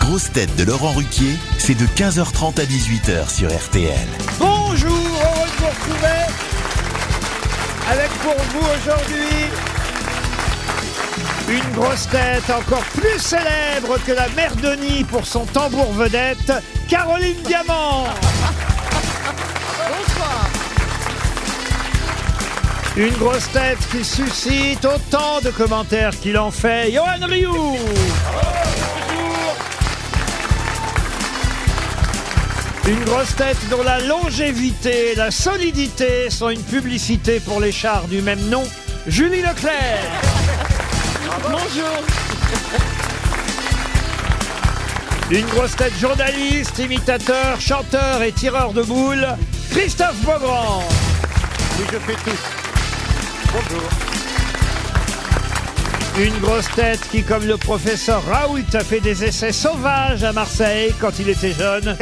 grosses têtes de Laurent Ruquier, c'est de 15h30 à 18h sur RTL. Bonjour, heureux de vous retrouver avec pour vous aujourd'hui une grosse tête encore plus célèbre que la mère Denis pour son tambour vedette, Caroline Diamant. Une grosse tête qui suscite autant de commentaires qu'il en fait, Johan Rioux. Une grosse tête dont la longévité et la solidité sont une publicité pour les chars du même nom, Julie Leclerc. Bonjour. Une grosse tête journaliste, imitateur, chanteur et tireur de boules, Christophe Beaugrand. Oui, je fais tout. Bonjour. Une grosse tête qui, comme le professeur Raoult, a fait des essais sauvages à Marseille quand il était jeune.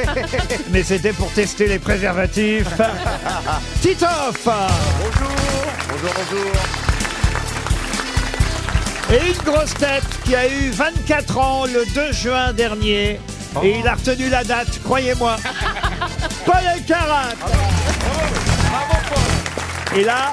Mais c'était pour tester les préservatifs. Titoff Bonjour. Bonjour, bonjour. Et une grosse tête qui a eu 24 ans le 2 juin dernier. Et il a retenu la date, croyez-moi. Paul Elkarat Et là...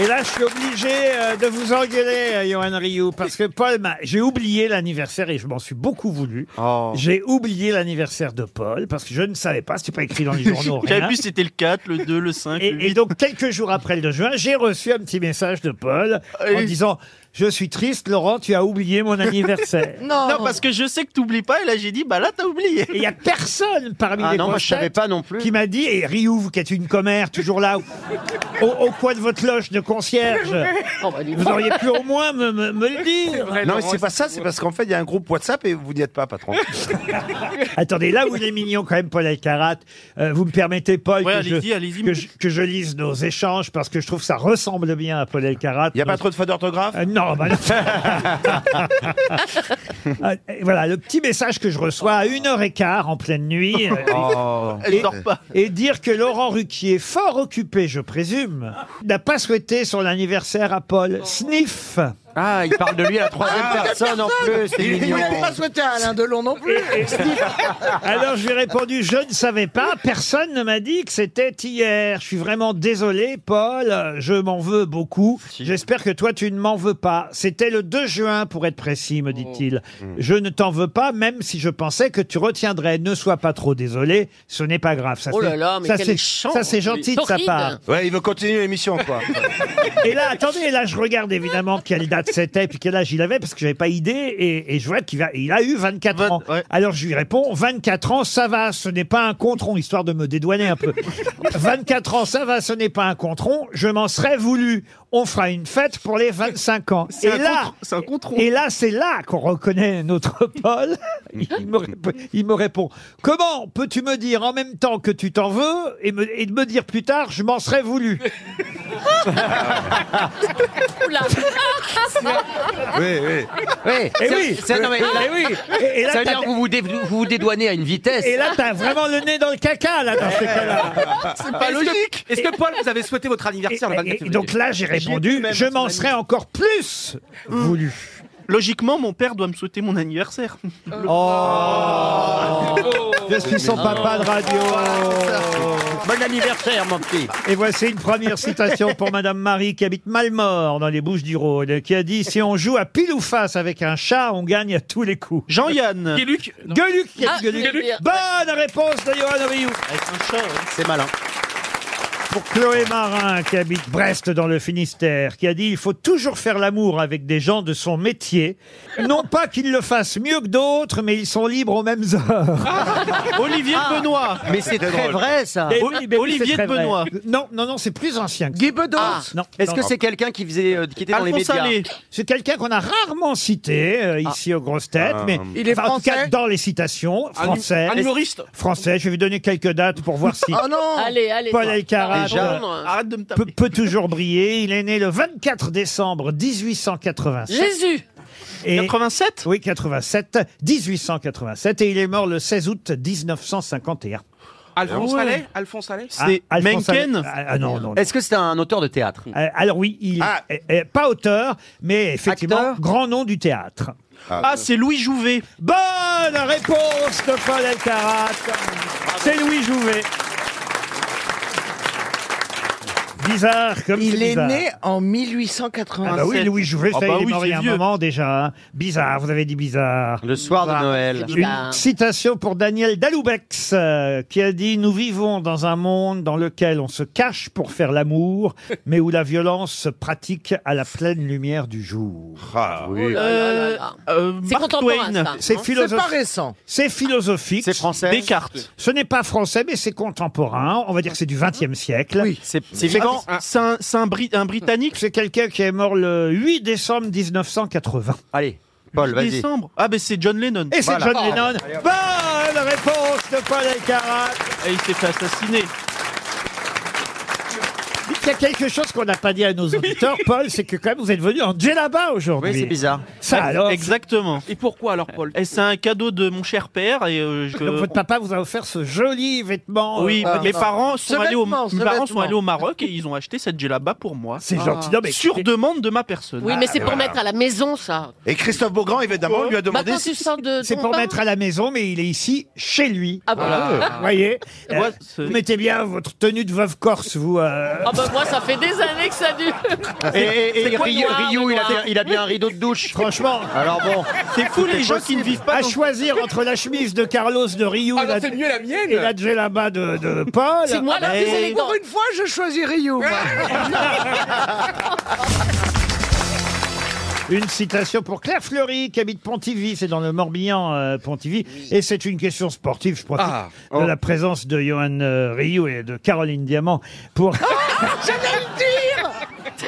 Et là, je suis obligé euh, de vous engueuler, euh, Johan Rioux, parce que Paul, m'a- j'ai oublié l'anniversaire et je m'en suis beaucoup voulu. Oh. J'ai oublié l'anniversaire de Paul parce que je ne savais pas, c'était pas écrit dans les journaux. rien. J'avais vu c'était le 4, le 2, le 5, le Et, 8. et donc, quelques jours après le 2 juin, j'ai reçu un petit message de Paul en Et- disant Je suis triste, Laurent, tu as oublié mon anniversaire. Non, Non, parce que je sais que t'oublies pas, et là j'ai dit, bah là t'as oublié. Et il n'y a personne parmi Ah les non, moi, grosses je savais têtes pas non plus. qui m'a dit Et Rioux, vous qui êtes une commère, toujours là, au, au- au coin de votre loge de concierge, Oh, bah, vous auriez pu au moins me, me- me le dire. non, mais c'est pas ça, c'est parce qu'en fait, il y a un groupe WhatsApp et vous n'y êtes pas, patron. Attendez, là où il est mignon quand même, Paul Alcarat, euh, vous me permettez, Paul, Ouais, que, je, allez-y, allez-y. que, je, que je lise nos échanges parce que je trouve que ça ressemble bien à Paul Alcarat. Il n'y a Nos- pas trop de fautes d'orthographe Euh, non, bah non. Ah, et voilà, le petit message que je reçois à 1h15 en pleine nuit. euh, Oh. Elle dort pas. Et dire que Laurent Ruquier, fort occupé, je présume, n'a pas souhaité son anniversaire à Paul. Sniff Ah, il parle de lui à la troisième Ah, personne en plus, c'est mignon. souhaité à hein, Alain Delon non plus. Alors je lui ai répondu, je ne savais pas, personne ne m'a dit que c'était hier. Je suis vraiment désolé, Paul, euh, je m'en veux beaucoup. J'espère que toi, tu ne m'en veux pas. C'était le 2 juin, pour être précis, me dit-il. Je ne t'en veux pas, même si je pensais que tu retiendrais. Ne sois pas trop désolé, ce n'est pas grave. Ça, Oh là c'est- là, mais ça, quel c'est- échange. ça, c'est gentil de sa Torride. part. Ouais, il veut continuer l'émission, quoi. Et là, attendez, là, je regarde évidemment quelle date c'était, puis quel âge il avait, parce que j'avais pas idée, et, et je vois qu'il va- il a eu 24 Vingt- ans. ouais. Alors je lui réponds, 24 ans, ça va, ce n'est pas un contron, histoire de me dédouaner un peu. 24 ans, ça va, ce n'est pas un contron, je m'en serais voulu. On fera une fête pour les 25 ans. Et C'est un là, contre- c'est un contrôle. et là, c'est là qu'on reconnaît notre Paul. Il me, rép- il me répond Comment peux-tu me dire en même temps que tu t'en veux et, me, et de me dire plus tard, je m'en serais voulu Oui, oui. Oui, Eh oui. ça, non, mais là- Eh oui. Et, et là, ça veut t'as- dire que vous vous, dé- vous vous dédouanez à une vitesse. et là, t'as vraiment le nez dans le caca, là, dans ces cas-là. C'est pas logique. Est-ce que Paul, vous avez souhaité votre Et- anniversaire le 24 et- et février donc là, j'ai répondu, je m'en serais encore plus voulu. Oh. Logiquement, mon père doit me souhaiter mon anniversaire. Je suis son papa de radio. Bon anniversaire, mon petit. Et voici une première citation pour Madame Marie qui habite Malmort dans les Bouches du Rhône, qui a dit Si on joue à pile ou face avec un chat, on gagne à tous les coups. Jean-Yann. Et Luc Gueuluc, qui a dit Ah, Gueuluc. Gueuluc. Bonne réponse de Johan Rioux. Avec un chat, hein. ouais. C'est malin. Pour Chloé Marin, qui habite Brest dans le Finistère, qui a dit il faut toujours faire l'amour avec des gens de son métier. Non pas qu'ils le fassent mieux que d'autres, mais ils sont libres aux mêmes heures. Ah. Olivier de Benoît. Ah. Mais c'est très vrai, ça. Et O- oui, mais oui, Olivier c'est très de vrai. Benoît. Non, non, non, c'est plus ancien que ça. Ah. Guy Bedos. Non, Est-ce non, que non. c'est quelqu'un qui faisait, euh, qui était dans les Alphonse médias Allais. C'est quelqu'un qu'on a rarement cité euh, ici aux grosses têtes, Ah. mais Il est enfin, en tout cas français dans les citations, Un hum- français. Un humoriste Français, je vais vous donner quelques dates pour voir si Oh non Allez, allez. Paul toi. Elkarat Déjà. euh, Arrête de me peut, taper. peut toujours briller. Il est né le 24 décembre 1887. Jésus. Et- 87 Oui, 87, 1887, et il est mort le 16 août 1951. Alphonse Ouais. Allais Alphonse Allais Ah, C'est Alphonse Mencken Allais- Ah, ah, non, non. non. Est-ce que c'est un auteur de théâtre Euh, Alors oui, il est- Ah. est- est pas auteur, mais effectivement, Acteur grand nom du théâtre. Ah, c'est Louis Jouvet. Bonne réponse de Paul Elkarat. C'est Louis Jouvet. Bizarre comme c'est Il est bizarre. né en Ah 1880. bah oui, sept. Louis Jouvet, Ah ça, bah il est oui, mort c'est il y a un vieux. moment déjà. hein. Bizarre, vous avez dit bizarre. Le soir de Noël. Une citation pour Daniel Daloubex, euh, qui a dit « Nous vivons dans un monde dans lequel on se cache pour faire l'amour, mais où la violence se pratique à la pleine lumière du jour. Euh, euh, C'est Mark Twain. contemporain, ça. » C'est hein C'est philosophique. pas récent. C'est philosophique. C'est français. Descartes. Ce n'est pas français, mais c'est contemporain. On va dire que c'est du XXe siècle. Oui. C'est c'est C'est vivant. un- c'est un, c'est un Bri- un Britannique. C'est quelqu'un qui est mort le 8 décembre 1980. Allez, Paul, vas-y. Décembre. Ah, ben c'est John Lennon. Et c'est Voilà. Oh. John Lennon. Bonne réponse de Paul Elkarat. Et il s'est fait assassiner. Il y a quelque chose qu'on n'a pas dit à nos auditeurs, Paul, c'est que quand même vous êtes venu en djellaba aujourd'hui. Oui, c'est bizarre. Ça alors. Exactement. Et pourquoi alors, Paul Et c'est un cadeau de mon cher père. Et euh, je- Donc votre papa vous a offert ce joli vêtement. euh, Oui, Ah. mes parents sont Ce allés au vêtement, ce mes parents vêtement. sont allés au Maroc et ils ont acheté cette djellaba pour moi. C'est gentil. Non, mais Sur demande de ma personne. Oui, mais c'est pour mettre à la maison, ça. Et Christophe Beaugrand, évidemment, lui a Bah, demandé quand tu sors de C'est ton pour bain- mettre à la maison, mais il est ici, chez lui. Ah, bah. Vous voyez Ah, moi, Euh, c'est- Vous mettez bien votre tenue de veuve corse, vous. euh. Ah bah moi ça fait des années que ça dure. Et, et- et c'est quoi, Rio- noir, Rio, il a, noir bien, il a bien un rideau de douche. Franchement, Alors bon, C'est fou les gens qui ne vivent pas à dans- choisir entre la chemise de Carlos de Rio Ah et non, la- c'est mieux la mienne et la djellaba de, de Paul. C'est moi la plus élégante. Pour une fois, je choisis Rio. moi. Une citation pour Claire Fleury, qui habite Pontivy, c'est dans le Morbihan, euh, Pontivy. Et c'est une question sportive, je profite Ah. de la présence de Johan euh, Rioux et de Caroline Diamant pour...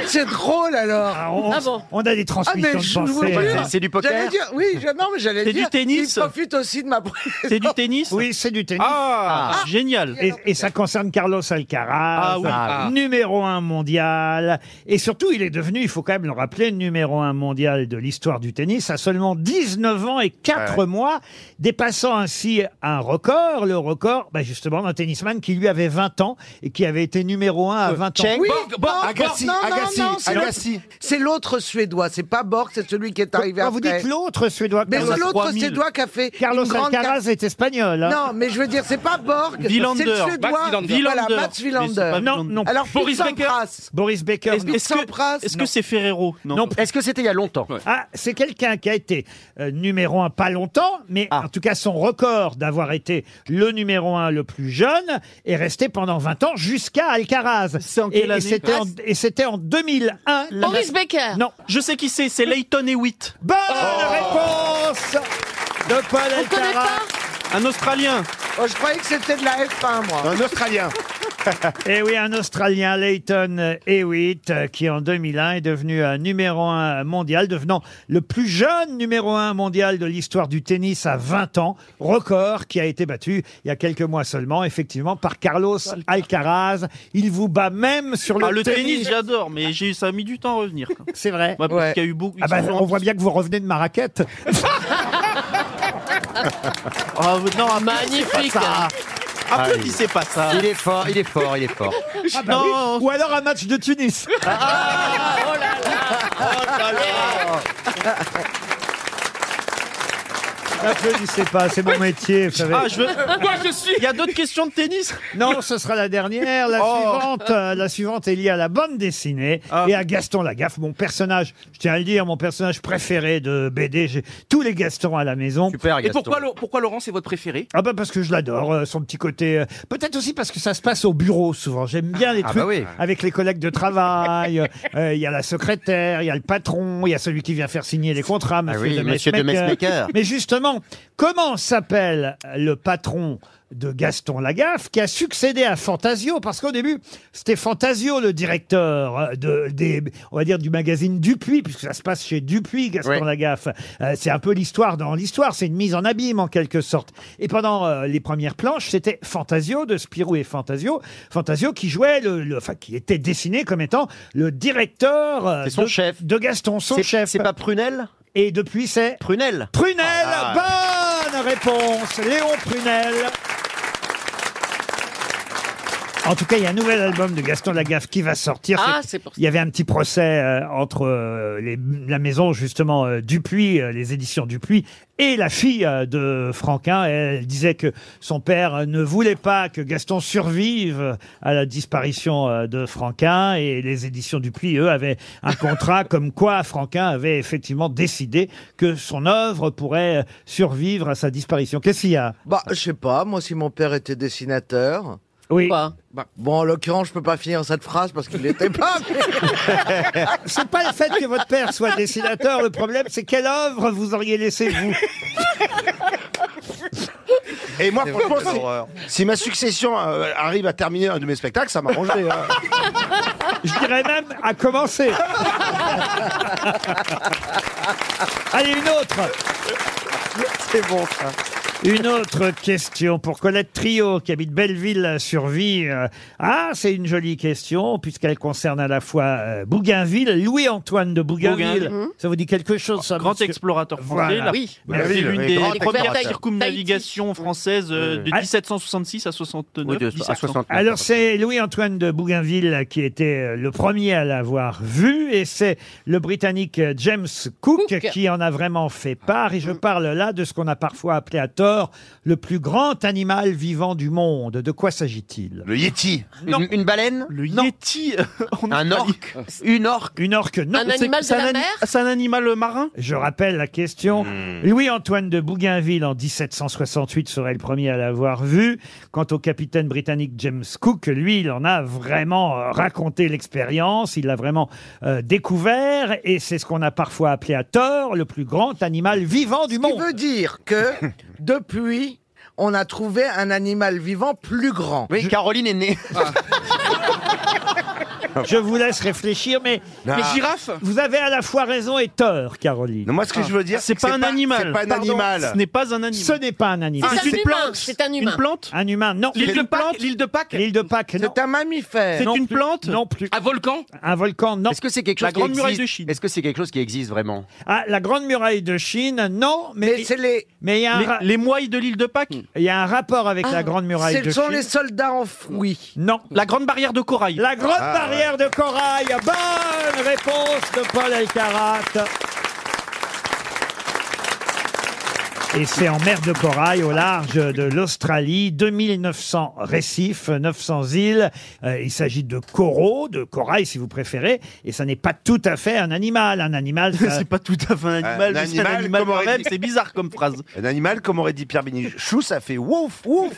C'est drôle alors. Ah, on, Ah bon on a des Ah transmissions mais de hein. je vous pensée. jure. c'est du J'allais poker. dire, oui, je- non mais j'allais C'est dire. du tennis. Il profite aussi de ma présence. C'est du tennis Oui, c'est du tennis. Ah, génial. Et, et ça concerne Carlos Alcaraz, Ah oui. euh, numéro un mondial. Et surtout, il est devenu, il faut quand même le rappeler, numéro un mondial de l'histoire du tennis à seulement 19 ans et 4 mois, dépassant ainsi un record, le record bah, justement d'un tennisman qui lui avait 20 ans et qui avait été numéro un Euh, à 20 ans. Oui, Borg, Agassi, non, non, Agassi, non, c'est l'autre- Agassi. c'est l'autre Suédois. C'est pas Borg, c'est celui qui est Quand- arrivé quand après. vous dites l'autre Suédois, mais Carlos, c'est l'autre 3000. Suédois qui a fait Carlos une grande Alcaraz est espagnol. hein. Non, mais je veux dire, c'est pas Borg, c'est le Villander. Suédois. Mats Wilander. Voilà, Wilander. Mats Mais c'est Wilander. pas non, non. Alors, Boris Boris Becker. Sampras. Boris Becker. Est-ce non. est-ce Sampras, que est-ce non. que c'est Ferrero Non. Est-ce que c'était il y a longtemps Ah, c'est quelqu'un qui a été euh, numéro un pas longtemps, mais Ah. en tout cas son record d'avoir été le numéro un le plus jeune est resté pendant 20 ans jusqu'à Alcaraz. C'est en Et- quelle et année c'était en- et c'était en, 2001. la- Boris Becker. Non. Je sais qui c'est, c'est Leighton Hewitt, Bonne Oh. réponse de Paul On connaît Alcaraz. pas un Australien. Oh, je croyais que c'était de la F1, moi. un Australien. Et Eh oui, un Australien, Leighton Hewitt, euh, qui en 2001 est devenu euh, numéro un mondial, devenant le plus jeune numéro un mondial de l'histoire du tennis à 20 ans, record qui a été battu il y a quelques mois seulement, effectivement, par Carlos Alcaraz. Il vous bat même sur le, Ah, le tennis, tennis. j'adore, mais j'ai ça a mis du temps à revenir. quoi. C'est vrai. Ouais, Ouais. Parce qu'il y a eu beaucoup. Ah bah, ils sont- on voit bien que vous revenez de ma raquette. Ah, non, ah, Magnifique. applaudissez pas ça. Ah Il est fort, il est fort, il est fort. Ah bah oui. Non. Ah, Ou alors un match de Tunis. N'applaudissez pas, c'est mon métier. vous savez. Ah, je veux- Moi je suis Il y a d'autres questions de tennis Non, ce sera la dernière. La, suivante, euh, la suivante est liée à la bande dessinée Oh. Ah. et à Gaston Lagaffe, mon personnage, je tiens à le dire, mon personnage préféré de BD. J'ai tous les Gastons à la maison. Super, Et Gaston. pourquoi, Lo- pourquoi Laurent c'est votre préféré Ah bah parce que je l'adore, euh, son petit côté. euh, Peut-être aussi parce que ça se passe au bureau souvent. J'aime bien les Ah trucs bah oui. avec les collègues de travail. euh, euh, Il y a la secrétaire, il y a le patron, il y a celui qui vient faire signer les contrats, Monsieur, Ah oui, de Monsieur de Mesmaeker. Mesmaeker. Mais justement, comment s'appelle le patron de Gaston Lagaffe qui a succédé à Fantasio Parce qu'au début, c'était Fantasio le directeur euh, de, des, on va dire, du magazine Dupuis, puisque ça se passe chez Dupuis, Gaston Ouais. Lagaffe. Euh, c'est un peu l'histoire dans l'histoire, c'est une mise en abîme en quelque sorte. Et pendant euh, les premières planches, c'était Fantasio de Spirou et Fantasio. Fantasio qui jouait, le, le- enfin qui était dessiné comme étant le directeur euh, C'est son de, chef. de Gaston, son C'est- chef. C'est pas Prunel Et depuis, c'est Prunel Prunel. Bonne réponse, Léon Prunel. En tout cas, il y a un nouvel album de Gaston Lagaffe qui va sortir. Ah, C'est- c'est pour ça. Il y avait un petit procès euh, entre euh, les- la maison, justement, euh, Dupuis, euh, les éditions Dupuis, et la fille euh, de Franquin. Elle disait que son père euh, ne voulait pas que Gaston survive euh, à la disparition euh, de Franquin. Et les éditions Dupuis, eux, avaient un contrat comme quoi Franquin avait effectivement décidé que son œuvre pourrait euh, survivre à sa disparition. Qu'est-ce qu'il y a Bah, je sais pas, moi, si mon père était dessinateur. Bah, Oui. Quoi Bon, en l'occurrence, je peux pas finir cette phrase parce qu'il l'était pas. mais- C'est pas le fait que votre père soit dessinateur, le problème c'est quelle œuvre vous auriez laissé vous. Et moi, franchement, si, si ma succession euh, arrive à terminer un de mes spectacles, ça m'arrangerait. hein. Je dirais même à commencer. Allez, une autre. C'est bon, ça. Une autre question pour Colette Trio, qui habite Belleville-sur-Vie. Euh, Ah, c'est une jolie question, puisqu'elle concerne à la fois euh, Bougainville, Louis-Antoine de Bougainville. Ça vous dit quelque chose, ça Grand monsieur explorateur français, Voilà. la- Bah, Oui. c'est Belleville, l'une oui, des grande premières explorateur. circumnavigations françaises euh, de Ah. 1766 à 69. Hein, Oui, de- à 1700. 69. Alors c'est Louis-Antoine de Bougainville qui était euh, le premier à l'avoir vu et c'est le Britannique euh, James Cook, Cook. qui en a vraiment fait part et je parle là de ce qu'on a parfois appelé à tort le plus grand animal vivant du monde. De quoi s'agit-il Le Yeti. Une, une baleine Le Non. Yeti euh, en Un Australie. orque Une orque Une orque non. Un animal C'est de un la ani- mer C'est un animal marin Je rappelle la question. Hmm. Louis-Antoine de Bougainville, en 1768, serait le premier à l'avoir vu. Quant au capitaine britannique James Cook, lui, il en a vraiment euh, raconté l'expérience, il l'a vraiment euh, découvert, et c'est ce qu'on a parfois appelé à tort le plus grand animal vivant du Ce qui monde. veut dire que depuis, on a trouvé un animal vivant plus grand. Ah. Oui, Caroline est née. Je vous laisse réfléchir, mais Ah. Non. Les girafes vous avez à la fois raison et tort, Caroline. Non, moi, ce que je veux dire, Ah. C'est pas un animal. C'est pas un Pardon, animal. Ce n'est pas un Ce animal. n'est pas un animal. C'est Ah, un c'est humain, plante. c'est un Une humain. plante Un humain, non. L'île de une Pâques L'île de Pâques L'île de Pâques, non. C'est un mammifère. C'est Non une plus. plante Non plus. Un volcan Un volcan, non. Est-ce que c'est quelque chose La Grande qui Muraille existe de Chine. Est-ce que c'est quelque chose qui existe vraiment Ah, la Grande Muraille de Chine, non. Mais Mais c'est les, mais il y a un Les, ra- les moailles de l'île de Pâques Il y a un rapport avec la Ah, Grande Muraille ce de sont Chine. les soldats enfouis. Non. La grande barrière de corail La Grande Barrière de Corail. ah bah, Bonne réponse de Paul Alcarat. Et c'est en mer de corail, au large de l'Australie, 2900 récifs, 900 îles. Euh, il s'agit de coraux, de corail si vous préférez, et ça n'est pas tout à fait un animal. Un animal, ça- C'est pas tout à fait un animal, Euh, Un mais c'est un animal, animal comme quand aurait même, dit- c'est bizarre comme phrase. Un animal, comme aurait dit Pierre Bénichou, ça fait ouf, ouf,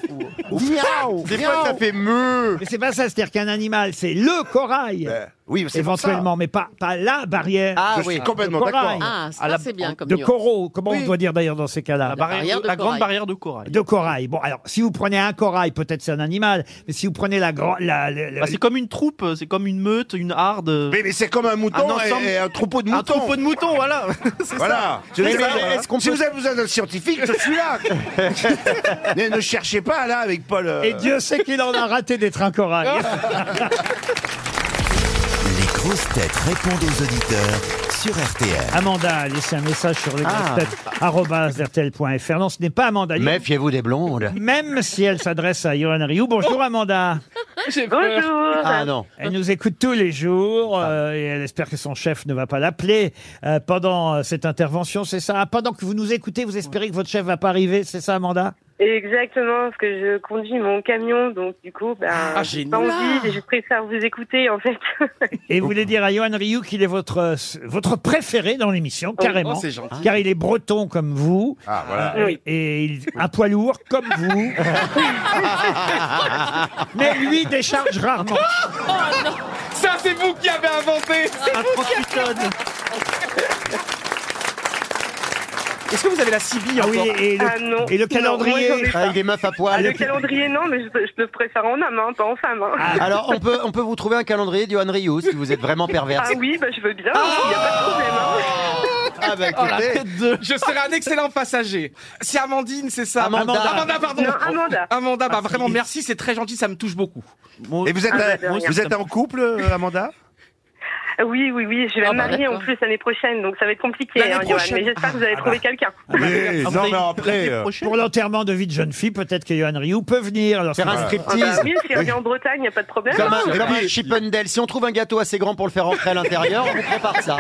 ouf. Miaou, Ah, Des fois, ça fait meuh. mais c'est pas ça, c'est-à-dire qu'un animal, c'est le corail, Euh, oui, c'est pour ça. éventuellement, mais pas, pas la barrière. Ah Je oui. suis complètement Le corail. d'accord. Ah, À la- ça c'est bien comme de nuance. coraux, comment Oui. on doit dire d'ailleurs dans ces cas-là La, barrière barrière de- de la grande corail. barrière de corail. De corail. Bon, alors, si vous prenez un corail, peut-être c'est un animal, mais si vous prenez la grande... Oh, La, la- la- Bah, c'est comme une troupe, c'est comme une meute, une harde. Mais, mais c'est comme un mouton Un ensemble- et, et un troupeau de Un moutons. troupeau de moutons, voilà. C'est ça. Voilà. Je Mais dis, mais bah, est-ce qu'on si peut- vous avez besoin d'un scientifique, je suis là. ne, ne cherchez pas là avec Paul. euh, Et Dieu sait qu'il en a raté d'être un corail. Les grosses têtes répondent aux auditeurs sur RTL. Amanda a laissé un message sur les Ah. rtl.fr. Non, ce n'est pas Amanda. Méfiez-vous des blondes. Même si elle s'adresse à Yohan Rioux. Bonjour Amanda. J'ai peur. Ah non. Ah. Elle nous écoute tous les jours euh, et elle espère que son chef ne va pas l'appeler euh, pendant euh, cette intervention, c'est ça Pendant que vous nous écoutez, vous espérez que votre chef va pas arriver, c'est ça Amanda Exactement, parce que je conduis mon camion, donc du coup, ben, Ah, j'ai pas génial. envie, et je préfère vous écouter en fait. Et vous voulez dire à Johan Rioux qu'il est votre, euh, s- votre préféré dans l'émission, Oh, carrément. c'est gentil. car il est breton comme vous. Ah, voilà. euh, Oui. Et il- un poids lourd comme vous. Mais lui décharge rarement. Ça, c'est vous qui avez inventé Un 38 tonnes. Est-ce que vous avez la Sibylle Ah oui, encore et le, Ah non. et le Non, moi, j'en calendrier. ai- Avec des meufs à Ah, le poil. calendrier, non, mais je, peux- je le préfère en homme, hein, pas en femme. hein. Ah, Alors, on peut, on peut vous trouver un calendrier du Rioux si vous êtes vraiment perverse. oui, bah, je veux bien, il n'y a pas de problème. hein. Ah bah Oh, la écoutez, tête de- Je serai un excellent passager. C'est Amandine, c'est ça Amanda. Amanda, pardon Non, Amanda. Amanda, bah vraiment merci, c'est très gentil, ça me touche beaucoup. Et vous êtes, Ah, euh, bah, de rien. vous êtes en couple, euh, Amanda Euh, Oui, oui, oui, je vais Ah me bah, marier en d'accord. plus l'année prochaine, donc ça va être compliqué, L'année hein, Johan, prochaine. mais j'espère que vous allez trouver quelqu'un. Ah, Oui, vous non, avez mais une après. euh, prochaine Pour l'enterrement de vie de jeune fille, peut-être que Johan Rioux peut venir. Alors, Faire c'est- un Ah bah striptease. oui, si revient en Bretagne, y a pas de problème. Ah, bah, Comme un, Et comme un puis- Chippendale. Si on trouve un gâteau assez grand pour le faire entrer à l'intérieur, on vous prépare ça.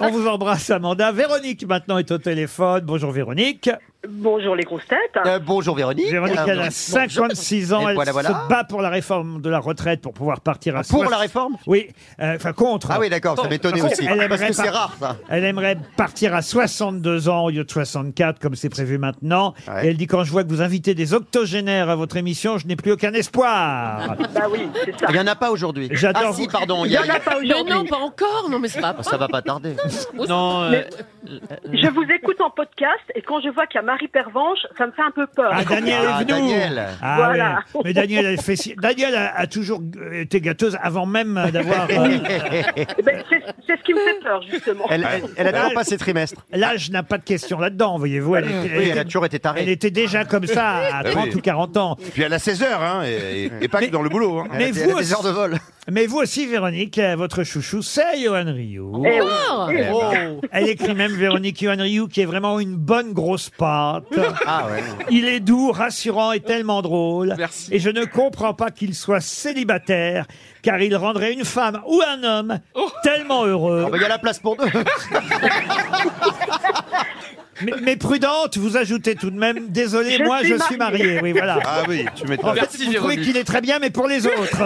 On vous embrasse, Amanda. Véronique, maintenant, est au téléphone. Bonjour, Véronique. Bonjour les grosses têtes. Euh, bonjour Véronique. Véronique, Euh, elle bon- a 56 ans. Et Elle voilà, voilà. Ah, se bat pour la réforme de la retraite pour pouvoir partir à Pour soix- la réforme Oui, euh, enfin contre. Ah oui, d'accord, ça m'étonnait Bon, aussi. elle aimerait Parce que c'est pas- rare, ça. Elle aimerait partir à 62 ans au lieu de 64, comme c'est prévu maintenant. Ouais. Et elle dit Quand je vois que vous invitez des octogénaires à votre émission, je n'ai plus aucun espoir. Bah oui, c'est ça. Il n'y en a pas aujourd'hui. J'adore Ah vous- si, pardon, il y Il a- n'y en a pas Mais non, aujourd'hui. pas encore. Non, mais c'est pas. Ah, Ça va pas tarder. Non, euh, Mais- Je vous écoute en podcast et quand je vois qu'il y a Marie Pervenche, ça me fait un peu peur. Ah, Daniel Ah, est venu. Daniel. Ah, Voilà. ouais. Mais Daniel, elle fait si- Daniel a, a toujours euh, été gâteuse avant même euh, d'avoir euh, Eh ben, c'est c'est ce qui me fait peur, justement. Ah, Elle, elle, elle a toujours pas ses trimestres. l'âge n'a pas de question là-dedans, voyez-vous. Elle, était- Oui, elle elle a était- toujours été elle tarée. était déjà comme ça à Ah oui. 30 ou 40 ans. Puis elle a 16 heures, hein, et, et- et pas Mais- que dans le boulot. Hein. Mais Elle a vous, des aussi, heures de vol. mais vous aussi, Véronique, euh, votre chouchou, c'est Johan Rioux. Oh. Eh ben. oui. Ah, Elle écrit même Véronique Johan Rioux, qui est vraiment une bonne grosse pâte. Ah ouais. Il est doux, rassurant et tellement drôle. Merci. Et je ne comprends pas qu'il soit célibataire, car il rendrait une femme ou un homme tellement heureux. Ah bah, Il y a la place pour deux. Mais, mais prudente, vous ajoutez tout de même. Désolé, Je moi, suis je suis mariée. Oui, voilà. Ah oui, tu En m'étonnes. fait, Merci, vous trouvez Véronique. qu'il est très bien, mais pour les autres.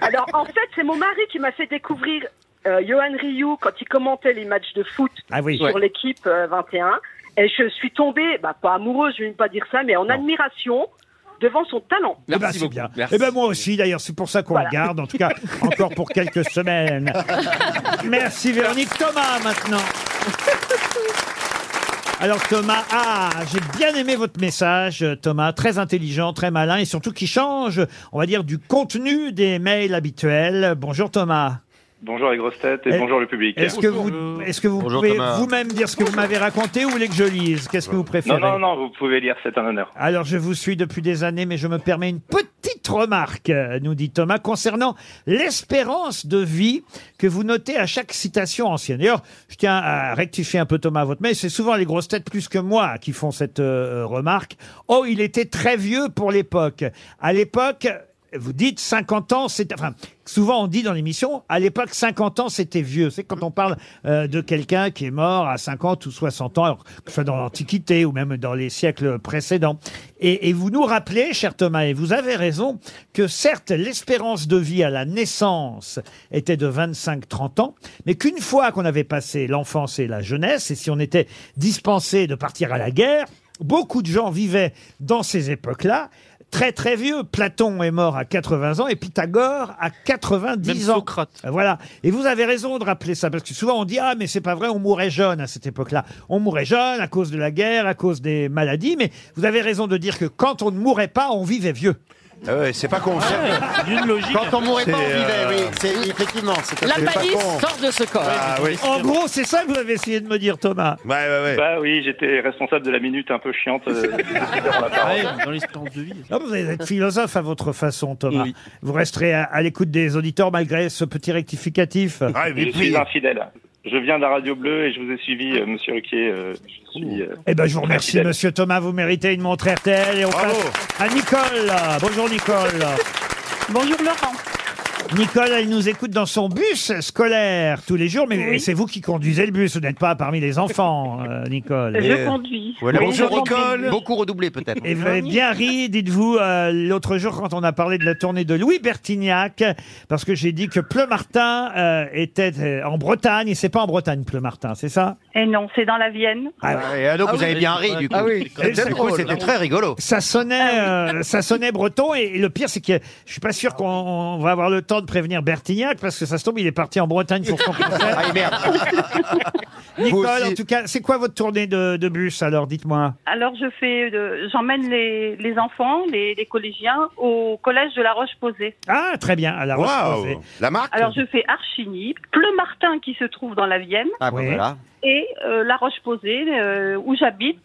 Alors, en fait, c'est mon mari qui m'a fait découvrir euh, Johan Rioux quand il commentait les matchs de foot Ah oui. sur l'équipe euh, 21. Et je suis tombée, bah, pas amoureuse, je ne vais pas dire ça, mais en admiration devant son talent. Eh ben, Merci c'est beaucoup. bien. Merci. Eh ben, moi aussi, d'ailleurs, c'est pour ça qu'on le garde, en tout cas, encore pour quelques semaines. Merci Véronique Thomas, maintenant. Alors Thomas, ah, j'ai bien aimé votre message, euh, Thomas, très intelligent, très malin et surtout qui change, on va dire, du contenu des mails habituels. Bonjour Thomas. Bonjour les grosses têtes et Eh, bonjour le public. Est-ce que vous, Bonjour. est-ce que vous Bonjour, pouvez Thomas. vous-même dire ce que vous m'avez raconté ou vous voulez que je lise Qu'est-ce que vous Non, préférez non, non, vous pouvez lire, c'est un honneur. Alors, je vous suis depuis des années, mais je me permets une petite remarque, euh, nous dit Thomas, concernant l'espérance de vie que vous notez à chaque citation ancienne. D'ailleurs, je tiens à rectifier un peu Thomas à votre mail. C'est souvent les grosses têtes plus que moi qui font cette euh, remarque. Oh, il était très vieux pour l'époque. À l'époque, vous dites 50 ans, c'est enfin souvent on dit dans l'émission à l'époque 50 ans c'était vieux. C'est quand on parle euh, de quelqu'un qui est mort à 50 ou 60 ans, alors, que ce soit dans l'Antiquité ou même dans les siècles précédents. Et, et vous nous rappelez, cher Thomas, et vous avez raison, que certes l'espérance de vie à la naissance était de 25-30 ans, mais qu'une fois qu'on avait passé l'enfance et la jeunesse, et si on était dispensé de partir à la guerre, beaucoup de gens vivaient dans ces époques-là très très vieux. Platon est mort à 80 ans et Pythagore à 90 Même ans. Socrate. Voilà. Et vous avez raison de rappeler ça parce que souvent on dit ah mais c'est pas vrai, on mourait jeune à cette époque-là. On mourait jeune à cause de la guerre, à cause des maladies. Mais vous avez raison de dire que quand on ne mourait pas, on vivait vieux. Ah ouais, c'est pas con. ça. une logique. Quand on mourait pas, on C'est, vivait, euh, oui. C'est effectivement. c'est- La C'est pas palisse con. sort de ce corps. Ah oui. En gros, c'est ça que vous avez essayé de me dire, Thomas. Ouais, ouais, ouais. Bah oui, j'étais responsable de la minute un peu chiante. euh, de la parole. Ouais, dans l'espérance de vie. Non, Ah, vous allez être philosophe à votre façon, Thomas. Oui. Vous resterez à, à l'écoute des auditeurs malgré ce petit rectificatif. Ah, et Je puis- suis infidèle. Je viens de la radio bleue et je vous ai suivi, euh, monsieur Ruquier. euh, je suis. euh, Eh ben, je vous remercie, infidèle. monsieur Thomas. Vous méritez une montre RTL. Et on Bravo. passe à Nicole. Bonjour, Nicole. Bonjour Laurent. Nicole, elle nous écoute dans son bus scolaire tous les jours. Mais c'est vous qui conduisez le bus. Vous n'êtes pas parmi les enfants, euh, Nicole. Et, euh, conduis. Ou alors, Bonjour, beaucoup- Nicole. Beaucoup redoublé peut-être. Et vous avez Eh ben, bien ri, dites-vous, euh, l'autre jour quand on a parlé de la tournée de Louis Bertignac, parce que j'ai dit que Pleumartin euh, était euh, en Bretagne, et c'est pas en Bretagne Pleumartin, c'est ça Et Eh non, c'est dans la Vienne. Ah, et alors, vous avez bien ri du coup. Ah oui, Et c'est du coup, drôle. c'était très rigolo. Ça sonnait, Ah euh, ça sonnait breton. Et, et le pire, c'est que je suis pas sûr qu'on on va avoir le temps de prévenir Bertignac parce que ça se tombe, il est parti en Bretagne pour son concert. Ah et merde. Nicole, aussi. en tout cas, c'est quoi votre tournée de, de bus alors Dites-moi. Alors je fais, de- j'emmène les, les enfants, les, les collégiens au collège de La Roche-Posay. Ah, très bien. À la Roche-Posay. Waouh. La marque Alors je fais Archigny, Pleumartin qui se trouve dans la Vienne Ah bah Oui. voilà. et euh, La Roche-Posay euh, où j'habite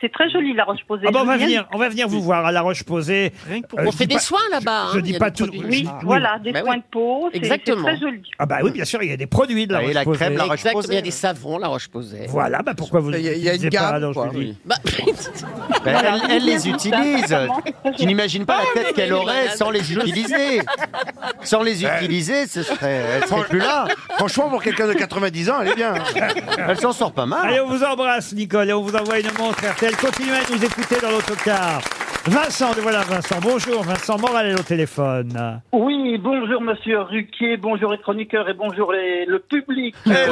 C'est très joli, la Roche-Posay. Ah bah, on va Julienne. venir, on va venir vous voir à La Roche-Posée. pour- je On dis fait des pas- soins là-bas, Je hein, il dis y a pas des tout. Ah, produits. Oui, voilà, des soins de peau, c'est- c'est Exactement. très joli. Ah bah oui, bien sûr, il y a des produits de La Ah, et la Roche-Posay. crème La Roche-Posay. Exactement, il y a des savons, la Roche-Posay. Voilà, bah pourquoi vous ne Il y a- il les y a une utilisez pas gamme, alors, quoi. Julie Bah, Ben, elle, elle les utilise. Tu n'imagines pas la tête qu'elle aurait sans les utiliser. Sans les utiliser, ce serait, elle serait plus là. Franchement, pour quelqu'un de 90 ans, elle est bien. hein. Elle s'en sort pas mal. Allez, on vous embrasse, Nicole, et on vous envoie une montre RTL. Continuez à nous écouter dans l'autocar. Vincent, le voilà Vincent. Bonjour, Vincent Moral est au téléphone. Oui, bonjour Monsieur Ruquier, bonjour les chroniqueurs et bonjour les- le public. Alors,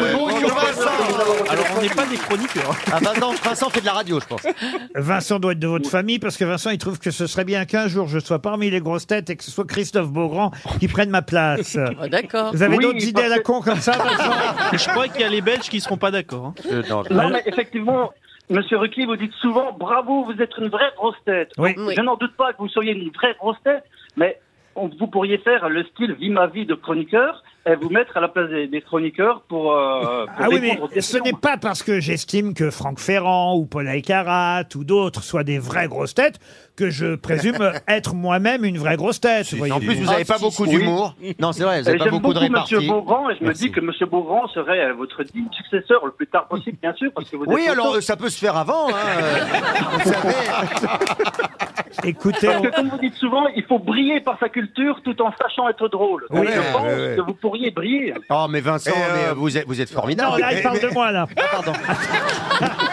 on n'est pas des chroniqueurs. Ah, bah Vincent, Vincent fait de la radio, je pense. Vincent doit être de votre famille parce que Vincent, il trouve que ce serait bien qu'un jour je sois parmi les grosses têtes et que ce soit Christophe Beaugrand qui prenne ma place. Ah, D'accord. Vous avez d'autres idées à la con comme ça, Euh, Vincent Je crois qu'il y a les Belges qui seront pas d'accord. hein. Non mais effectivement, Monsieur Ruquier, vous dites souvent bravo, vous êtes une vraie grosse tête. Oui. Je n'en doute pas que vous soyez une vraie grosse tête, mais on- vous pourriez faire le style vie ma vie de chroniqueur et vous mettre à la place des, des chroniqueurs pour, euh, pour Ah oui, répondre aux mais ce questions. n'est pas parce que j'estime que Franck Ferrand ou Paul Aycarat ou d'autres soient des vraies grosses têtes que je présume être moi-même une vraie grosse tête. vous En voyez. plus, vous n'avez pas beaucoup d'humour. Non, c'est vrai, vous Euh, n'avez pas J'aime beaucoup de répartie. Monsieur Beaugrand et je Merci. me dis que Monsieur Beaugrand serait euh, votre digne successeur le plus tard possible, bien sûr, parce que vous Oui, êtes alors auteur. euh, ça peut se faire avant. hein, euh, vous savez. Écoutez, Parce on- que comme vous dites souvent, il faut briller par sa culture tout en sachant être drôle. Oui, Donc, je ouais, pense ouais, ouais. que vous pourriez briller. Oh, mais Vincent, Et, euh, mais, euh, vous êtes, vous êtes formidable. Non, là, il Mais- parle mais- de moi, là. Ah, pardon.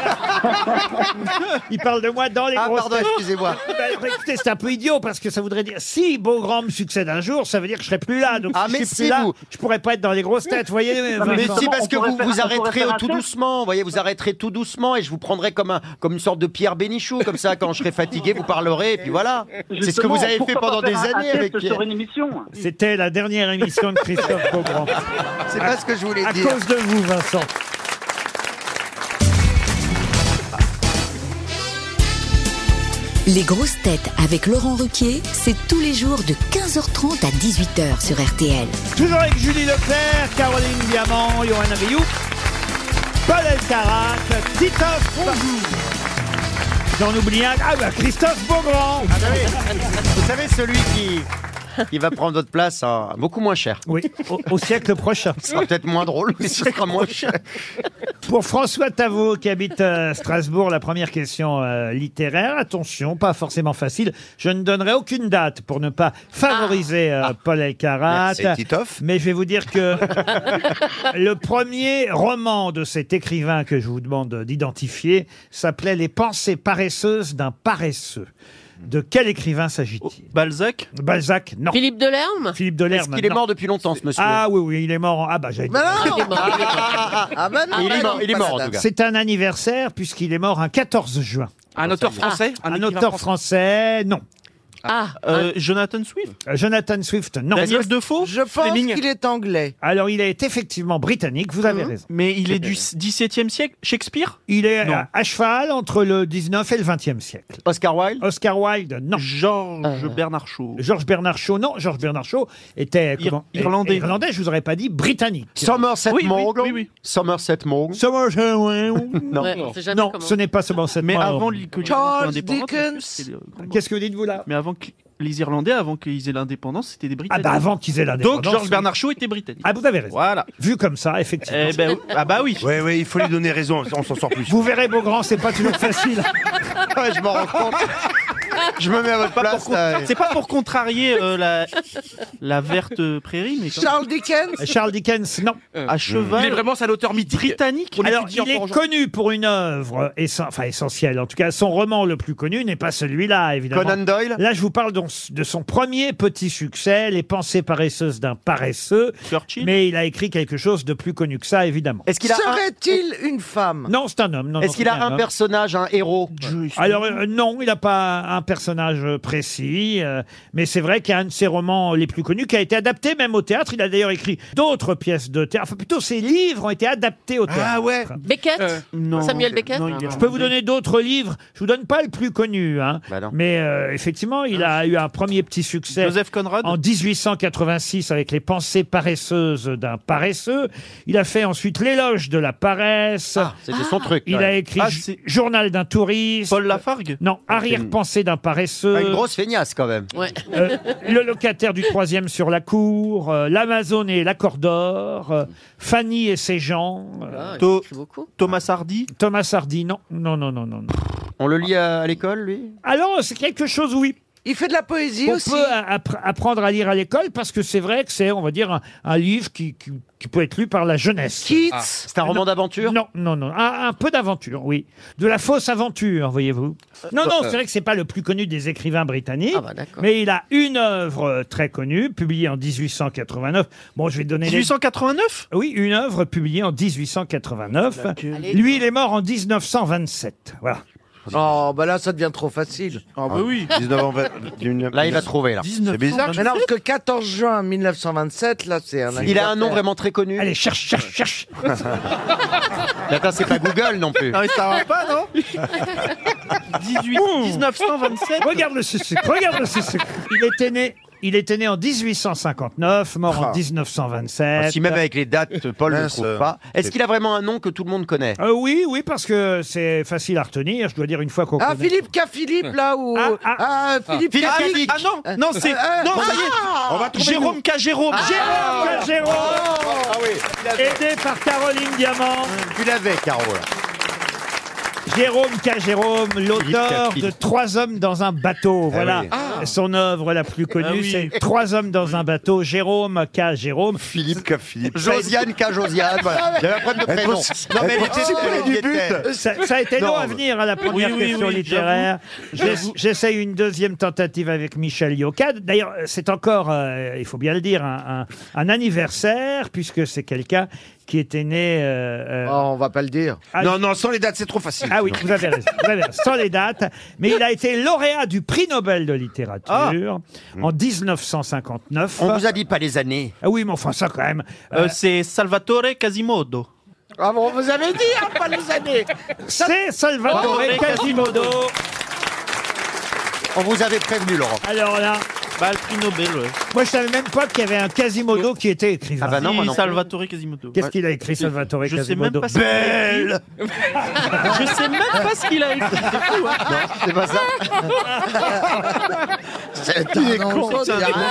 Il parle de moi dans les Ah, grosses pardon, têtes. excusez-moi. Bah, écoutez, c'est un peu idiot parce que ça voudrait dire si Beaugrand me succède un jour, ça veut dire que je serai plus là. Donc Ah, si mais je suis si, plus là, vous. je pourrais pas être dans les grosses têtes, vous voyez. Mais Vincent. si, parce que vous, vous arrêterez faire un tout test. doucement, vous voyez, vous arrêterez tout doucement et je vous prendrai comme, un, comme une sorte de Pierre Bénichou, comme ça, quand je serai fatigué, vous parlerez, et puis voilà. C'est ce que Justement, vous avez fait pourquoi pendant pas des faire un années test avec Pierre. sur une émission. C'était la dernière émission de Christophe Beaugrand. C'est pas ce que je voulais à dire. cause de vous, Vincent. Les grosses têtes avec Laurent Ruquier, c'est tous les jours de 15h30 à 18h sur RTL. Toujours avec Julie Leclerc, Caroline Diamant, Johanna Rioux, Paul Elkarat, Titoff. J'en oublie un. Ah, bah, Christophe Beaugrand. Ah, bah oui. Vous savez, celui qui, qui va prendre votre place hein, beaucoup moins cher. Oui, au, au siècle prochain. Ce sera peut-être moins drôle, mais ce sera moins cher. Pour François Tavot qui habite euh, Strasbourg, la première question euh, littéraire. Attention, pas forcément facile. Je ne donnerai aucune date pour ne pas favoriser euh, Paul Elkarat. Ah. Merci, Titoff. Mais je vais vous dire que le premier roman de cet écrivain que je vous demande d'identifier s'appelait Les pensées paresseuses d'un paresseux. De quel écrivain Oh, s'agit-il Balzac Balzac, non. Philippe Delerme Philippe Delerme. Est-ce qu'il est non. mort depuis longtemps, ce monsieur Ah oui, oui, il est mort. en- Ah bah j'allais dire. Ah bah non, Il est bah mort, non, il est pas mort, la en tout cas. C'est un anniversaire puisqu'il est mort un 14 juin. Ah, Un auteur français Un, auteur français, non. Ah, Euh, Jonathan Swift. Euh, Jonathan Swift, non. Daniel Defoe. Je pense qu'il est anglais. Alors, il est effectivement britannique, vous avez raison. Mais il est du 17e Mmh. siècle. Shakespeare Il est Non. à, à cheval entre le 19 et le 20e siècle. Oscar Wilde Oscar Wilde, non. Georges Bernard Shaw. Georges Bernard Shaw, non. Georges Bernard Shaw était Ir- comment Irlandais. Irlandais, je vous aurais pas dit britannique. Somerset Oui, oui, Maugham oui, oui. Somerset Maugham Somerset- Non. Ouais, on sait jamais Non, comment. ce n'est pas Somerset Mais Maugham. avant l'I- Charles l'indépendance, Dickens. c'était les- vraiment- Oh. Qu'est-ce que vous dites, vous, là Mais avant que les Irlandais, avant qu'ils aient l'indépendance, c'était des Ah Britanniques. bah, avant qu'ils aient l'indépendance. Donc Georges Bernard Shaw était britannique. Ah, vous avez raison. Voilà. Vu comme ça, effectivement. Eh ben, ah bah oui. Ouais, ouais, il faut lui donner raison, on s'en sort plus. Vous verrez, Beaugrand, c'est pas toujours facile. Ouais, je m'en rends compte. Je me mets à votre place. là. C'est pas pour contrarier euh, la, la verte prairie, mais quand- Charles Dickens Euh, Charles Dickens, non. à Il est cheval vraiment, c'est un auteur mythique. britannique. On Alors, étudie il encore est aujourd'hui. connu pour une œuvre essen- enfin, essentielle. En tout cas, son roman le plus connu n'est pas celui-là, évidemment. Conan Doyle Là, je vous parle donc de son premier petit succès, Les pensées paresseuses d'un paresseux. Churchill. Mais il a écrit quelque chose de plus connu que ça, évidemment. Est-ce qu'il a un, Serait-il une femme Non, c'est un homme. non, non, est-ce qu'il c'est a un un homme. euh, personnage, un héros Alors, euh, non, il n'a pas un personnage précis. euh, mais c'est vrai qu'il y a un de ses romans les plus connus qui a été adapté même au théâtre. Il a d'ailleurs écrit d'autres pièces de théâtre. Enfin, plutôt ses livres ont été adaptés au théâtre. Ah ouais Beckett Euh, Samuel Beckett Ah je peux vous donner d'autres livres. Je vous donne pas le plus connu, hein. Bah mais euh, effectivement, il Ah. a eu un premier petit succès. Joseph Conrad En 1886, avec les Pensées paresseuses d'un paresseux. Il a fait ensuite l'éloge de la paresse. c'était son Ah. truc, Il a ouais. écrit Ah, J- Journal d'un touriste. Paul Lafargue. Non, Arrière-pensée d'un paresseux. Ah, Une grosse feignasse quand même. Euh, le locataire du troisième sur la cour, euh, l'Amazone et l'accordor, euh, Fanny et ses gens, euh, To- Thomas Hardy Thomas Hardy, non, non, non, non, non. On le lit à, à l'école, lui Alors, c'est quelque chose, oui. Il fait de la poésie On aussi. peut a- appr- apprendre à lire à l'école parce que c'est vrai que c'est, on va dire, un, un livre qui, qui- qui peut être lu par la jeunesse. Keats Ah. C'est un roman d'aventure Non, non, non. Un, un peu d'aventure, oui. De la fausse aventure, voyez-vous. Non, non, euh, c'est vrai que c'est pas le plus connu des écrivains britanniques, mais il a une œuvre euh, très connue, publiée en 1889. Bon, je vais donner... 1889 Oui, une œuvre publiée en 1889. Laquelle Allez. Lui, il est mort en 1927. Voilà. Oh, bah là, ça devient trop facile. Ah, bah oui. 19 en Là, il va trouver, là. C'est bizarre. Mais non, parce que 14 juin 1927, là, c'est un. Il a un nom vraiment très connu. Allez, cherche, cherche, cherche. Mais attends, c'est pas Google non plus. Non, mais Ah ça va pas, non 18, 1927. Regarde le sucre, regarde le sucre. Il était né. Il était né en 1859, mort en Ah. Ah, 1927. Si même avec les dates, Paul ne Mince, trouve euh, pas. Est-ce c'est- qu'il a vraiment un nom que tout le monde connaît Euh, oui, oui, parce que c'est facile à retenir. Je dois dire une fois qu'on Ah, connaît. Philippe K. Philippe, là, ou. Ah, Philippe Philippe K. K. Philippe. Ah non, non, c'est. Euh, Non, euh, ça y est. ah Jérôme K. Jérôme. Ah. Jérôme K. Jérôme. Oh, Ah Aidé par Caroline Diamant. Tu l'avais, Caro. là. Jérôme K. Jérôme, l'auteur de Philippe. Ah Trois hommes dans un bateau. Voilà oui. son œuvre la plus connue, Ah oui. c'est Trois hommes dans un bateau. Jérôme K. Jérôme. Philippe K. Philippe. Josiane K. Josiane, voilà. Il y avait un problème de prénom. Non, mais elle était celle qui était. Ça, ça a été long Non. à venir à la première Oui, oui, question oui, littéraire. j'avoue. J'ess- J'essaye une deuxième tentative avec Michel Yocade. D'ailleurs, c'est encore, euh, il faut bien le dire, un, un- un anniversaire, puisque c'est quelqu'un qui était né... euh, on va pas le dire. non, non, sans les dates, c'est trop facile. Ah oui, vous avez raison. vous avez raison, sans les dates. Mais il a été lauréat du prix Nobel de littérature en 1959. On vous a dit pas les années. Ah oui, mais enfin ça quand même. Euh, c'est Salvatore Quasimodo. Ah bon, vous avez dit, hein, pas les années. C'est Salvatore Quasimodo. On vous avait prévenu, Laurent. Alors là... Bah, le prix Nobel, ouais. Moi, je savais même pas qu'il y avait un Quasimodo qui était écrivain. Ah bah non, moi non plus. Salvatore Quasimodo. Qu'est-ce qu'il a écrit, Salvatore Je sais même Quasimodo pas ce qu'il a écrit. Je sais même pas ce qu'il a écrit. C'est fou, hein. Ah. C'est Bah, pas ça Il est con, c'est un des bons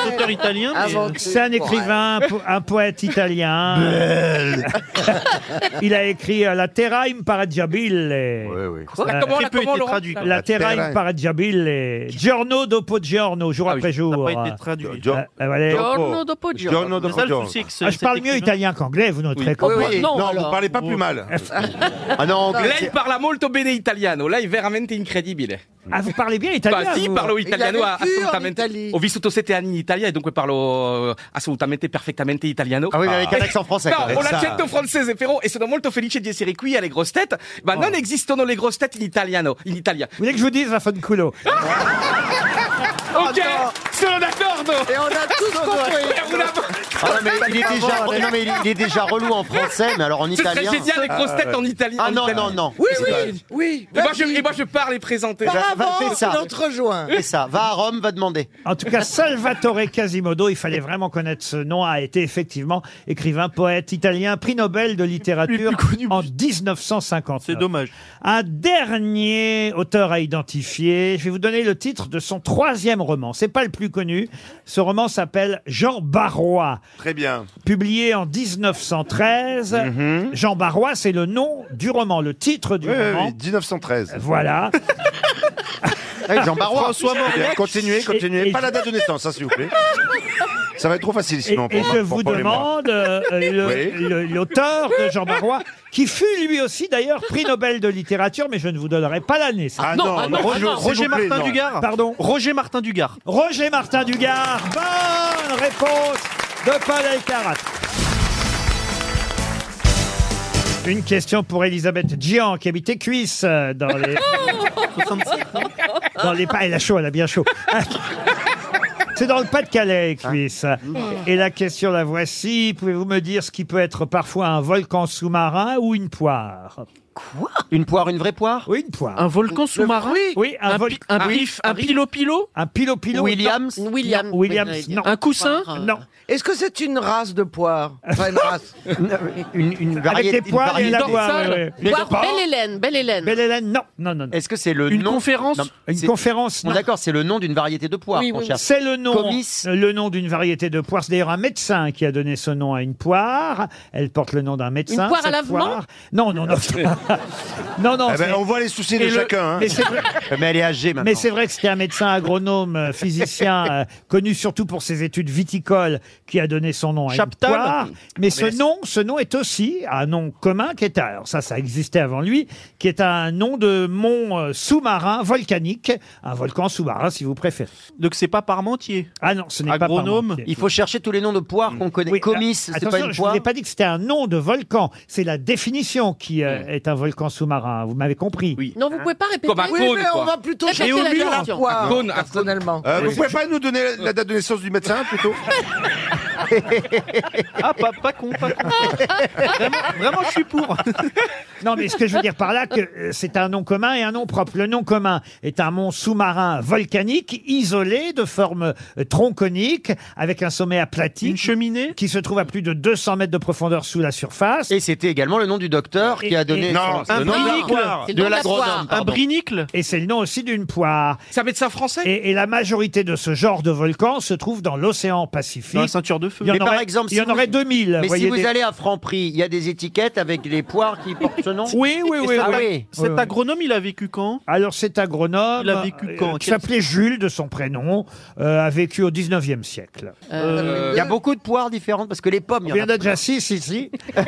auteurs italiens, mais- C'est un écrivain, un, po- un poète italien. Il a écrit euh, La Terra imparagiabile. Ça, comment, là, comment, Laurent Ça- La Terra Ah Terra- imparagiabile. Giorno dopo giorno, jour après jour. Ça n'a pas été traduit. Euh, euh, voilà. Giorno dopo giorno. Giorno dopo C'est ça le giorno. souci, que ce- Ah, je parle mieux italien qu'anglais, vous noterez quand même. Ah non, anglais, Lei c'est- parla molto bene italiano, lei è veramente incredibile. Ah, vous parlez bien italien Bah, si, vous parlo Il italiano a vécu en assolutamente. Italie. Ho vissuto sette anni in Italia e dunque parlo eh, assolutamente perfettamente italiano. Eh, Ah oui, ma avec un accent français, No, quand même. con Ça- l'accento francese, però, e sono molto felice di essere qui alle grosse tête. Ma Oh. non esistono le grosse tête in italiano, in Italia. Vous voulez que je vous dise la fin de culo Ok, sono d'accordo. Et on a tous compris. Ah non, mais il est déjà, non, mais il est- il est déjà relou en français, mais alors en Ce serait italien. génial, les grosses têtes en italien. Ah non, en italien. non, non. oui. Et moi, je, et moi, je pars les présenter. Va- va- fais ça. Fais rejoint. ça. Va à Rome, va demander. En tout cas, Salvatore Quasimodo, il fallait vraiment connaître ce nom, a été effectivement écrivain, poète italien, prix Nobel de littérature en 1950. C'est dommage. Un dernier auteur à identifier. Je vais vous donner le titre de son troisième roman. C'est pas le plus connu. Ce roman s'appelle Jean Barrois. Très bien. Publié en 1913. Jean Barrois, c'est le nom du roman, le titre du Mhm. Oui, oui, roman. oui, 1913. Voilà. Eh, Jean Barrois. François Morel. Continuez, continuez. Et- et- Pas la date de naissance, hein, s'il vous plaît. Ça va être trop facile Et, sinon. et pour moi, je pour vous Paul et moi. demande euh, euh, Oui. le- le- l'auteur de Jean Barrois, qui fut lui aussi d'ailleurs prix Nobel de littérature, mais je ne vous donnerai pas l'année. ça. Ah non, non, Roger, Roger Martin Dugard. Pardon. Roger Martin Dugard. Roger Martin Dugard. Bonne réponse de Paul Elkarat. Une question pour Elisabeth Gian, qui habitait Cuisse, euh, dans les... dans les... pas- Elle a chaud, elle a bien chaud. C'est dans le Pas-de-Calais, Ah. Cuisse. Hmm. Et la question, la voici. Pouvez-vous me dire ce qui peut être parfois un volcan sous-marin ou une poire Quoi Une poire, une vraie poire Ah Oui, une poire. Un volcan sous-marin Oui, un, Un vol- pi- un pif- un pilo-pilo Un pilo-pilo. Williams non. Williams. Non, Williams, Oui, non. un coussin Poire, euh, Non. Est-ce que c'est une race de poire Enfin, une race. une, une variété. des poires et la poire, ouais, ouais. Voir Belle Hélène, Belle Hélène. Belle Hélène, non, non, non. non. Est-ce que c'est le Une nom conférence Non, Une c'est- conférence, Bon, non. D'accord, c'est le nom d'une variété de poire, Oui, mon oui, cher. C'est le nom, Comice. le nom d'une variété de poire. C'est d'ailleurs un médecin qui a donné ce nom à une poire. Elle porte le nom d'un médecin. Une poire à cette lavement poire. Oh, Non, non, non. non, non. Eh ben, c'est- on voit les soucis Et de le- chacun. hein. Mais c'est vrai- Mais Eh ben, elle est âgée maintenant. Mais c'est vrai que c'était un médecin agronome, euh, physicien, euh, connu surtout pour ses études viticoles, qui a donné son nom à Chaptal. une poire. Mais ce nom, ce nom est aussi un nom commun qui est, un- alors ça, ça existait avant lui, qui est un nom de mont euh, sous-marin volcanique, un volcan sous-marin si vous préférez. Donc c'est pas Parmentier. Ah non, ce n'est pas Agronome. Parmentier. Il faut chercher tous les noms de poires qu'on connaît. Oui, Comice, euh, c'est attention, pas une je vous poire. ai pas dit que c'était un nom de volcan. C'est la définition qui euh, est un volcan sous-marin. Vous m'avez compris. Oui. Non, vous pouvez pas répéter. Comme un Oui, cône, mais on quoi. va plutôt Et chercher au la Ah, mur. bière à poire, Un cône, un cône. personnellement. Euh, vous pouvez pas nous donner la date de naissance du médecin plutôt Ah, pas, pas con, pas con. vraiment, vraiment, je suis pour. Non, mais ce que je veux dire par là, que euh, c'est un nom commun et un nom propre. Le nom commun est un mont sous-marin volcanique, isolé, de forme euh, tronconique, avec un sommet aplati, Une cheminée qui se trouve à plus de 200 mètres de profondeur sous la surface. Et c'était également le nom du docteur Et- qui a donné et- Non, son- Un le nom brinicle. C'est le de nom de la l'agronome. poire. Un pardon. brinicle Et c'est le nom aussi d'une poire. C'est un médecin français Et, et la majorité de ce genre de volcan se trouve dans l'océan Dans la Pacifique. ceinture de feu. Il y en Mais par aurait, exemple, il y si en vous- aurait 2000. Mais si voyez, vous des- allez à Franprix, il y a des étiquettes avec les poires qui portent ce nom. Oui, oui, oui. Ah oui. oui. Ouais, Cet ouais. agronome, il a vécu quand Alors cet agronome, Il a vécu quand euh, qui Quel- s'appelait Jules de son prénom, euh, a vécu au 19e siècle. Euh, Il y a beaucoup de poires différentes parce que les pommes, il Il y y en en a déjà six ici. a,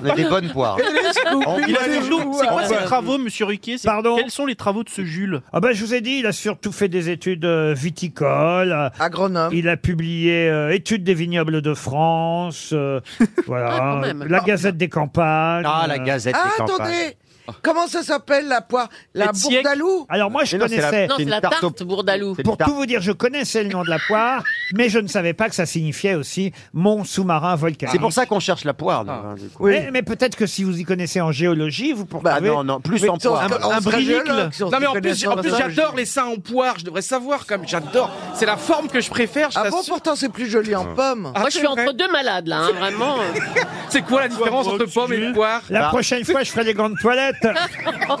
on a des bonnes poires. Il a des jours. C'est quoi Ah, ses ouais. travaux, monsieur Riquet C'est- Pardon Quels sont les travaux de ce Jules Ah ben je vous ai dit, il a surtout fait des études euh, viticoles. euh, Agronome. Il a publié euh, Études des vignobles de France, euh, Ah, quand voilà, même. la Gazette des campagnes. Ah, euh. la gazette Ah, des campagnes. attendez Comment ça s'appelle la poire La Et siècle. bourdalou Alors moi je Mais non, c'est la- connaissais, Non, c'est une la tarte tarte, au- Bourdalou. C'est pour tard. tout vous dire, je connaissais le nom de la poire, mais je ne savais pas que ça signifiait aussi mont sous-marin volcanique. C'est pour ça qu'on cherche la Ah. poire. nous, hein, du coup. Mais, mais peut-être que si vous y connaissez en géologie, vous pourrez. Bah non, non, plus en poire. un brinicle. Non mais en plus, j'ai- en plus, j'adore les seins en poire, je devrais savoir comme j'adore. C'est la forme que je préfère, je Ah bon, t'assure. pourtant c'est plus joli en pomme. Ah, Moi, je c'est suis vrai entre deux malades, là, hein, vraiment. C'est quoi la différence entre pomme et Oh, poire La Ah. Bah. prochaine fois, je ferai les grandes toilettes. Oh,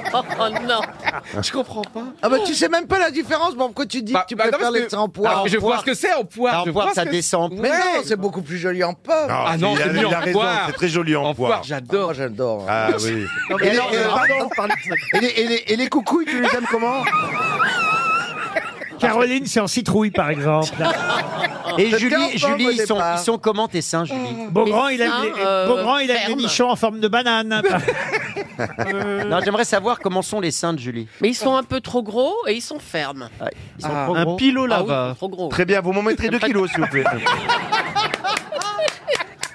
oh, oh, non. Je comprends pas. Ah bah tu sais même pas la différence, bon pourquoi tu dis Bah, que tu bah, non, préfères parce les que- seins en poire Ah, Je vois poire. ce que c'est en poire. Ah, en je poire, vois ce ça que descend. c'est. Mais Ouais. non, c'est beaucoup plus joli en pomme Ah non, il a, c'est il mieux a en raison, poire. c'est très joli en, En poire, poire. j'adore. Moi, j'adore. Ah oui. Et alors, euh, Et les, et les- et les coucouilles, tu les aimes comment Caroline, c'est en citrouille, par exemple. Et J'étais en Julie, forme Julie, au ils sont, départ. ils sont comment tes seins, Ah. Julie Beaugrand, il aime seins, les, euh, Beaugrand, il aime les fermes. nichons en forme de banane. Euh, Non, j'aimerais savoir comment sont les seins de Julie. Mais ils sont un peu trop gros et ils sont fermes. Ouais, Ils sont Ah, trop Un gros. pilo Ah oui, lava. trop gros. Très bien, vous m'en mettrez 2 kilos, s'il vous plaît.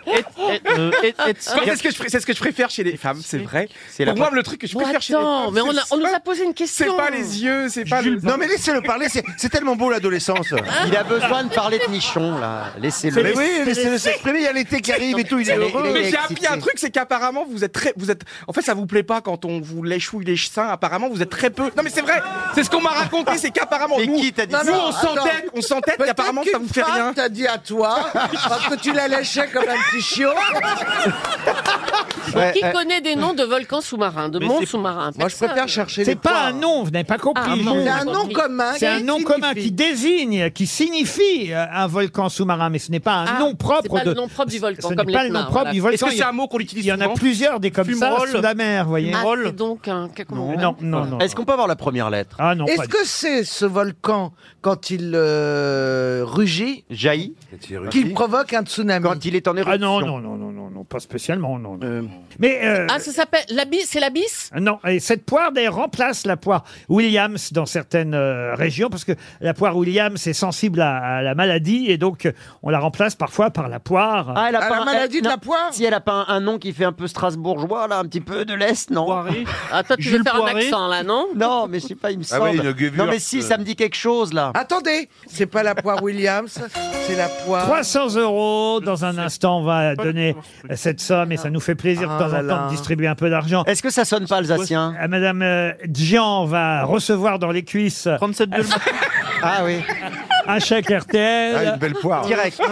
Et- euh, et- et- Moi, C'est ce, que je pré- c'est ce que je préfère chez les femmes, c'est vrai. C'est la Pour moi, le truc que je Bon, préfère chez les attends, femmes, mais on, c'est a- on nous pas- a posé une C'est question. pas les yeux, c'est pas le... Non mais laissez-le parler, c'est c'est tellement beau l'adolescence. Il a besoin de parler de nichon, là. Laissez-le. Mais oui, laissez-le s'exprimer, il y a l'été qui arrive et tout, il est Mais- heureux. Mais est j'ai appris excité. un truc, c'est qu'apparemment vous êtes très, vous êtes, en fait ça vous plaît pas quand on vous léchouille les seins. Apparemment vous êtes très peu. Non mais c'est vrai, c'est ce qu'on m'a raconté, c'est qu'apparemment Mais nous, qui t'a dit nous, ça on s'entête, Attends. on s'entête, et Peut-être apparemment ça qu'une vous fait femme rien. t'a dit à toi, parce que tu l'as léché comme un petit chiot. Ah, Bon, qui connaît des noms de volcans sous-marins, de Mais monts c'est- sous-marins Moi, je Personne. préfère chercher les C'est pas un poires. nom, vous n'avez pas compris. Ah, un Jules. nom. C'est un nom commun. C'est un qui nom commun qui signifie- désigne, qui signifie euh, un volcan sous-marin, mais ce n'est pas un Ah, nom propre c'est pas de. le nom propre du volcan, ce n'est comme pas les le nom pins, propre voilà. du Est-ce volcan. que Il c'est y a- un mot qu'on utilise il y en a souvent plusieurs des comme ça Fumerolles. sous la mer, voyez. Ah, Rôle. c'est donc un. que- comment on Non, dit non, non. Est-ce qu'on peut avoir la première lettre Ah non, pas Est-ce du- que c'est ce volcan, quand il euh, rugit, Jaillit qu'il provoque un tsunami quand il est en éruption. Ah non, non, non, non, non, non, non, pas spécialement, non. Mais euh, Ah, ça s'appelle. La bi- C'est la bis non, et cette poire d'ailleurs remplace la poire Williams dans certaines euh, régions parce que la poire Williams est sensible à, à la maladie et donc euh, on la remplace parfois par la poire. Ah, elle a pas un- elle- non, Si elle a pas un, un nom qui fait un peu strasbourgeois, là, un petit peu de l'Est, non Ah, toi, tu Jules veux faire un Poiré. accent, là, non Non, mais je sais pas, il me Ah semble. oui, une guévure. non, mais si, ça me dit quelque chose, là. Attendez, c'est pas la poire Williams, c'est la poire. 300 euros. Dans un instant, on va donner cette somme et ça nous fait plaisir de Ah temps là en temps là. de distribuer un peu d'argent. Est-ce que ça sonne pas alsacien Ah, Madame euh, Gian va recevoir dans les cuisses 37 Ah oui. un chèque RTL. Ah, une belle poire. Direct.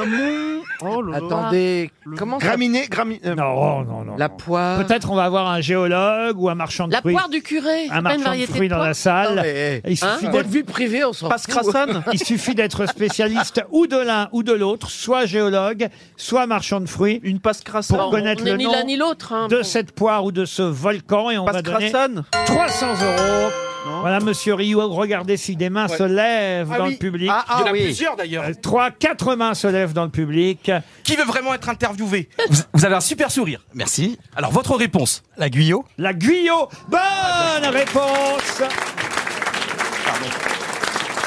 Oh, Attendez, comment ça- Graminé, graminé. Non, oh, non, non. La poire. Peut-être on va avoir un géologue ou un marchand de La fruits. poire du curé. c'est pas un une marchand de variété fruits dans poire la salle. Non, mais, Il hein suffit Votre d'être- vie privée, on s'en fout. Il suffit d'être spécialiste ou de l'un ou de l'autre, soit géologue, soit marchand de fruits. Une passe Pour Non, connaître on n'est le ni nom l'un ni l'autre, hein, de bon. cette poire ou de ce volcan et on va donner Passe-Crasson 300 euros. Voilà, monsieur Rio, regardez si des mains Ouais. se lèvent Ah dans oui. le public. Ah, ah Il y en a oui. plusieurs, d'ailleurs. Euh, Trois, quatre mains se lèvent dans le public. Qui veut vraiment être interviewé vous, avez un super sourire. Merci. Alors, votre réponse La Guyot La Guyot Bonne réponse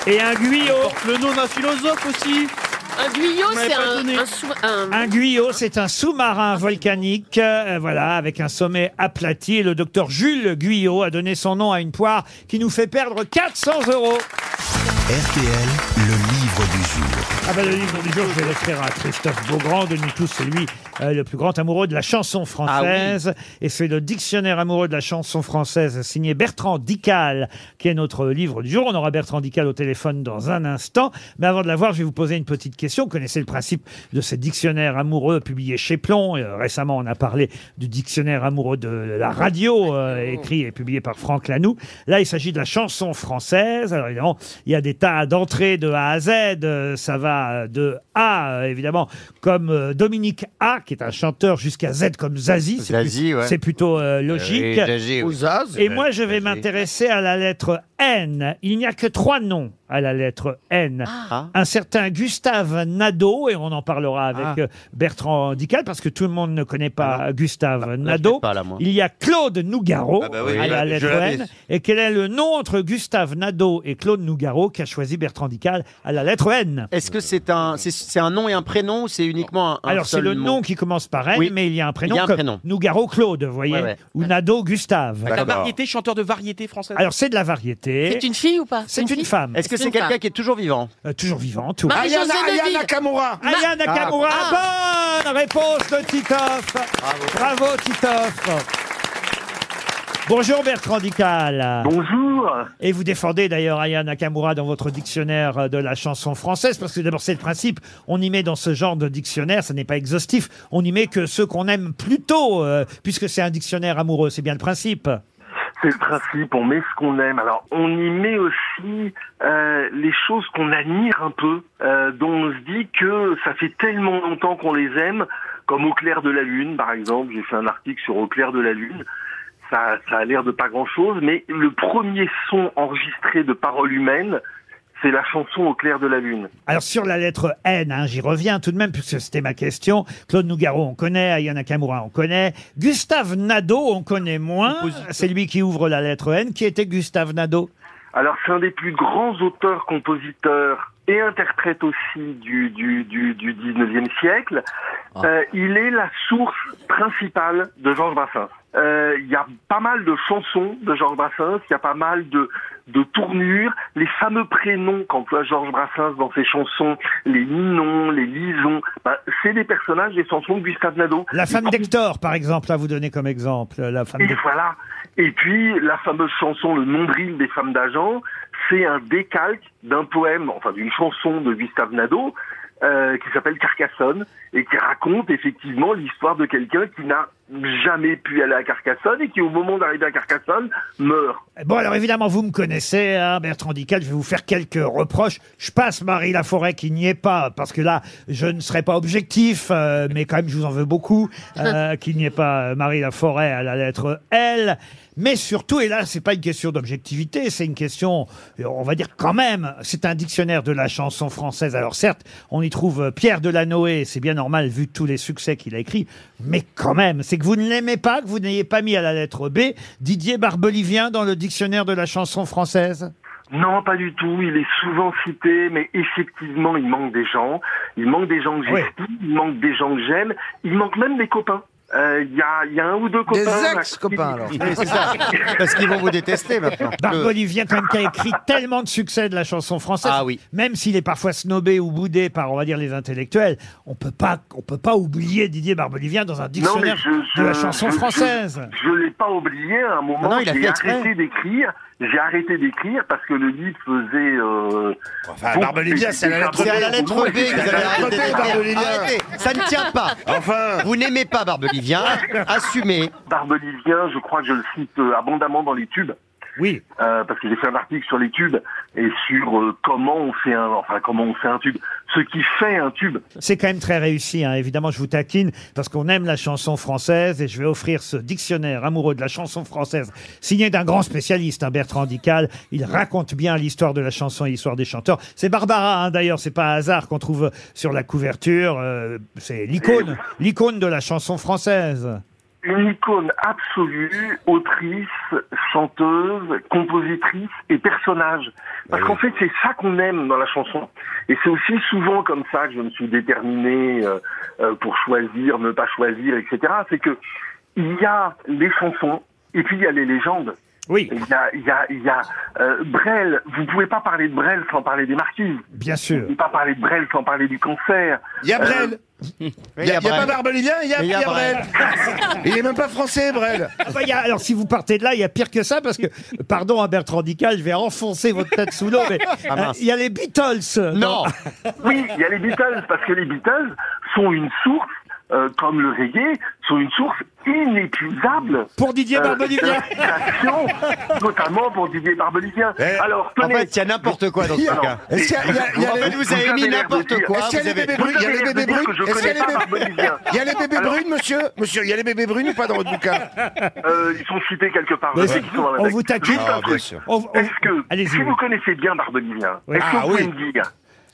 Et un guyot Le nom d'un philosophe aussi Un guyot, m'avez c'est pas un, donné. un sou- un- Un guyot, c'est un sous-marin volcanique, euh, voilà, avec un sommet aplati. Et le docteur Jules Guyot a donné son nom à une poire qui nous fait perdre 400 euros. RTL, le livre du jour. Ah ben le livre du jour, je vais l'offrir à Christophe Beaugrand, de nous tous, c'est lui euh, le plus grand amoureux de la chanson française. Et c'est le dictionnaire amoureux de la chanson française signé Bertrand Dical, qui est notre livre du jour. On aura Bertrand Dical au téléphone dans un instant. Mais avant de l'avoir, je vais vous poser une petite question. Vous connaissez le principe de ce dictionnaire amoureux publié chez Plon. Euh, récemment, on a parlé du dictionnaire amoureux de la radio, euh, écrit et publié par Franck Lanoux. Là, il s'agit de la chanson française. Alors évidemment, il y a des tas d'entrées de A à Z. Euh, Ça va de A, euh, évidemment, comme euh, Dominique A, qui est un chanteur, jusqu'à Z comme Zazie. C'est Zazie, plus- ouais. C'est plutôt euh, logique. Eh oui, Zazie, oui. Ou Zaz. Et moi, je Ouais, vais Zazie. m'intéresser à la lettre N. Il n'y a que trois noms à la lettre N. Ah. Un certain Gustave Nadeau, et on en parlera avec Ah. euh, Bertrand Dical, parce que tout le monde ne connaît pas Gustave Nadeau. pas, Bah, là, moi. Il y a Claude Nougaro Ah bah oui, à la je l'avais- lettre je l'avais. N. Et quel est le nom entre Gustave Nadeau et Claude Nougaro qu'a choisi Bertrand Dical à la lettre N Est-ce que c'est un, c'est, c'est un nom et un prénom ou c'est uniquement un, un Alors c'est seul le mot nom qui commence par N, Oui. mais il y a un prénom, Il y a un comme prénom. Nougaro Claude, vous voyez, Ouais, ouais. ou Nadeau Gustave. La variété, chanteur de variété française. Alors c'est de la variété. C'est une fille ou pas C'est une femme. Est-ce que c'est quelqu'un qui est toujours vivant Euh, toujours vivante oui. Marie-Josée Ayana- Ayana Deville. Nakamura. Ayana Ah. Nakamura, bonne réponse de Titoff. Bravo, Titoff. Bonjour Bertrand Dical. Bonjour. Et vous défendez d'ailleurs Aya Nakamura dans votre dictionnaire euh, de la chanson française, parce que d'abord c'est le principe, on y met dans ce genre de dictionnaire, ça n'est pas exhaustif, on y met que ceux qu'on aime plutôt, euh, puisque c'est un dictionnaire amoureux, c'est bien le principe. C'est le principe, on met ce qu'on aime. Alors, on y met aussi euh, les choses qu'on admire un peu, euh, dont on se dit que ça fait tellement longtemps qu'on les aime, comme Au clair de la lune, par exemple. J'ai fait un article sur Au clair de la lune. Ça, ça a l'air de pas grand-chose, mais le premier son enregistré de paroles humaines, c'est la chanson Au clair de la lune. Alors sur la lettre N, hein, j'y reviens tout de même puisque c'était ma question. Claude Nougaro, on connaît. Aya Nakamura, on connaît. Gustave Nadeau, on connaît moins. C'est lui qui ouvre la lettre N. Qui était Gustave Nadeau Alors c'est un des plus grands auteurs, compositeurs et interprètes aussi du, du, du, du 19e siècle. Euh, il est la source principale de Georges Brassens. Euh, Il y a pas mal de chansons de Georges Brassens, il y a pas mal de, de tournures. Les fameux prénoms qu'emploie Georges Brassens dans ses chansons, les Ninon, les Lison, bah, c'est des personnages des chansons de Gustave Nadeau. La femme Il- d'Hector, par exemple, à vous donner comme exemple. La femme et d'Hector. voilà. Et puis, la fameuse chanson Le nombril des femmes d'agent, c'est un décalque d'un poème, enfin d'une chanson de Gustave Nadeau, euh, qui s'appelle Carcassonne, et qui raconte effectivement l'histoire de quelqu'un qui n'a jamais pu aller à Carcassonne et qui, au moment d'arriver à Carcassonne, meurt. Eh Bon, alors évidemment, vous me connaissez, hein, Bertrand Dical, je vais vous faire quelques reproches. Je passe Marie Laforêt qui n'y est pas, parce que là, je ne serai pas objectif, euh, mais quand même, je vous en veux beaucoup, euh, qu'il n'y ait pas euh, Marie Laforêt à la lettre L. Mais surtout, et là, c'est pas une question d'objectivité, c'est une question, euh, on va dire quand même, c'est un dictionnaire de la chanson française. Alors certes, on y trouve euh, Pierre Delanoë, c'est bien en normal vu tous les succès qu'il a écrits, mais quand même, c'est que vous ne l'aimez pas, que vous n'ayez pas mis à la lettre B Didier Barbelivien dans le dictionnaire de la chanson française Non, pas du tout. Il est souvent cité, mais effectivement, il manque des gens. Il manque des gens que Oui. j'estime, il manque des gens que j'aime, il manque même des copains. Euh, Il y, a, il y a un ou deux copains. ex-copains, alors. Oui, c'est ça. Parce qu'ils vont vous détester maintenant. Barbelivien, quand même, qui a écrit tellement de succès de la chanson française, Ah même s'il est parfois snobé ou boudé par, on va dire, les intellectuels, on peut pas, on peut pas oublier Didier Barbelivien dans un dictionnaire de la chanson je- je- française. Je ne l'ai pas oublié à un moment. Ah non, il a fait j'ai exprès. arrêté d'écrire. J'ai arrêté d'écrire parce que le livre faisait. Euh, Enfin, bon, Barbelivien, c'était- c'est Ah, la lettre c'était B. un peu moins- vous allez arrêter d'écrire. Barbelivien. Arrêtez, ça ne tient pas. Enfin. Vous n'aimez pas Barbelivien, assumez. Barbelivien, je crois que je le cite euh, abondamment dans les tubes. Euh, Oui. parce que j'ai fait un article sur les tubes et sur euh, comment on fait un, enfin comment on fait un tube, ce qui fait un tube. C'est quand même très réussi, hein. évidemment, je vous taquine, parce qu'on aime la chanson française, et je vais offrir ce dictionnaire amoureux de la chanson française, signé d'un grand spécialiste, hein, Bertrand Dical. Il raconte bien l'histoire de la chanson et l'histoire des chanteurs. C'est Barbara, hein, d'ailleurs, c'est pas un hasard qu'on trouve sur la couverture, euh, c'est l'icône, l'icône de la chanson française. Une icône absolue, autrice, chanteuse, compositrice et personnage. Parce Ah qu'en fait, c'est ça qu'on aime dans la chanson. Et c'est aussi souvent comme ça que je me suis déterminé euh, euh, pour choisir, ne pas choisir, etc. C'est que il y a les chansons et puis il y a les légendes. Oui. Il y a, il y a, il y a euh, Brel. Vous pouvez pas parler de Brel sans parler des Marquises. Bien sûr. Vous pouvez pas parler de Brel sans parler du cancer. Il y a Brel. Euh, Il n'y a, Brel. pas Barbelivien, il y a, Mais il y a il y a Brel. Il est même pas français, Brel. Ah bah, il y a- alors si vous partez de là, il y a pire que ça parce que, pardon à Bertrand Dical, je vais enfoncer votre tête sous l'eau, mais Ah, euh, mince. il y a les Beatles. euh, dans- Oui, il y a les Beatles, parce que les Beatles sont une source, euh, comme le reggae, sont une source inépuisable. Pour Didier Barbelivien. d'inspiration, notamment pour Didier Barbelivien. Alors, En tenez. fait, il y a n'importe quoi dans ce Alors, cas. Est-ce qu'il y a- il y a- il y a En les- fait, vous avez vous mis avez l'air de n'importe dire- quoi. Est-ce qu'il y a vous les avez- bébés brunes Il y a les bébés brunes. je Est-ce qu'il y a connais pas les bébés Barbelivien. Il y a les bébés Alors- brunes, monsieur Monsieur, il y a les bébés brunes ou pas dans votre bouquin Euh, ils sont cités quelque part. Mais je c'est sais qu'ils sont dans la on deck. vous taquine. Juste Ah, un bien truc. sûr. Est-ce que, si vous connaissez bien Barbelivien, Oui. est-ce que Ah, vous pouvez oui. me dire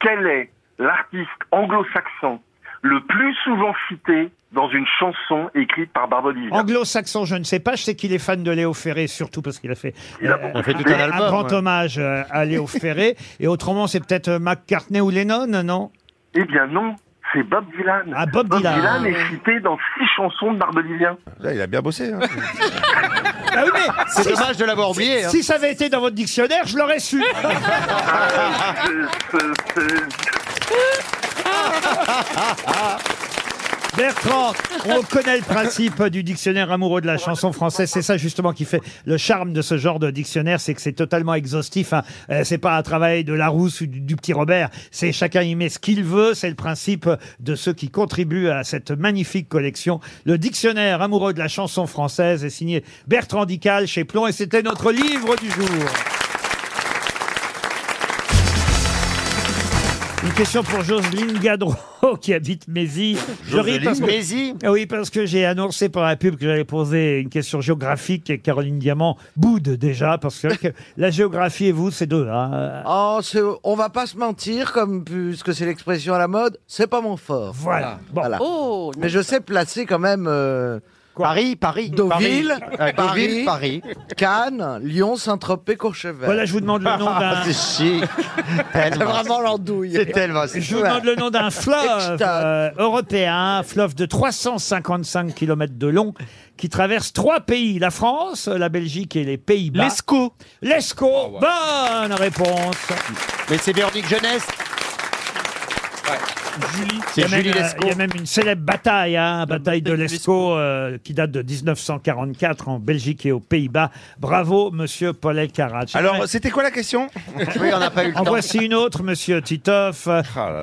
quel est l'artiste anglo-saxon le plus souvent cité dans une chanson écrite par Barbelivien Anglo-saxon, je ne sais pas. Je sais qu'il est fan de Léo Ferré, surtout parce qu'il a fait, Il a euh, beaucoup fait tout un, un album, grand ouais. hommage euh, à Léo Ferré. Et autrement, c'est peut-être euh, McCartney ou Lennon, non Eh bien non, c'est Bob Dylan. Ah, Bob, Dylan. est cité dans six chansons de Barbelivien. Là, il a bien bossé. hein. Ah oui, mais C'est si- dommage de l'avoir oublié, Si, hein. si ça avait été dans votre dictionnaire, je l'aurais su. Euh, c'est- Ah, Bertrand, on connaît le principe du dictionnaire amoureux de la chanson française. C'est ça justement qui fait le charme de ce genre de dictionnaire, c'est que c'est totalement exhaustif. hein. Euh, c'est pas un travail de Larousse ou du, du petit Robert. C'est chacun y met ce qu'il veut. C'est le principe de ceux qui contribuent à cette magnifique collection. Le dictionnaire amoureux de la chanson française est signé Bertrand Dical chez Plomb et c'était notre livre du jour. Une question pour Jocelyne Gadreau qui habite Mézy. Je ris Jocelyne parce que- Mézy Ah Oui, parce que j'ai annoncé par la pub que j'allais poser une question géographique et Caroline Diamant boude déjà parce que, que la géographie et vous, c'est deux. hein. Oh, c'est- on va pas se mentir, comme puisque c'est l'expression à la mode, c'est pas mon fort. Voilà. Oh, Mais je sais placer quand même. euh, Paris, Paris, Deauville, Paris. Paris, Euh, Ouais, Deauville, Paris. Cannes, Lyon, Saint-Tropez, Courchevel. Voilà, je vous demande le nom d'un- Ah, C'est chic. C'est Tellement. vraiment l'andouille. C'est tellement- Je vous demande le nom d'un fleuve euh, européen, un fleuve de 355 km de long qui traverse trois pays, la France, la Belgique et les Pays-Bas. L'Escaut. L'Escaut, bonne réponse. Ah Mais c'est Véronique Jeunesse. Julie. Il y, C'est a même, Julie euh, Lescaut. il y a même une célèbre bataille, hein, bataille de l'Escaut, euh, qui date de 1944 en Belgique et aux Pays-Bas. Bravo, monsieur Paul Karatch. Alors, c'était quoi la question Oui, on n'a pas eu le En temps. Ah voici une autre, monsieur Titoff.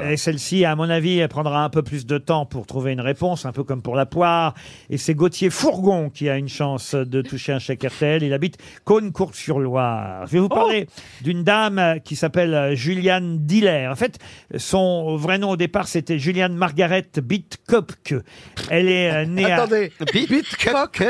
Et celle-ci, à mon avis, elle prendra un peu plus de temps pour trouver une réponse, un peu comme pour la poire. Et c'est Gauthier Fourgon qui a une chance de toucher un chèque RTL. Il habite Cône-Courte-sur-Loire. Je vais Oh vous parler d'une dame qui s'appelle euh, Juliane Diller. En fait, son vrai nom au départ, c'était Juliane Margaret Bitkopke. Elle est euh, née à... Attendez, Bitcock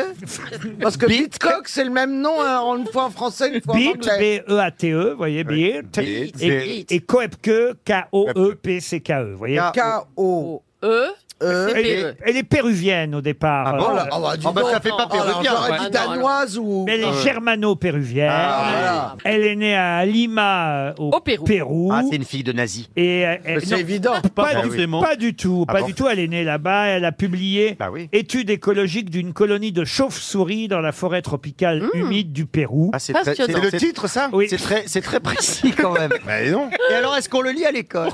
Parce que Bitcock, c'est le même nom, hein, une fois en français, une fois en Beat, anglais. B-E-A-T-E, E, vous voyez, Beat. Beat, E Et, et Koepke, K-O-E-P-C-K-E, vous voyez. K-O. E E. Elle est- elle est péruvienne au départ. Euh, Ah bon Oh là, ah bah, dis Ah bah, donc. ça fait pas Ah là, péruvien. j'aurais dit Ah non, danoise ou- Mais elle Ah est ouais. germano-péruvienne. Ah, voilà. Elle est née à Lima, euh, au, Pérou. Ah, c'est une fille de nazi. Et euh, elle- c'est non, évident. Pas, Ah du, oui. pas du tout. Ah pas bon Bah du tout. Elle est née là-bas. Elle a publié Étude écologique d'une colonie de chauves-souris dans la forêt tropicale humide du Pérou. Ah, C'est très- c'est le titre, ça Oui. C'est très, c'est très précis quand même. Et alors, est-ce qu'on le lit à l'école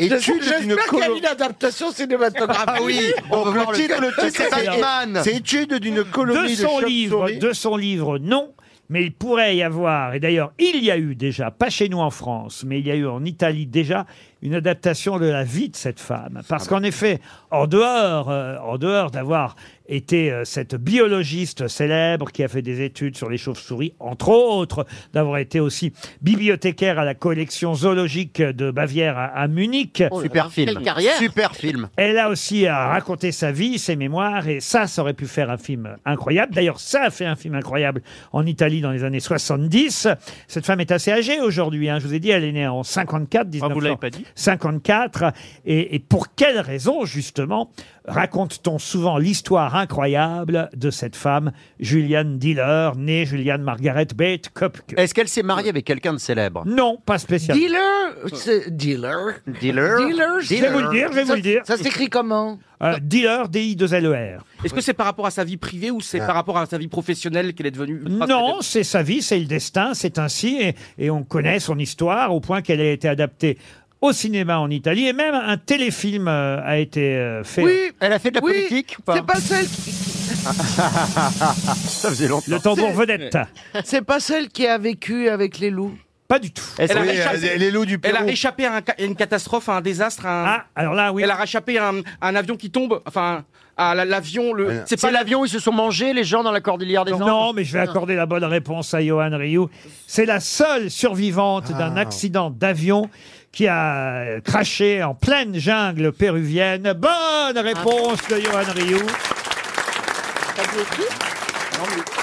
Et Je- tu, J'espère une qu'il y a colo- une adaptation cinématographique. Ah oui, on veut voir le titre. Le titre, c'est Batman. C'est étude d'une colonie de de son chauves-souris. livre, de son livre, non. Mais il pourrait y avoir, et d'ailleurs il y a eu déjà, pas chez nous en France, mais il y a eu en Italie déjà, une adaptation de la vie de cette femme. Parce qu'en effet, en dehors, euh, en dehors d'avoir été euh, cette biologiste célèbre qui a fait des études sur les chauves-souris, entre autres, d'avoir été aussi bibliothécaire à la collection zoologique de Bavière à, à Munich. Oh là Super là, film. quelle carrière. Super film. Elle a aussi à raconter sa vie, ses mémoires, et ça, ça aurait pu faire un film incroyable. D'ailleurs, ça a fait un film incroyable en Italie dans les années 70. Cette femme est assez âgée aujourd'hui. hein. Je vous ai dit, elle est née en 54, 1954. Et, et pour quelle raison, justement, raconte-t-on souvent l'histoire incroyable de cette femme, Julianne Diller, née Julianne Margaret Bate Kopke Est-ce qu'elle s'est mariée avec quelqu'un de célèbre Non, pas spécialement. Dealer c'est Dealer Dealer Dealer Je vais vous le dire, je vais vous le dire. Ça s'écrit comment Euh, dealer, D-I-2-L-E-R. Est-ce que c'est par rapport à sa vie privée ou c'est Ah. par rapport à sa vie professionnelle qu'elle est devenue ultra Non, c'est sa vie, c'est le destin, c'est ainsi, et, et on connaît son histoire au point qu'elle a été adaptée au cinéma en Italie, et même un téléfilm euh, a été euh, fait. Oui, elle a fait de la oui, politique ou pas C'est pas celle qui... Ça faisait longtemps. Le tambour C'est- vedette. C'est pas celle qui a vécu avec les loups Pas du tout. Elle a, réchappé, elle a réchappé à un ca- une catastrophe, à un désastre. à un- Ah, alors là, oui. Elle a réchappé à un, à un avion qui tombe. Enfin, à la- l'avion. Le... C'est pas l'avion où ils se sont mangés, les gens dans la cordillère des Non, Andes mais je vais accorder la bonne réponse à Johan Rioux. C'est la seule survivante Ah. d'un accident d'avion qui a euh, craché en pleine jungle péruvienne. Bonne réponse de Johan Rioux.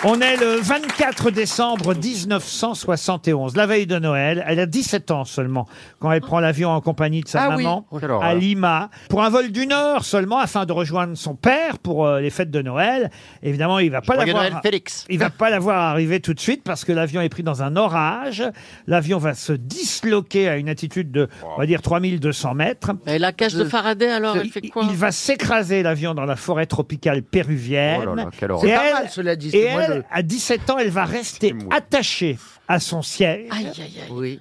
On est le 24 décembre 1971, la veille de Noël. Elle a 17 ans seulement quand elle prend l'avion en compagnie de sa Ah oui. maman Oh, quelle horreur. à Lima pour un vol d'une heure seulement afin de rejoindre son père pour euh, les fêtes de Noël. Évidemment, il va pas la Joyeux voir. Noël, Félix. Il va pas la voir arriver tout de suite parce que l'avion est pris dans un orage. L'avion va se disloquer à une altitude de, on va dire, 3200 mètres. Et la cage de Faraday, alors, elle Il- fait quoi Il va s'écraser l'avion dans la forêt tropicale péruvienne. Oh là là, quelle horreur. et C'est pas elle, mal, cela dit, et c'est moi elle, le- à 17 ans, elle va rester attachée à son siège.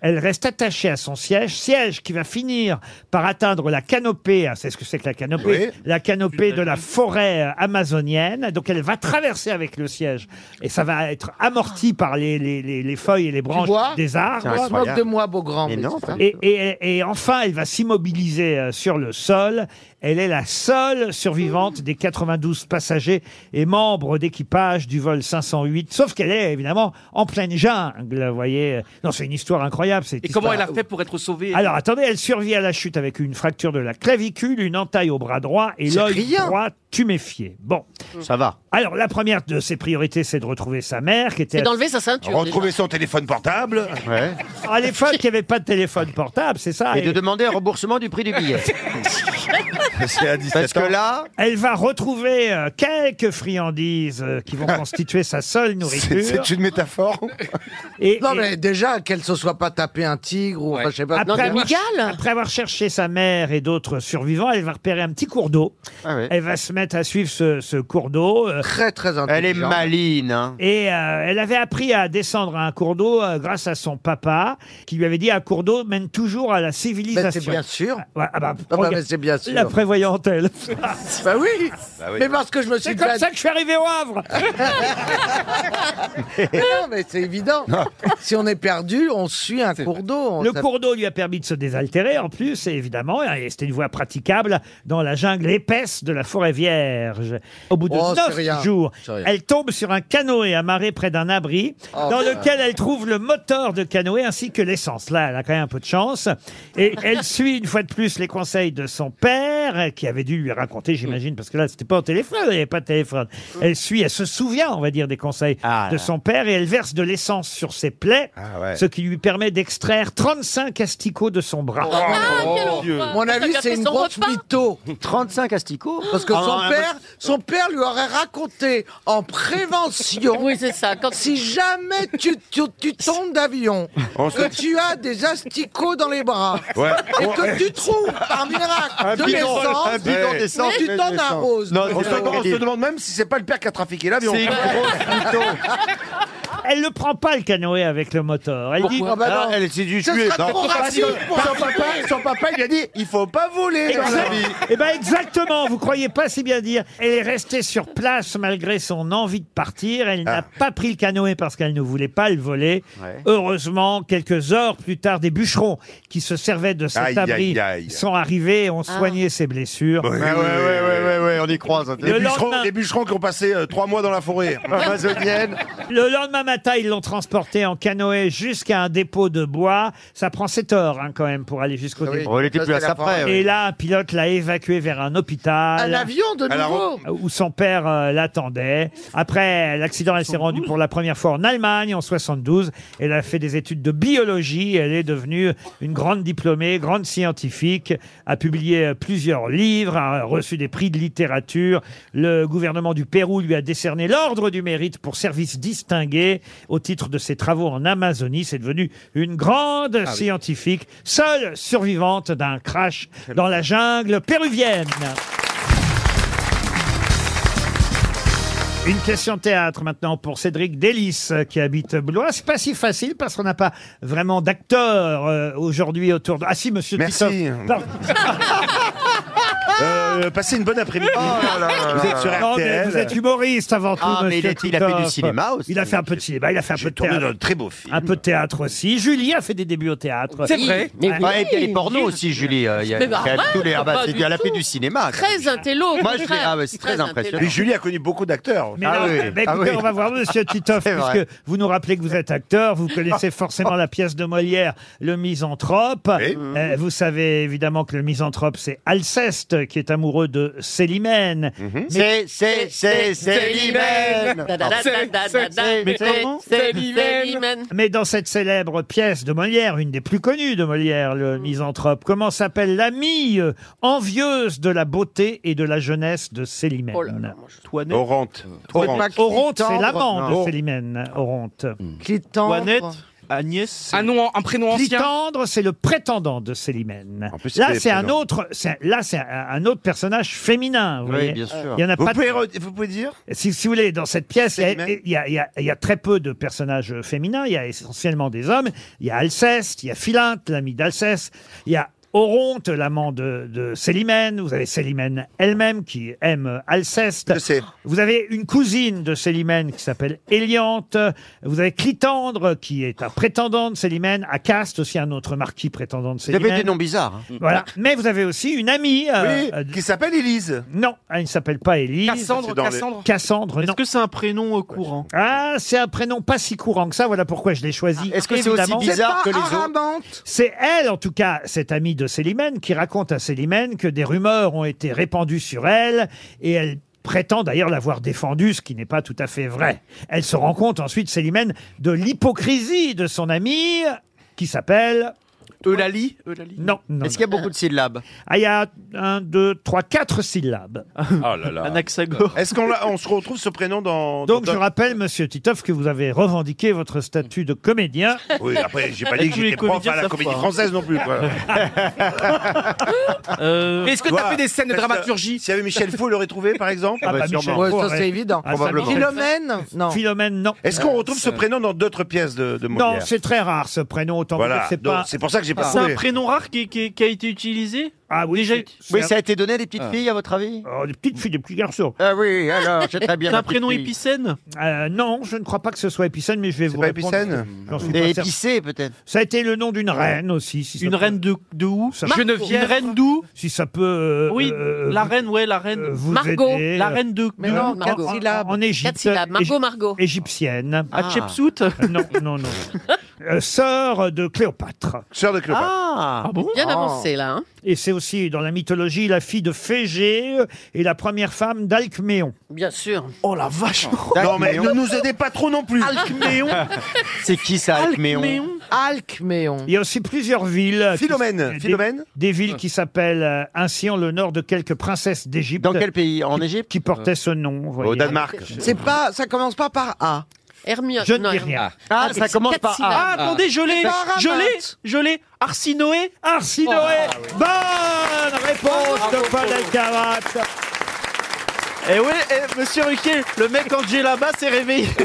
Elle reste attachée à son siège, siège qui va finir par atteindre la canopée. hein, C'est ce que c'est que la canopée Oui. La canopée de la forêt euh, amazonienne. Donc elle va traverser avec le siège et ça va être amorti par les, les- les- les feuilles et les branches vois des Tu arbres. te moques de moi, Beaugrand. Mais mais non, c'est ça. et, et- et enfin, elle va s'immobiliser euh, sur le sol. Elle est la seule survivante des 92 passagers et membres d'équipage du vol 508. Sauf qu'elle est évidemment en pleine jungle, vous voyez. Non, c'est une histoire incroyable. cette Et comment elle histoire. a fait pour être sauvée Alors attendez, elle survit à la chute avec une fracture de la clavicule, une entaille au bras droit et C'est l'œil rien. droit tuméfié. Bon. Mm. Ça va. Alors la première de ses priorités, c'est de retrouver sa mère qui était... C'est d'enlever sa ceinture. Retrouver son téléphone portable. À l'époque, il n'y avait pas de téléphone portable, c'est ça. Et de demander un remboursement du prix du billet. C'est à 17 Parce que ans. là, Elle va retrouver euh, quelques friandises euh, qui vont constituer sa seule nourriture. une métaphore. Et, non, et mais déjà, qu'elle se soit pas tapée un tigre ou Ah, enfin, je sais pas. après, avoir, après avoir cherché sa mère et d'autres survivants, elle va repérer un petit cours d'eau. Elle va se mettre à suivre ce, ce cours d'eau. euh, Ah Très, très intelligent. elle est maline. hein. Et euh, elle avait appris à descendre à un cours d'eau euh, grâce à son papa, qui lui avait dit un cours d'eau mène toujours à la civilisation. Ben, c'est bien sûr. Ouais, ah bah, Ah bah, regarde, mais c'est bien sûr. La prévoyante, elle. Bah oui. Bah oui. Mais parce que je me suis C'est comme déjà- ça que je suis arrivé au Havre. Mais non, mais c'est évident. si on est perdu, on suit un cours d'eau. on Le s'appelle- cours d'eau lui a permis de se désaltérer en plus, et évidemment, et c'était une voie praticable dans la jungle épaisse de la forêt vierge. Au bout de Oh, c'est rien, neuf jours, c'est rien. elle tombe sur un canoë amarré près d'un abri, Oh, dans putain. lequel elle trouve le moteur de canoë ainsi que l'essence. Là, elle a quand même un peu de chance. Et elle suit une fois de plus les conseils de son père. mère hein, qui avait dû lui raconter, j'imagine, parce que là, c'était pas au téléphone, elle n'avait pas de téléphone. Elle suit, elle se souvient, on va dire, des conseils de son père et elle verse de l'essence sur ses plaies, ouais. ce qui lui permet d'extraire 35 asticots de son Oh, bras. Ah, Oh, Ah, Mon avis, c'est une grosse mytho. 35 asticots Parce que Ah, son, non, père, parce- son père lui aurait raconté en prévention si jamais tu, tu, tu tombes d'avion, On que se- tu as des asticots dans les bras, Ouais. et Ouais. que tu trouves par miracle Un de bidon- l'essence, un bidon d'essence. tu t'en D'essence. arroses. Non, on, se, on se demande même si c'est pas le père qui a trafiqué l'avion. C'est une Elle ne prend pas le canoë avec le moteur. Elle dit. Pourquoi Ah bah non. Ah, elle s'est dû Ce tuer. sera Non. trop raciste pour Parce que- son papa. son papa, il lui a dit il faut pas voler dans la vie. Et ben exactement, vous croyez pas si bien dire. Elle est restée sur place malgré son envie de partir. Elle n'a pas pris le canoë parce qu'elle ne voulait pas le voler. Heureusement, quelques heures plus tard, des bûcherons qui se servaient de cet Aïe, abri aïe, aïe. sont arrivés et ont Ah. soigné ses blessures. Ouais, ouais, Ah ouais, ouais, ouais, ouais, on y croit. ça. Le Les bûcherons, lendemain- les bûcherons qui ont passé euh, trois mois dans la forêt amazonienne. Le lendemain matin, ils l'ont transporté en canoë jusqu'à un dépôt de bois. Ça prend 7 heures hein, quand même pour aller jusqu'au Ah oui, dépôt. Oh, il était ça, plus à c'est sa la près, forêt. oui. Et là, un pilote l'a évacué vers un hôpital. Un avion, de À la nouveau Rome. Où son père euh, l'attendait. Après l'accident, elle s'est rendue pour la première fois en Allemagne en 72. Elle a fait des études de biologie. Elle est devenue une grande diplômée, grande scientifique, a publié euh, plusieurs livres, a reçu des prix de littérature. Le gouvernement du Pérou lui a décerné l'ordre du mérite pour service distingué au titre de ses travaux en Amazonie. C'est devenu une grande Ah oui. scientifique, seule survivante d'un crash dans la jungle péruvienne. Une question théâtre maintenant pour Cédric Délis euh, qui habite Blois. C'est pas si facile parce qu'on n'a pas vraiment d'acteurs euh, aujourd'hui autour de. Ah si, monsieur Merci. Titoff. Pardon. Euh, passez une bonne après-midi. Oh Vous êtes sur Non, Oh, mais RTL. vous êtes humoriste avant tout, Ah, mais monsieur il est- il a fait du Titoff. cinéma aussi. Il a fait un peu de cinéma, il a fait un peu de tourné théâtre. dans de très beaux films. Un peu de théâtre aussi. Julie a fait des débuts au théâtre. Ah, C'est vrai. Mais oui. Ouais, Ah, et puis les pornos aussi, Julie. euh, Il y a, Mais il y a Barbara, tous les. ah bah, pas c'est du du- elle a fait tout. du cinéma. quand même. Très intello. au Ah, Moi, je l'ai- contraire. ah ouais, c'est très impressionnant. Mais Julie a connu beaucoup d'acteurs. Mais Ah non, bah, écoutez, on va voir Monsieur Titoff, C'est vrai. puisque vous nous rappelez que vous êtes acteur, vous connaissez forcément la pièce de Molière, Le Misanthrope. Euh, vous savez évidemment que le Misanthrope, c'est Alceste qui est amoureux de Célimène. Mhm. C'est- c'est- c'est- c'est Célimène. Mais comment Mais dans cette célèbre pièce de Molière, une des plus connues de Molière, le Misanthrope, comment s'appelle l'amie euh, envieuse de la beauté et de la jeunesse de Célimène Orante. Oronte, Oronte, c'est l'amant de Non. Hmm. Célimène, Oronte. Clitandre. Toinette, Agnès. Un nom- un prénom ancien. Clitandre, c'est le prétendant de Célimène. plus, là, c'était c'est un prénom. autre, c'est- là, c'est un, un autre personnage féminin. Vous Oui, voyez. bien sûr. Il y en a Vous pas. pouvez vous pouvez dire si, si vous voulez, dans cette pièce, il y a- il y, a- il y a- il y a très peu de personnages féminins. Il y a essentiellement des hommes. Il y a Alceste, il y a Philinte, l'ami d'Alceste. Il y a Oronte, l'amant de, de Célimène. Vous avez Célimène elle-même qui aime euh, Alceste. Vous avez une cousine de Célimène qui s'appelle Éliante. Vous avez Clitandre qui est un prétendant de Célimène. Acaste aussi un autre marquis prétendant de Il y Célimène. avait des noms bizarres. hein. Voilà. Mais vous avez aussi une amie. Oui, qui s'appelle Élise. Non, elle ne s'appelle pas Élise. Cassandre, C'est dans les- Cassandre. Cassandre, Est-ce que c'est un prénom courant Ah, c'est un prénom pas si courant que ça. Voilà pourquoi je l'ai choisi. Est-ce que c'est aussi évidemment. bizarre que les autres C'est elle, en tout cas, cette amie de Célimène, qui raconte à Célimène que des rumeurs ont été répandues sur elle et elle prétend d'ailleurs l'avoir défendue, ce qui n'est pas tout à fait vrai. Elle se rend compte ensuite, Célimène, de l'hypocrisie de son amie qui s'appelle... Eulalie Non. non Est-ce qu'il y a beaucoup de syllabes Ah, il y a un, deux, trois, quatre syllabes. Oh là là. Anaxagore. Est-ce qu'on l'a- on se retrouve ce prénom dans. Donc dans- je rappelle, monsieur Titoff, que vous avez revendiqué votre statut de comédien. Oui, après, j'ai pas dit que j'étais prof à la comédie française non plus. quoi. Euh, Mais est-ce que t'as Toi, fait des scènes de parce que dramaturgie S'il y avait Michel Faux, il l'aurait trouvé, par exemple Ah bah, Michel Faux, ouais. Ah, ça, non. Philomène, non. Euh, Est-ce qu'on retrouve ce prénom dans d'autres pièces de, de Molière Non, c'est très rare ce prénom, autant vous Voilà, dire que c'est donc pas. c'est pour ça que j'ai pas C'est un trouvé. prénom rare qui, qui- qui a été utilisé Ah oui. Déjà, Oui, ça a été donné à des petites filles, à votre avis Oh, des petites filles, des petits garçons. Ah oui, alors, j'ai très bien. C'est un la petite prénom fille. épicène Euh, non, je ne crois pas que ce soit épicène, mais je vais vous pas répondre. épicène J'en suis Mais pas certain. épicé, peut-être. Ça a été le nom d'une reine aussi. si ça Une peut- reine de, de où Ça- Une reine d'où Si ça peut. euh, Oui, euh, la reine, ouais, la reine. vous aider. euh, La reine de. Mais non, Margot. En, en Égypte. syllabes. Margot, Égy- Margot. Égyptienne. Hatshepsut Ah. Euh, Non, non, non. Euh, sœur de Cléopâtre. Sœur de Cléopâtre. Ah. Ah bon Bien avancé, là, hein. Et c'est aussi dans la mythologie la fille de Phégé et la première femme d'Alcméon. Bien sûr. Oh la vache Non, mais ne nous aidez pas trop non plus. Alcméon C'est qui ça, Alcméon Alcméon. Il y a aussi plusieurs villes. qui- Philomène, des- Philomène Des, villes qui s'appellent euh, ainsi en l'honneur de quelques princesses d'Égypte. Dans quel pays En Égypte Qui portaient ce nom. vous voyez. C'est pas, ça commence pas par A. Hermione. Je ne dis rien. Ah, ça commence par A. Ah, attendez, je l'ai, Ah, je l'ai, je l'ai. Arsinoé Arsinoé Bonne réponse de Paul Alcarat Eh oui, eh, monsieur Ruquier, le mec Angela-Bas s'est réveillé.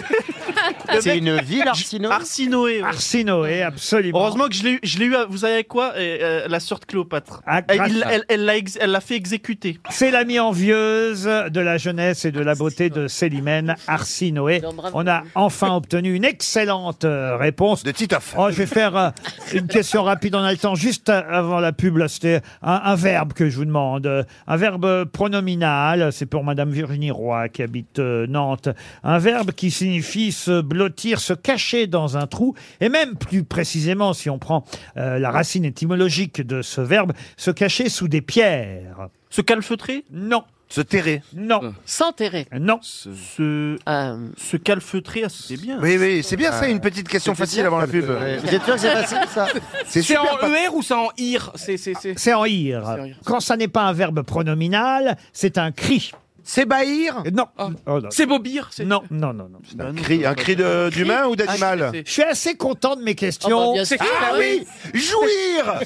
Le C'est mec- une ville, Arsinoé Arsinoé. ouais. Arsinoé, absolument. Heureusement que je l'ai eu- je l'ai eu, à- vous savez quoi Eh, euh, La sœur de Cléopâtre. Elle Ah, grâce il- à- elle- elle l'a ex- elle l'a fait exécuter. C'est l'ami envieuse de la jeunesse et de la beauté de Célimène Arsinoé. On a enfin obtenu une excellente euh, réponse. De Titoff. Oh, je vais faire euh, une question rapide. On a le temps juste euh, avant la pub. là, C'était un, un verbe que je vous demande. Euh, Un verbe euh, pronominal. C'est pour Madame Virginie Roy qui habite euh, Nantes. Un verbe qui signifie se blottir, se cacher dans un trou. Et même plus précisément, si on prend euh, la racine étymologique de ce verbe, se cacher sous des pierres. Se calfeutrer Non. Se terrer Non. S'enterrer Non. Se, Euh. se calfeutrer, ah, c'était bien. Oui, oui, c'est bien ça, une petite question C'était facile bien, avant la ça. pub. Ouais. Vous êtes sûr que c'est facile, ça C'est C'est super en pas- ER ou c'est en IR C'est c'est- c'est- C'est en ir. Quand ça n'est pas un verbe pronominal, c'est un cri. C'est bahir Non. Oh non. Ah. C'est Bobir c'est- Non, non, non, non. Un cri, un cri de- d'humain ou Ah, d'animal Je suis assez content de bah, mes questions. C'est- Ah oui Jouir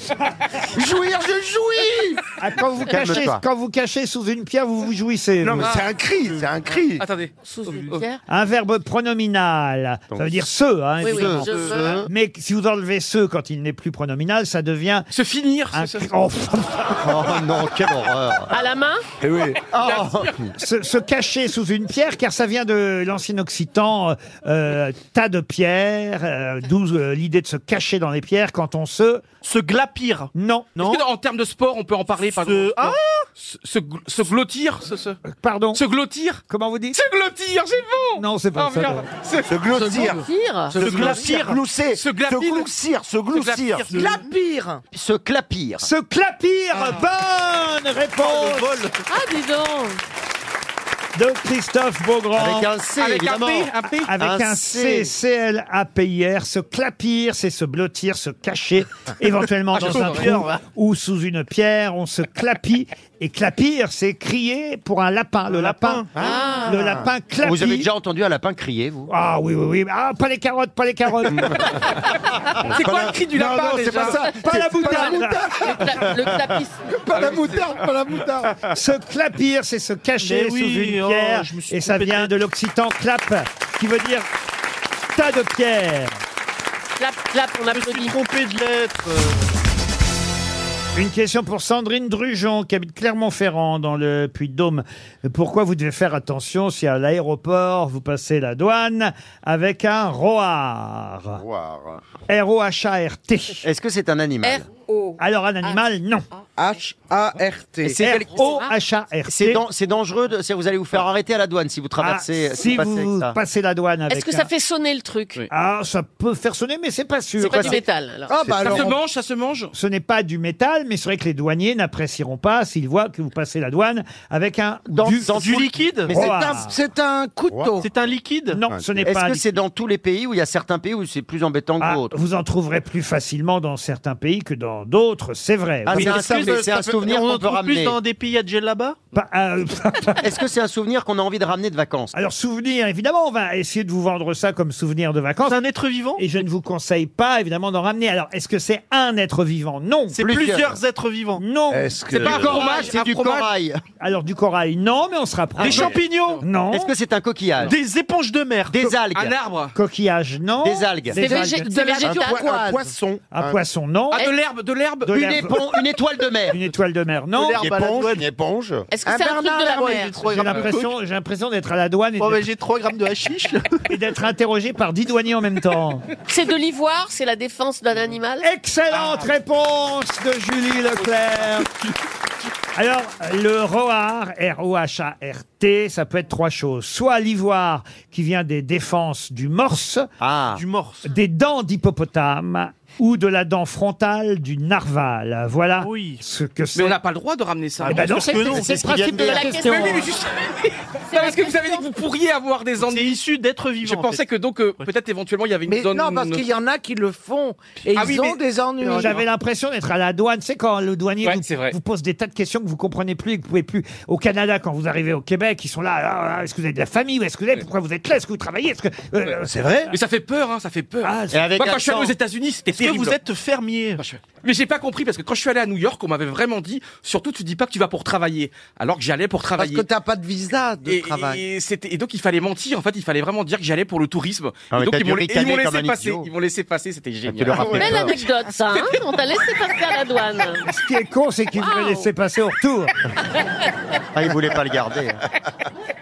Jouir, je jouis quand, vous Calme-toi. cachez, quand vous cachez sous une pierre, vous vous jouissez. Non, vous. mais c'est un Ah. cri, c'est un cri. Attendez. Sous une pierre Un verbe pronominal. ça veut dire ce, hein, Oui, oui, évidemment. je veux. Mais si vous enlevez ce quand il n'est plus pronominal, ça devient. Se finir un... oh, non, quelle horreur Oh. À la main Eh Eh Ah. se, se cacher sous une pierre, car ça vient de l'ancien occitan, euh, euh, tas de pierres, euh, d'où euh, l'idée de se cacher dans les pierres quand on se... Se glapir Non. Est-ce que en termes de sport, on peut en parler par exemple Ah se, se, gl- se glottir se, se- Pardon Se glottir Comment vous dites Se glottir, c'est bon Ah, Non, c'est pas ça, non. Se glottir. Se glottir. Se glottir. Glousser. Se glapir. Se gloussir. Se gloussir. glapir. Glapir. Se clapir. Se clapir Bonne réponse Ah, dis donc de Christophe Beaugrand. Avec un C, Avec un évidemment. P, un P. Avec Un un C, C. C-L-A-P-I-R. Se clapir, c'est se blottir, se cacher, éventuellement Ah, je dans un comprends. trou ou sous une pierre. On se clapit. Et clapir, c'est crier pour un lapin. Le lapin, Ah. le lapin clapit. Ah. Vous avez déjà entendu un lapin crier, vous Ah oui, oui, oui. Ah, pas les carottes, pas les carottes. Ah, C'est quoi le cri du lapin déjà Pas la moutarde. Le clapis. Pas la moutarde, pas la moutarde. Se clapir, c'est se cacher Mais sous oui, une oh, pierre. je me suis et ça trompé de vient de l'occitan clap, qui veut dire tas de pierres. Clap, clap, on applaudit. Je me suis trompé de lettre. Une question pour Sandrine Drujon, qui habite Clermont-Ferrand, dans le Puy-de-Dôme. Pourquoi vous devez faire attention si à l'aéroport, vous passez la douane avec un roar R-O-H-A-R-T. Est-ce que c'est un animal Alors, un animal, non. H-A-R-T. R-O-H-A-R-T. C'est dan- c'est dangereux, de- c'est- vous allez vous faire arrêter à la douane si vous traversez. Ah, si passez vous avec ça. passez la douane avec Est-ce que ça un- fait sonner le truc Ah, ça peut faire sonner, mais c'est pas sûr. C'est pas du métal, alors. Ah, bah Ça alors, se on- mange, ça se mange Ce n'est pas du métal, mais c'est vrai que les douaniers n'apprécieront pas s'ils voient que vous passez la douane avec un du, du liquide Mais c'est un- C'est un couteau. C'est un liquide Non, ce n'est Ah, Est-ce pas. que c'est dans tous les pays où il y a certains pays où c'est plus embêtant que Ah, d'autres vous en trouverez plus facilement dans certains pays que dans d'autres, c'est vrai. Ah, Eh Oui. c'est un, Est-ce que c'est ça un peut- souvenir on en qu'on peut trouve plus ramener. dans des pays adjacents là-bas Pas- ah, euh, Est-ce que c'est un souvenir qu'on a envie de ramener de vacances Alors souvenir, évidemment, on va essayer de vous vendre ça comme souvenir de vacances. C'est un être vivant Et je ne vous conseille pas, évidemment, d'en ramener. Alors, est-ce que c'est un être vivant Non. C'est plusieurs êtres vivants. Non. Est-ce que C'est pas un fromage, c'est un du fromage. corail. Alors du corail, non, oh, mais on se rapproche. Des champignons Non. Est-ce que c'est un coquillage Des éponges de mer Des algues Un arbre Coquillage, non. Des algues C'est végé- algues. de Un, végétal. poi- un poisson. Un poisson, non. Ah, de l'herbe, de l'herbe De Une, l'herbe. épon- une étoile de mer Une étoile de mer, non. Une éponge. Une éponge. Est-ce que Un c'est un truc Bernard de la Lavoie, mer J'ai l'impression, j'ai l'impression d'être à la douane et Oh, mais d'être- j'ai 3 grammes de hashish. là. et d'être interrogé par dix douaniers en même temps. C'est de l'ivoire, c'est la défense d'un animal Excellente Ah. réponse de Julie Leclerc. Alors, le roar, R-O-H-A-R-T, thé, ça peut être trois choses. Soit l'ivoire qui vient des défenses du morse, Du morse. des dents d'hippopotame ou de la dent frontale du narval. Voilà ce que c'est. Mais on n'a pas le droit de ramener ça. Eh ben non, c'est- c'est- c'est le principe de la question, Mais oui, mais hein. je- Non, parce que vous avez dit que vous pourriez avoir des ennuis. issus d'être vivant. Je en pensais fait. que donc, euh, peut-être éventuellement, il y avait une Mais zone. non, parce qu'il y en a qui le font et Ah ils oui, mais- ont des ennuis. J'avais l'impression d'être à la douane. C'est quand le douanier vous, vous pose des tas de questions que vous comprenez plus et que vous pouvez plus. Au Canada, quand vous arrivez au Québec, ils sont là. Ah, ah, Est-ce que vous avez de la famille Où Est-ce que vous êtes Pourquoi vous êtes là Est-ce que vous travaillez Est-ce que euh, C'est vrai Mais ça fait peur, hein, ça fait peur. c'est- Et avec Moi, quand je suis allé aux l'accent. États-Unis, c'était Est-ce que terrible. vous êtes fermier Mais j'ai pas compris parce que quand je suis allé à New York, on m'avait vraiment dit surtout tu dis pas que tu vas pour travailler, alors que j'allais pour travailler. Parce que t'as pas de visa de et, travail. Et, c'était- et donc il fallait mentir. En fait, il fallait vraiment dire que j'allais pour le tourisme. Ah, mais et donc t'as ils dû m'ont et ils ricaner m'ont comme un laissé passer. idiot. Ah, Ils m'ont laissé passer. C'était génial. leur as fait Belle anecdote, ça. hein on t'a laissé passer à la douane. Ce qui est con, c'est qu'il voulait laisser passer au retour. Ah, il voulait pas le garder.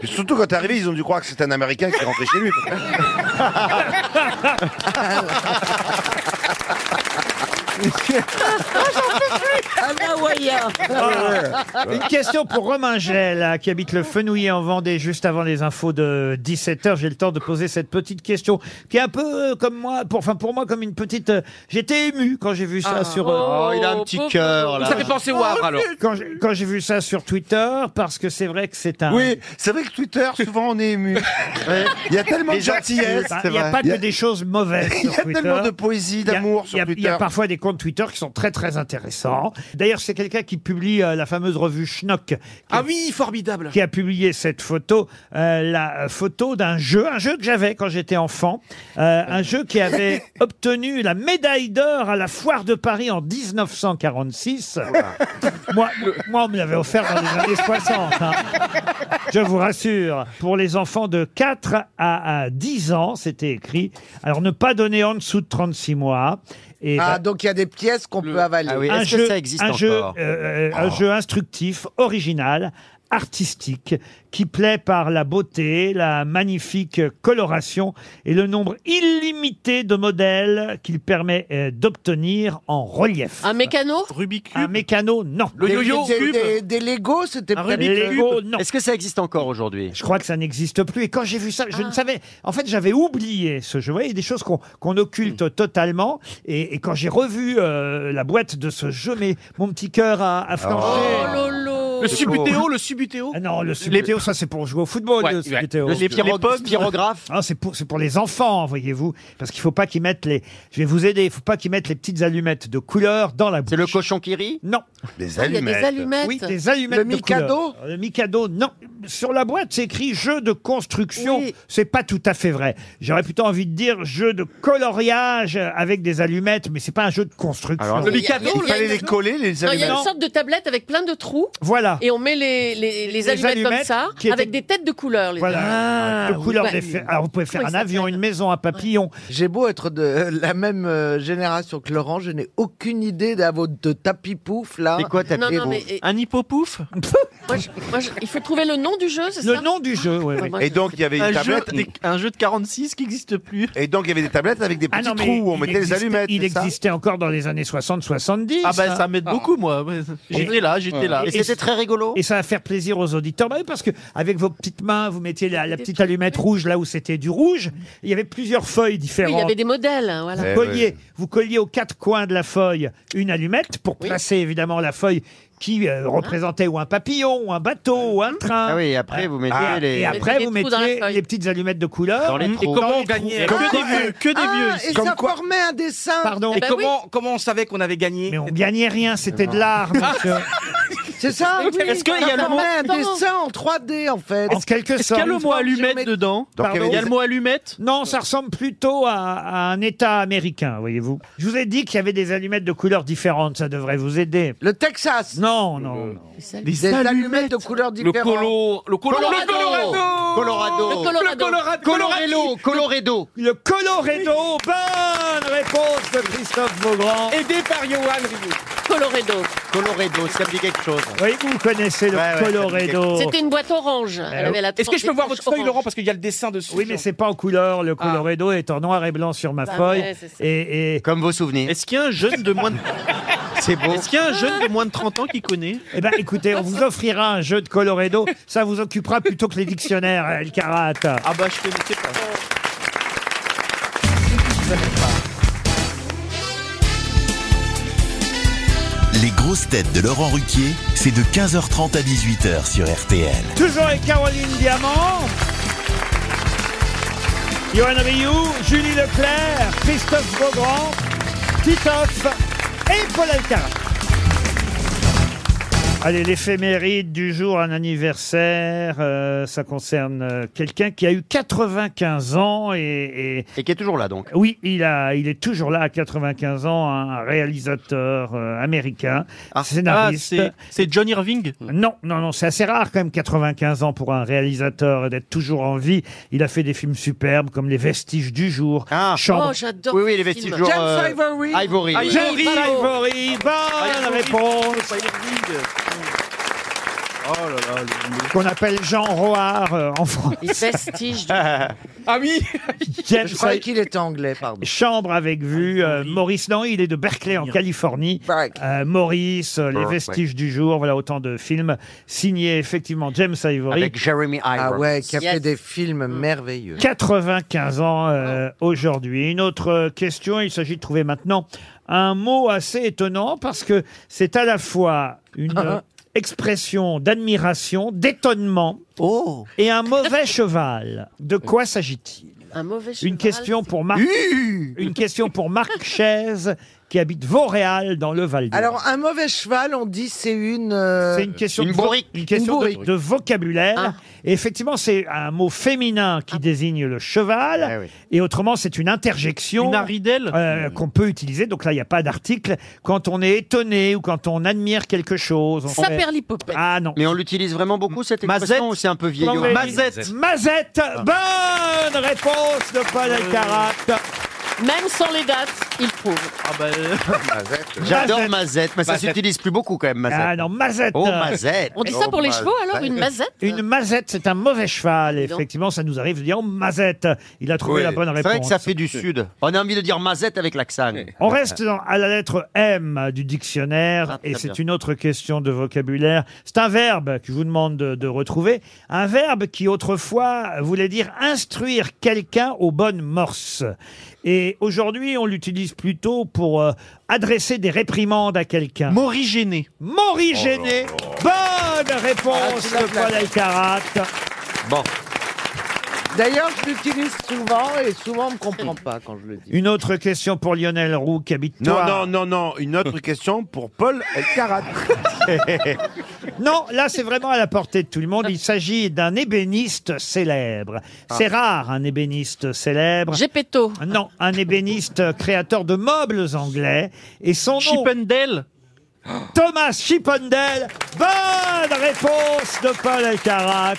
Et surtout quand t'es arrivé, ils ont dû croire que c'était un Américain qui est rentré chez lui. Ah, Ah. Une question pour Romain Gel, là, qui habite le Fenouillet en Vendée, juste avant les infos de 17h. J'ai le temps de poser cette petite question, qui est un peu euh, comme moi, pour, enfin pour moi, comme une petite. euh, J'étais ému quand j'ai vu ça Ah. sur. euh, Oh, il a un petit cœur, là. Ça fait penser au Havre, alors. Quand j'ai- quand j'ai vu ça sur Twitter, parce que c'est vrai que c'est un. Oui, c'est vrai que Twitter, souvent, on est ému. Ouais. Il y a tellement Les de gens- gentillesse. Bah, c'est Il n'y a pas vrai. que des choses mauvaises. Il y a sur Twitter. tellement de poésie, Il y a- d'amour il y a- sur Il y a Twitter. parfois des comptes Twitter qui sont très très intéressants. D'ailleurs, c'est quelqu'un qui publie euh, la fameuse revue Schnock. Ah oui, formidable. Qui a publié cette photo, euh, la photo d'un jeu, un jeu que j'avais quand j'étais enfant, euh, un jeu qui avait obtenu la médaille d'or à la foire de Paris en 1946. moi, moi, on me l'avait offert dans les années 60. hein. Je vous rassure, pour les enfants de 4 à, à 10 ans, c'était écrit. Alors, ne pas donner en dessous de 36 mois. Et Ah, bah, donc il y a des pièces qu'on peut avaler. un jeu, un jeu, euh, euh, un jeu instructif, original, artistique, qui plaît par la beauté, la magnifique coloration et le nombre illimité de modèles qu'il permet euh, d'obtenir en relief. Un mécano Rubik Un mécano, non. Des- des, Des, des Lego, c'était Ah peut-être Lego, non. Est-ce que ça existe encore aujourd'hui Je crois que ça n'existe plus. Et quand j'ai vu ça, je ne savais. En fait, j'avais oublié ce jeu. Vous voyez, Il y a des choses qu'on qu'on occulte totalement. Et, et quand j'ai revu euh, la boîte de ce jeu, mais mon petit cœur a, a flanché. Le subutéo, le subutéo. Ah non, le subutéo, ça c'est pour jouer au football. Ouais, le ouais. subutéo. Le Les pyro- les pogs. pyrographes Ah, c'est pour, c'est pour les enfants, voyez-vous. Parce qu'il faut pas qu'ils mettent les. Je vais vous aider, il faut pas qu'ils mettent les petites allumettes de couleur dans la bouche. C'est le cochon qui rit Non. Des Oui, des allumettes. Le de Mikado couleur. Le Mikado, non. Sur la boîte, c'est écrit jeu de construction. C'est pas tout à fait vrai. J'aurais plutôt envie de dire jeu de coloriage avec des allumettes, mais c'est pas un jeu de construction. Alors, le Il y a- Mikado, il y a- il fallait il y a- les coller, les Non, il y a une Non. sorte de tablette avec plein de trous. Voilà. Et on met les, les, les Ah. Les allumettes, comme allumettes ça, qui étaient- avec des têtes de couleurs. Les Voilà. Ah, de couleur Ouais. des fers. Alors, vous pouvez faire Comment un il avion, une maison, un papillon. J'ai beau être de euh, la même euh, génération que Laurent, je n'ai aucune idée de, votre- de tapis pouf là. C'est quoi, tapis Non, non, mais- et- Un hippopouf Moi, je- moi, je- il faut trouver le nom du jeu, c'est ça Ah. Le nom du jeu, oui. Ouais, moi, Et donc, il y avait une Un jeu, tablette. des- un jeu de 46 qui n'existe plus. Et donc, il y avait des tablettes avec des Ah petits non, mais trous où on il mettait les existait- allumettes. Il c'est ça existait encore dans les années 60-70. Ah bah, ça m'aide beaucoup, moi. Ouais. J'étais là, j'étais là. rigolo. Et ça va faire plaisir aux auditeurs. Bah oui, parce que avec vos petites mains, vous mettiez la, la petite allumette rouge là où c'était du rouge. Il y avait plusieurs feuilles Oui, différentes. il y avait des modèles. hein, Voilà. Vous Eh colliez, vous colliez aux quatre coins de la feuille une allumette pour placer évidemment la feuille qui euh, représentait ou un papillon, ou un bateau, ou un train. Ah oui, et après, vous mettiez Ah, les- Et après, Vous vous mettiez des trous dans la mettiez les petites allumettes de couleur. Dans les Et trous. comment Dans on les gagnait trous. Que Ah, des vieux, que des vieux. Ah, et Comme ça quoi- formait un dessin. Pardon. Et bah comment, comment on savait qu'on avait gagné Eh ben Ah. Mais on gagnait rien, c'était de l'art, monsieur. C'est ça oui. Est-ce qu'il y Ça a le mot- formait un Comment dessin en 3D en fait. En quelque Est-ce qu'il y sorte. a le mot allumette dedans Donc, il y avait Pardon des- Il y a le mot allumette Non, ça ressemble plutôt à, à un État américain, voyez-vous. Je vous ai dit qu'il y avait des allumettes de couleurs différentes, ça devrait vous aider. Le Texas Non, non. Euh, non. Des, allumettes de couleurs Le différentes. colo- le colo- Colorado. le Colorado. Colorado. Le Colorado. Colorado. Coloredo. Le Coloredo. Bonne réponse de Christophe Beaugrand. Aidé par Johan Rioux. Coloredo. Coloredo, ça me dit quelque chose. Oui, vous connaissez le Coloredo. C'était une boîte orange. Eh Elle avait la Est-ce que je peux tranche voir votre feuille, orange. Laurent, parce qu'il y a le dessin dessus Oui, mais c'est pas en couleur. Le Coloredo Ah. est en noir et blanc sur ma Bah feuille. ouais, c'est ça. et, Comme vos souvenirs. Est-ce qu'il y a un jeune de moins de... C'est beau. Est-ce qu'il y a un jeune de moins de 30 ans qui connaît Eh ben, écoutez, on vous offrira un jeu de Colorado. Ça vous occupera plutôt que les dictionnaires, El Karat. Ah bah je connaissais pas. Les grosses têtes de Laurent Ruquier, c'est de 15h30 à 18h sur RTL. Toujours avec Caroline Diamant. Johan Rioux, Julie Leclerc, Christophe Beaugrand, Titoff et Paul Alcarat. Allez, l'éphéméride du jour, un anniversaire, euh, ça concerne euh, quelqu'un qui a eu 95 ans et, et... qui est toujours là donc. Oui, il, a, il est toujours là à 95 ans, un réalisateur euh, américain, scénariste. Ah, c'est- c'est John Irving Non, non, non, c'est assez rare quand même 95 ans pour un réalisateur d'être toujours en vie. Il a fait des films superbes comme Les Vestiges du jour, Ah. Chambre. Oh, j'adore. Oui, oui, ce les film. vestiges du jour, James euh, Ivory. Ivory, oui. Jerry bravo. Ivory, bonne réponse. Oh là là, Qu'on appelle Jean Roard euh, en France. Les vestiges du- Ah oui James Je croyais I- qu'il était anglais, pardon. Chambre avec vue, euh, Maurice, non, il est de Berkeley en Californie. Euh, Maurice, euh, Les Burke, Vestiges du jour, voilà autant de films signés effectivement James Ivory. Avec Jeremy Irons. Ah ouais, qui a fait des films merveilleux. 95 ans euh, aujourd'hui. Une autre euh, question, il s'agit de trouver maintenant un mot assez étonnant parce que c'est à la fois une euh, expression d'admiration, d'étonnement Oh. et un mauvais cheval. De quoi s'agit-il Un mauvais cheval. une question pour Marc, une question pour Marc Chaise qui habite Vauréal dans le Val d'Or. Alors, un mauvais cheval, on dit c'est une. euh, C'est une question, de, vo- une question Une de- bourrique. de vocabulaire. Et effectivement, c'est un mot féminin qui désigne le cheval. Ah Et autrement, c'est une interjection. Une haridelle euh, Qu'on peut utiliser. Donc là, il n'y a pas d'article. Quand on est étonné ou quand on admire quelque chose. On fait- Saperlipopette. Ah non. Mais on l'utilise vraiment beaucoup cette Mazette. expression ou c'est un peu vieillot Ah. Comment on dit Mazette. Bonne réponse de Paul Alcarat. Même sans les dates, il prouve. Ah bah, J'adore Mazette, mais ça s'utilise plus beaucoup quand même, Mazette. Ah non, Mazette. Oh, Mazette. On dit ça Oh, pour les Mazette. chevaux alors Une mazette Une mazette, c'est un mauvais cheval. Et donc. Effectivement, ça nous arrive de dire oh, mazette. Il a trouvé Oui. la bonne C'est réponse. vrai que ça fait du sud. On a envie de dire Mazette avec l'accent. On reste dans- à la lettre M du dictionnaire Ah, très et c'est bien. une autre question de vocabulaire. C'est un verbe que je vous demande de, de retrouver. Un verbe qui autrefois voulait dire instruire quelqu'un aux bonnes morses. Et aujourd'hui, on l'utilise plutôt pour euh, adresser des réprimandes à quelqu'un. Morigéné. Morigéné. Bonne réponse Ah, tu l'as de Paul placé. Alcarat. Bon. D'ailleurs, je l'utilise souvent et souvent on me comprend pas quand je le dis. Une autre question pour Lionel Roux qui habite Non, Thouars. non, non, non. Une autre question pour Paul Elkarat. Non, là, c'est vraiment à la portée de tout le monde. Il s'agit d'un ébéniste célèbre. Ah. C'est rare, un ébéniste célèbre. Gepetto. Non, un ébéniste créateur de meubles anglais. Et son nom... Chippendale. Thomas Chippendale. Bonne réponse de Paul Elkarat.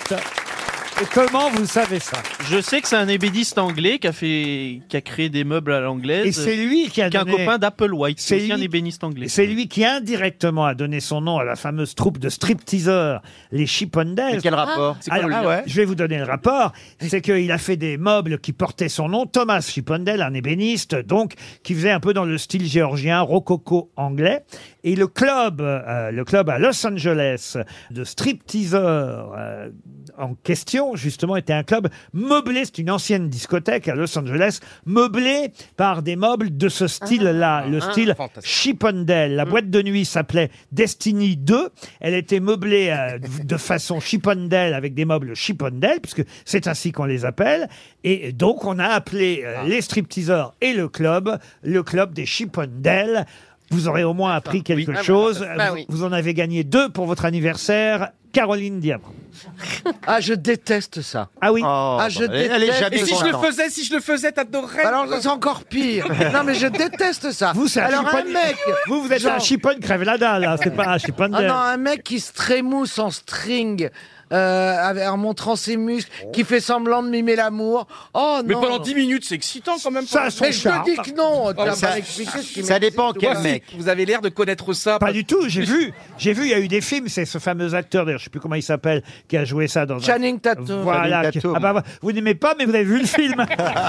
Et comment vous savez ça Je sais que c'est un ébéniste anglais qui a, fait, qui a créé des meubles à l'anglaise. Et c'est lui qui a Qui est un donné- copain d'Apple White. C'est aussi un lui- ébéniste anglais. C'est lui qui indirectement a donné son nom à la fameuse troupe de stripteaseurs, les Chippendales. Mais quel Ah. rapport C'est quoi le Alors, lien Je vais vous donner le rapport. C'est qu'il a fait des meubles qui portaient son nom. Thomas Chippendale, un ébéniste, donc, qui faisait un peu dans le style géorgien, rococo anglais. Et le club, euh, le club à Los Angeles de stripteaseurs euh, en question, justement, était un club meublé. C'est une ancienne discothèque à Los Angeles, meublée par des meubles de ce style-là, le Ah. style Fantastique. Chippendale. La boîte de nuit s'appelait Destiny 2. Elle était meublée euh, de façon Chippendale avec des meubles Chippendale, puisque c'est ainsi qu'on les appelle. Et donc, on a appelé euh, les stripteaseurs et le club, le club des Chippendale. Vous aurez au moins appris quelque Ah, bah, chose. bah, vous, oui. vous en avez gagné deux pour votre anniversaire. Caroline Diamant. Ah, je déteste ça. Ah oui. ah, je déteste. Et si je le faisais, si je le faisais, t'adorerais. Alors, c'est encore pire. non, mais je déteste ça. Vous, c'est un Alors, un chipone- mec. Ah Vous, vous êtes un genre- Ah, chipone crève la dalle, là. C'est pas un chipone Ah non, un mec qui se trémousse en string euh, avec- en montrant ses muscles, qui fait semblant de mimer l'amour. Oh Ah non Mais pendant 10 minutes, c'est excitant quand même. Ça a son Mais charme. je te dis que non. Ah, tu vas ça- pas m'expliquer ce qui ça dépend m'excite. quel Voici, mec. Vous avez l'air de connaître ça. Pas du tout, j'ai vu, j'ai vu, il y a eu des films, c'est ce fameux acteur, d'ailleurs, je sais plus comment il s'appelle, qui a joué ça dans un- Channing Tatum. Voilà. Channing qui- Tatum. Ah bah, vous n'aimez pas, mais vous avez vu le film.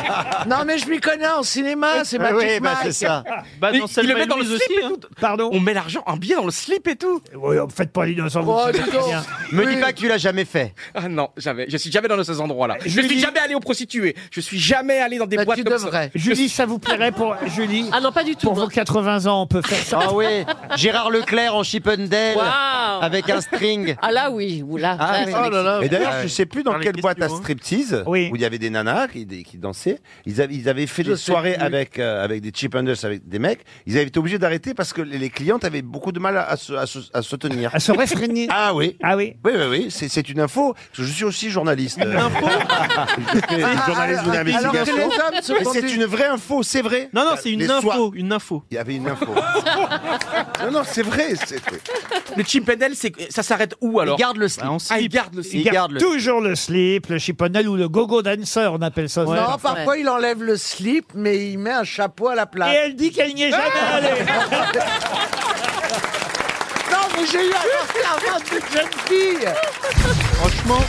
Non, mais je m'y connais en Ah, cinéma, c'est ma petite bah, Mike. Bah, non, il Selma le met dans le Louise slip et tout. Pardon On met l'argent, un billet dans le slip et tout. Oui, faites pas l'innocent. Oh, vous savez très bien. Me dis pas que tu l'as jamais fait. Ah non, jamais. Je suis jamais dans ces endroits-là. Je, suis jamais allé aux prostituées. Je suis jamais allé dans des boîtes comme ça. Bah, Julie, ça vous plairait pour Julie Ah non, pas du tout. Pour vos 80 ans, on peut faire ça. Ah oui, Gérard Leclerc en Chippendale Waouh. avec un string. Ah là, oui. Ou là, là, ça m'excite. Et d'ailleurs, je sais plus dans, quelle boîte à striptease où il y avait des nanas qui, qui dansaient. Ils avaient, ils avaient fait Je des sais soirées plus. avec euh, avec des cheap Anders, avec des mecs. Ils avaient été obligés d'arrêter parce que les, les clientes avaient beaucoup de mal à, à se, à, se, à se tenir. À se réfréner. Ah oui. Ah oui. Oui oui oui. C'est, c'est une info. parce que je suis aussi journaliste. Une info. journaliste Ah, alors, d'investigation. alors que les hommes se Mais font c'est des- une vraie info. C'est vrai. Non, non, c'est une info, Une info. Il y avait une info. non non, c'est vrai. C'est... Le Chimpendel, c'est ça s'arrête où alors Il garde le slip. Ah, il garde le slip. Il garde toujours le slip, le chiponnel ou le gogo dancer, on appelle ça. ça. non, parfois il enlève le slip, mais il met un chapeau à la place. Et elle dit qu'elle n'y est jamais Ah allée. non, mais j'ai eu un avant de jeune fille. Franchement.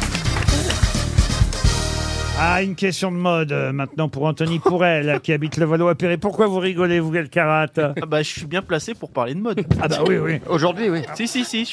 Ah, une question de mode euh, maintenant pour Anthony Pourrel qui habite le Valois-Perret. Pourquoi vous rigolez, vous, Guelcarat Ah bah, je suis bien placé pour parler de mode. Ah bah oui, oui. Aujourd'hui, oui. Si, si, si.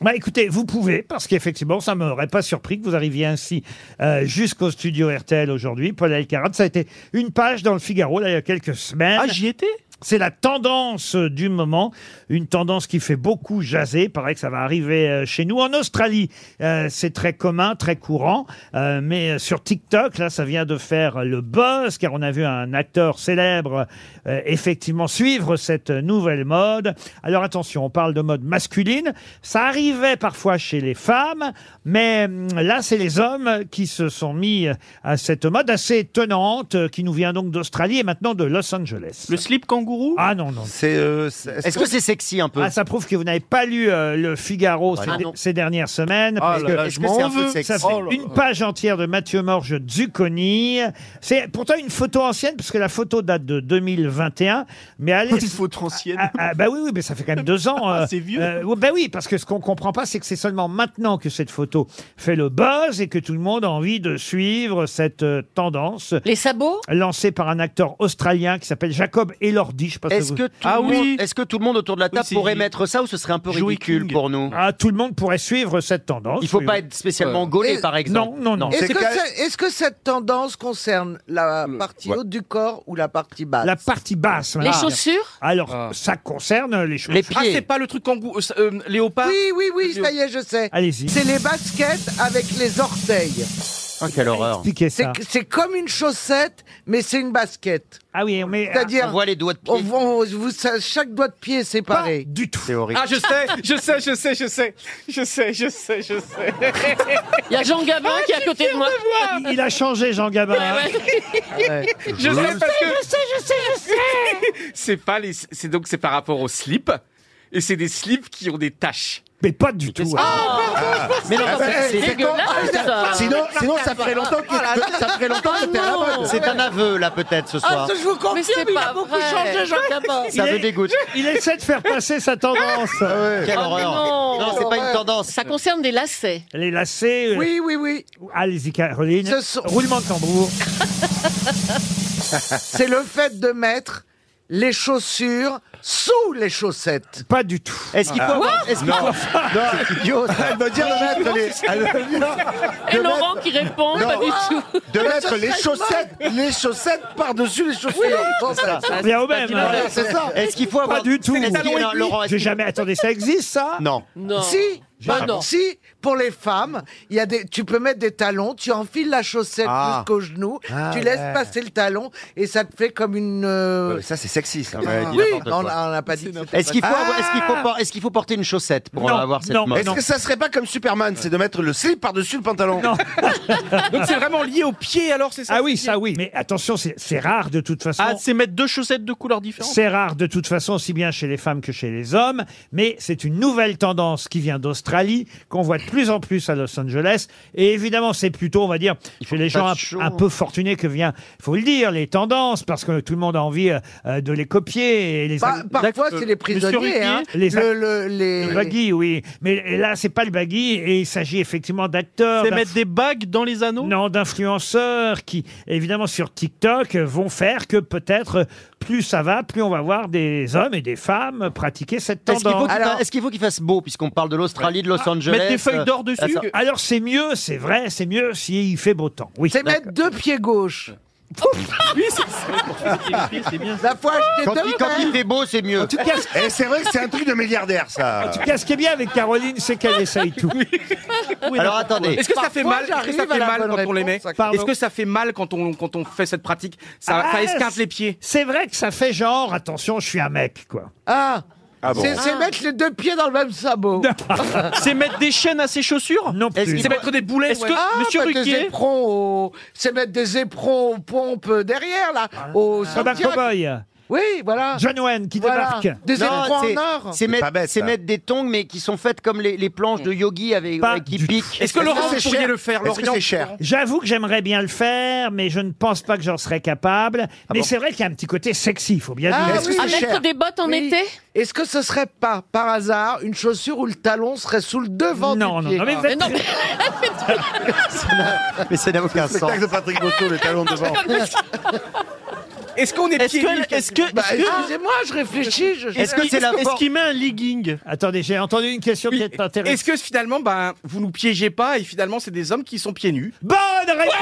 Bah écoutez, vous pouvez, parce qu'effectivement, ça ne m'aurait pas surpris que vous arriviez ainsi euh, jusqu'au studio RTL aujourd'hui. Paul Alcarat, ça a été une page dans le Figaro, là, il y a quelques semaines. Ah, j'y étais c'est la tendance euh, du moment, une tendance qui fait beaucoup jaser. Paraît que ça va arriver euh, chez nous en Australie. euh, c'est très commun, très courant. Euh, mais euh, sur TikTok, là, ça vient de faire euh, le buzz, car on a vu un acteur célèbre euh, effectivement suivre cette nouvelle mode. Alors attention, on parle de mode masculine. Ça arrivait parfois chez les femmes, mais hum, là, c'est les hommes qui se sont mis euh, à cette mode assez étonnante, euh, qui nous vient donc d'Australie et maintenant de Los Angeles. Le slip kangourou Ah non, non. C'est. Est-ce que c'est sexy un peu Ah, ça prouve que vous n'avez pas lu euh, le Figaro Ah ces, non. dé- ces dernières semaines. Ah parce là que- là, je Est-ce que m'en c'est un peu veux. sexy Ça fait Oh là une page entière de Mathieu Morge Zucconi. C'est pourtant une photo ancienne, parce que la photo date de 2021. Mais allez. Une photo ancienne Bah oui, oui, mais ça fait quand même deux ans. euh, C'est vieux. euh, ouais, bah oui, parce que ce qu'on comprend pas, c'est que c'est seulement maintenant que cette photo fait le buzz et que tout le monde a envie de suivre cette euh, tendance. Les sabots Lancée par un acteur australien qui s'appelle Jacob Elordi. Je sais pas si Est-ce vous- Ah que, tout le monde- est-ce que tout le monde autour de la table pourrait mettre ça ou ce serait un peu ridicule pour nous Ah, tout le monde pourrait suivre cette tendance. Il faut oui, pas oui. être spécialement gaulé, par exemple. Non, non, non. Est-ce que, c'est- est-ce que cette tendance concerne la partie ouais. haute du corps ou la partie basse La partie basse. madame. Les chaussures Ah. Alors, Ah. ça concerne les chaussures. Ah, c'est pas le truc kangourou, euh, euh, léopard Oui, oui, oui, ça y est, je sais. Allez-y. C'est les baskets avec les orteils. Ah, quelle horreur. Expliquez C'est- ça. C'est comme une chaussette, mais c'est une basket. Ah oui, mais c'est-à-dire On voit les doigts de pied. on voit- on- vous- ça- chaque doigt de pied est séparé. du tout. C'est horrible. Ah, je sais, je sais, je sais, je sais, je sais, je sais, je sais. Il y a Jean Gabin Ah, qui est à côté de moi. Il a changé, Jean Gabin. Ah Ah Je sais parce que je sais, je sais. c'est pas les, c'est donc c'est par rapport aux slips et c'est des slips qui ont des taches. Mais pas du tout. Ah, pardon, Mais non, c'est- c'est- Ah, dégueulasse. Sinon, sinon, ça ferait longtemps Oh que là là. ça ferait longtemps que t'es à la Ah non. mode. C'est un aveu, là, peut-être, ce soir. Ah, ça, je vous confirme, Mais c'est il pas a beaucoup vrai. changé, Jean Gabin. Ça me dégoûte. Ah Il essaie de faire passer sa tendance. Quelle Oh, mais horreur. non. Non, c'est pas une tendance. Ça concerne des lacets. Les lacets. euh, Oui, oui, oui. Allez-y, Caroline. Ce sont- Roulement de tambour. C'est le fait de mettre les chaussures sous les chaussettes. Pas du tout. Est-ce qu'il faut avoir- est-ce qu'il faut avoir- Non, c'est idiot, ça. Elle veut dire de mettre les- elle veut dire Et de Laurent mettre- qui répond, Non. pas du tout. De mettre les chaussettes, les chaussettes par-dessus les chaussures. Bon, c'est ça. ça. Bien au même. Voilà, hein. C'est ça. Est-ce qu'il faut avoir Pas du tout. Est-ce qu'il- non, Laurent, est-ce J'ai qu'il- jamais. Attendez, ça existe ça Non. Si, Bah bah non. si, pour les femmes, il y a des, tu peux mettre des talons, tu enfiles la chaussette Ah. jusqu'au genou, Ah tu ouais. laisses passer le talon et ça te fait comme une. euh, Ça, c'est sexy, hein, ça. Ouais, dis Oui. n'importe quoi. on a- on a pas dit que c'était Est-ce qu'il faut, pas- avoir- est-ce qu'il faut, Ah por- est-ce qu'il faut porter une chaussette pour avoir cette mode Est-ce que ça serait pas comme Superman, c'est de mettre le slip par-dessus le pantalon Donc c'est vraiment lié au pied alors, c'est ça Ah oui, ça oui. Mais attention, c'est c'est rare de toute façon. Ah, c'est mettre deux chaussettes de couleurs différentes. C'est rare de toute façon, aussi bien chez les femmes que chez les hommes, mais c'est une nouvelle tendance qui vient Australie, qu'on voit de plus en plus à Los Angeles. Et évidemment, c'est plutôt, on va dire, chez les gens un, hein. un peu fortunés que vient, faut le dire, les tendances, parce que tout le monde a envie euh, euh, de les copier. Et les Par- parfois, c'est les prisonniers, hein. Les, Le- le- les- le baggy, oui. Mais là, c'est pas le baggy, et il s'agit effectivement d'acteurs. C'est d'inf- mettre des bagues dans les anneaux Non, d'influenceurs qui, évidemment, sur TikTok, euh, vont faire que peut-être euh, plus ça va, plus on va voir des hommes et des femmes pratiquer cette Est-ce tendance. qu'il faut qu'il fa- est-ce qu'il faut qu'il fasse beau, puisqu'on parle de l'Australie, de Ah, Los Angeles euh, attends. Alors c'est mieux, c'est vrai, c'est mieux s'il fait beau temps. Oui. C'est mettre deux pieds gauche. oui, La fois, j'étais Quand il- deux, quand hein. il fait beau, c'est mieux. En tout cas, Eh, c'est vrai que c'est un truc de milliardaire, ça. En tout cas, ce qui est bien avec Caroline, c'est qu'elle essaye tout. Alors, attendez. Est-ce que ça fait mal, est-ce que ça fait mal quand on les met Pardon Est-ce que ça fait mal quand on, quand on fait cette pratique ça, ça Ah, esquinte les pieds. C'est vrai que ça fait genre, attention, je suis un mec, quoi. Ah, Ah bon. c'est c'est Ah. mettre les deux pieds dans le même sabot. C'est mettre des chaînes à ses chaussures Non Est-ce qu'il C'est faut- mettre des boulets Est-ce que- Ah, Monsieur mettre des Ruquier éperons. éperons au- C'est mettre des éperons aux pompes derrière, là. Au Comme un Santiago. cow-boy. Oui, voilà. John Wayne qui Ah. Voilà. débarque. Des Non, éperons c'est- en or. C'est mettre, c'est mettre des tongs, mais qui sont faites comme les, les planches de yogi avec, Mm. Pas ouais, qui du tout. piquent. J'avoue que j'aimerais bien le faire, mais je ne pense pas que j'en serais capable. mais c'est vrai qu'il y a un petit côté sexy, il faut bien Ah, dire. oui. Avec des bottes en Oui. été Est-ce que ce serait pas, par hasard, une chaussure où le talon serait sous le devant Non, du non, pied non, mais Ah. faites- Mais non, Mais ça n'a aucun Le sens. spectacle de Patrick Bosso, les talons devant. Est-ce qu'on est pieds nus Est-ce que, Bah, est-ce que- ah, Excusez-moi, je réfléchis. je- est-ce que c'est la est-ce est-ce qu'il qu'il met un legging Attendez, j'ai entendu une question qui est intéressante. Est-ce que finalement, ben, vous nous piégez pas et finalement, c'est des hommes qui sont pieds nus Bonne réponse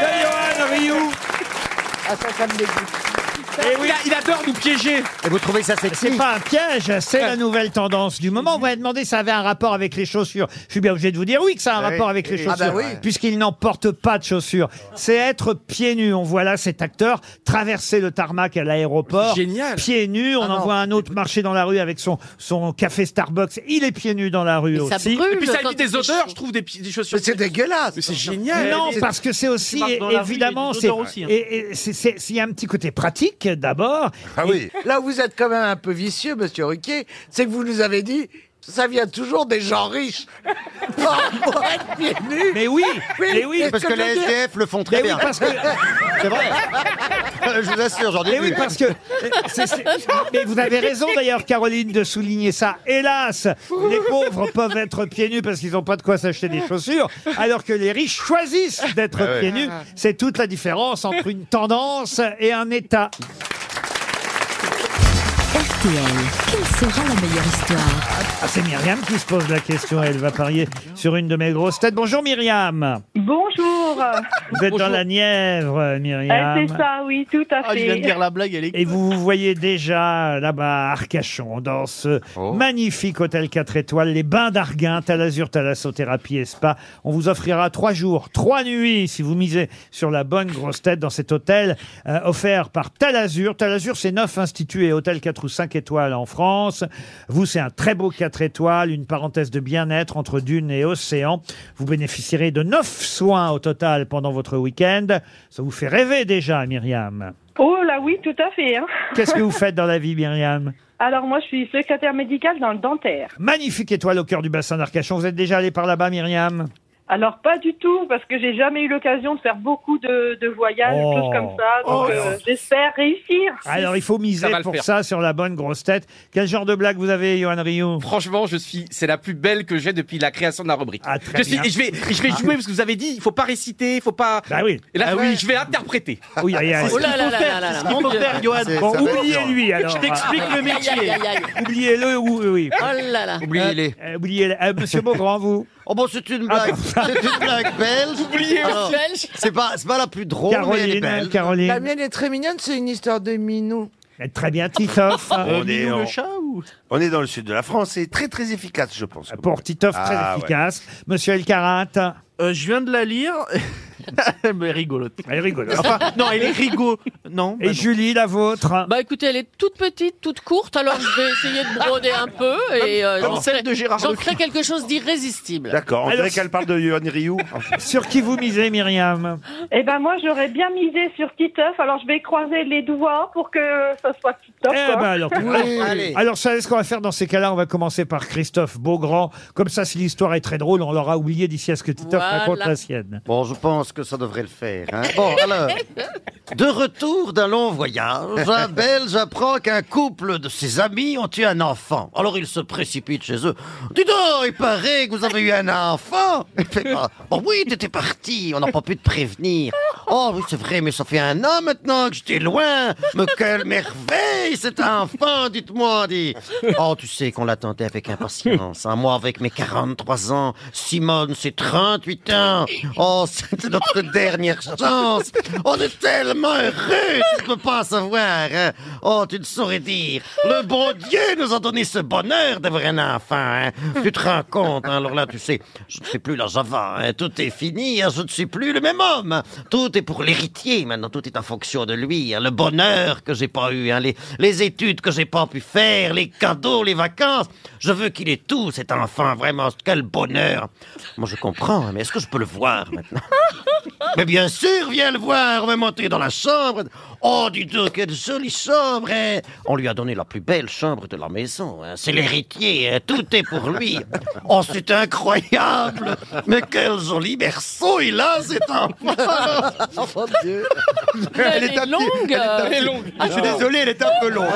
de Johan Rioux. Ah, ça, ça me dégoûte. Et Eh oui, il adore nous piéger. Et vous trouvez ça Ah. sexy C'est pas un piège, c'est la nouvelle tendance du moment. Vous m'avez demandé si ça avait un rapport avec les chaussures. Je suis bien obligé de vous dire oui que ça a un Ah oui. rapport avec les Ah chaussures, bah oui. puisqu'il n'en porte pas de chaussures. C'est être pieds nus. On voit là cet acteur traverser le tarmac à l'aéroport. Génial. Pieds nus, on Ah en voit un autre marcher dans la rue avec son, son café Starbucks. Il est pieds nus dans la rue Et aussi. puis ça évite des odeurs, je trouve, des, pi- des chaussures. C'est dégueulasse. Mais c'est génial. Non, Mais- parce que c'est aussi, Tu marches dans la rue, évidemment, il y a des c'est, odeurs aussi, hein. et, et c'est- c'est- s'il y a un petit côté pratique, d'abord. Ah oui. Là où vous êtes quand même un peu vicieux, monsieur Ruquier, c'est que vous nous avez dit ça vient toujours des gens riches. Oh, pour être pieds nus. Mais oui, mais oui. c'est Parce ce que je les veux dire. SDF le font très Mais oui, bien. parce que- C'est vrai. Je vous assure, j'en ai Mais vu. oui, parce que. c'est- c'est- mais vous avez raison d'ailleurs, Caroline, de souligner ça. Hélas, les pauvres peuvent être pieds nus parce qu'ils n'ont pas de quoi s'acheter des chaussures, alors que les riches choisissent d'être Ah ouais. pieds nus. C'est toute la différence entre une tendance et un état. RTL, quelle sera la meilleure histoire Ah, c'est Myriam qui se pose la question. Elle va parier sur une de mes grosses têtes. Bonjour Myriam. Bonjour. Vous êtes dans la Nièvre, Ah, Myriam. c'est ça, oui, tout à fait. Ah, je viens de dire la blague, elle est. Et vous vous voyez déjà là-bas à Arcachon, dans ce magnifique hôtel 4 étoiles, les Bains d'Arguin, Talazur, Thalassothérapie et Spa. On vous offrira trois jours, trois nuits, si vous misez sur la bonne grosse tête dans cet hôtel, euh, offert par Talazur. Talazur, c'est neuf instituts et hôtels 4 ou 5 étoiles en France. Vous, c'est un très beau 4 étoiles, une parenthèse de bien-être entre dunes et océan. Vous bénéficierez de neuf soins au total pendant votre week-end. Ça vous fait rêver déjà, Myriam. Oh là oui, tout à fait. hein. Qu'est-ce que vous faites dans la vie, Myriam Alors moi, je suis secrétaire médicale dans le dentaire. Magnifique étoile au cœur du bassin d'Arcachon. Vous êtes déjà allé par là-bas, Myriam Alors pas du tout, parce que j'ai jamais eu l'occasion de faire beaucoup de, de voyages, Oh. des choses comme ça. Donc Oh. euh, j'espère réussir. Alors, il faut miser Ça va le pour faire. ça sur la bonne grosse tête. Quel genre de blague vous avez, Johan Rioux Franchement, je suis, c'est la plus belle que j'ai depuis la création de la rubrique. Ah, très je suis, bien. Ah. et je vais, et je vais jouer parce que vous avez dit, il faut pas réciter, il faut pas. Bah oui. Et là, Ah oui. je vais interpréter. Oui, aïe, aïe. Oh là là là là là là. Mon père, Johan. C'est- Bon, ça va être oubliez-lui dur. alors. Je t'explique le Aïe, métier. aïe, aïe, aïe. Oubliez-le ou euh, oui. Oh là là. Oubliez-les. Euh, oubliez-le. Euh, Monsieur Beaugrand, vous Ah, Oh bon, c'est ah, une blague. C'est une blague belge. Oubliez Alors, Belge. C'est pas, c'est pas la plus drôle, mais elle est Caroline, belle. La Caroline. mienne est très mignonne, c'est une histoire de minou. Eh, Très bien, Titoff. Euh, on, est, Minou on- le chat ou on est dans le sud de la France, c'est très très Ah, efficace, je pense. Pour Titoff, très Ah, ouais. efficace. Monsieur Elkarat. Euh, Je viens de la lire. Mais rigolote. Elle est rigolote. Enfin, non, elle est rigolo. Non. bah Et Julie, la vôtre Bah écoutez, elle est toute petite, toute courte, alors je vais essayer de broder un peu et euh, Comme j'en celle ferai- de Gérard J'en Leclerc. ferai quelque chose d'irrésistible. D'accord, on dirait qu'elle parle de Yohan Ryu. Sur qui vous misez, Myriam Eh ben moi j'aurais bien misé sur Titeuf, alors je vais croiser les doigts pour que ça soit Titeuf. Eh quoi. ben alors, alors, vous savez ce qu'on va faire dans ces cas-là On va commencer par Christophe Beaugrand. Comme ça, si l'histoire est très drôle, on l'aura oublié d'ici à ce que Titoff Voilà. raconte la sienne. Bon, je pense que ça devrait le faire. hein. Bon, alors, de retour d'un long voyage, un Belge apprend qu'un couple de ses amis ont eu un enfant. Alors, il se précipite chez eux. Dis donc, il paraît que vous avez eu un enfant. Il fait, Ah, bon, oui, t'étais parti, on n'a pas pu te prévenir. Oh, oui, c'est vrai, mais ça fait un an maintenant que j'étais loin. Mais quelle merveille, cet enfant, dites-moi, dit. Oh, tu sais qu'on l'attendait avec impatience. hein. Moi, avec mes 43 ans, Simone, c'est 38 ans. Oh, c'était notre dernière chance. On est tellement heureux, tu ne peux pas savoir. hein. Oh, tu ne saurais dire. Le bon Dieu nous a donné ce bonheur d'avoir un enfant. hein. Tu te rends compte, hein. alors là, tu sais, je ne suis plus là, j'avance. hein. Tout est fini, hein. je ne suis plus le même homme. Tout est pour l'héritier maintenant, tout est en fonction de lui. hein. Le bonheur que j'ai pas eu, hein. les, les études que j'ai pas pu faire, les cadeaux, les vacances. Je veux qu'il ait tout, cet enfant, vraiment, quel bonheur. Moi, je comprends, hein, mais est-ce que je peux le voir maintenant mais bien sûr, viens le voir, on va monter dans la chambre. Oh, dis donc, quelle jolie chambre hein. On lui a donné la plus belle chambre de la maison. hein. C'est l'héritier, hein. tout est pour lui. Oh, c'est incroyable Mais quel joli berceau il a, cet enfant Oh mon Dieu. Elle est un petit- elle est un petit- Ah, Ah, Je suis Ah. désolé, elle est un peu longue.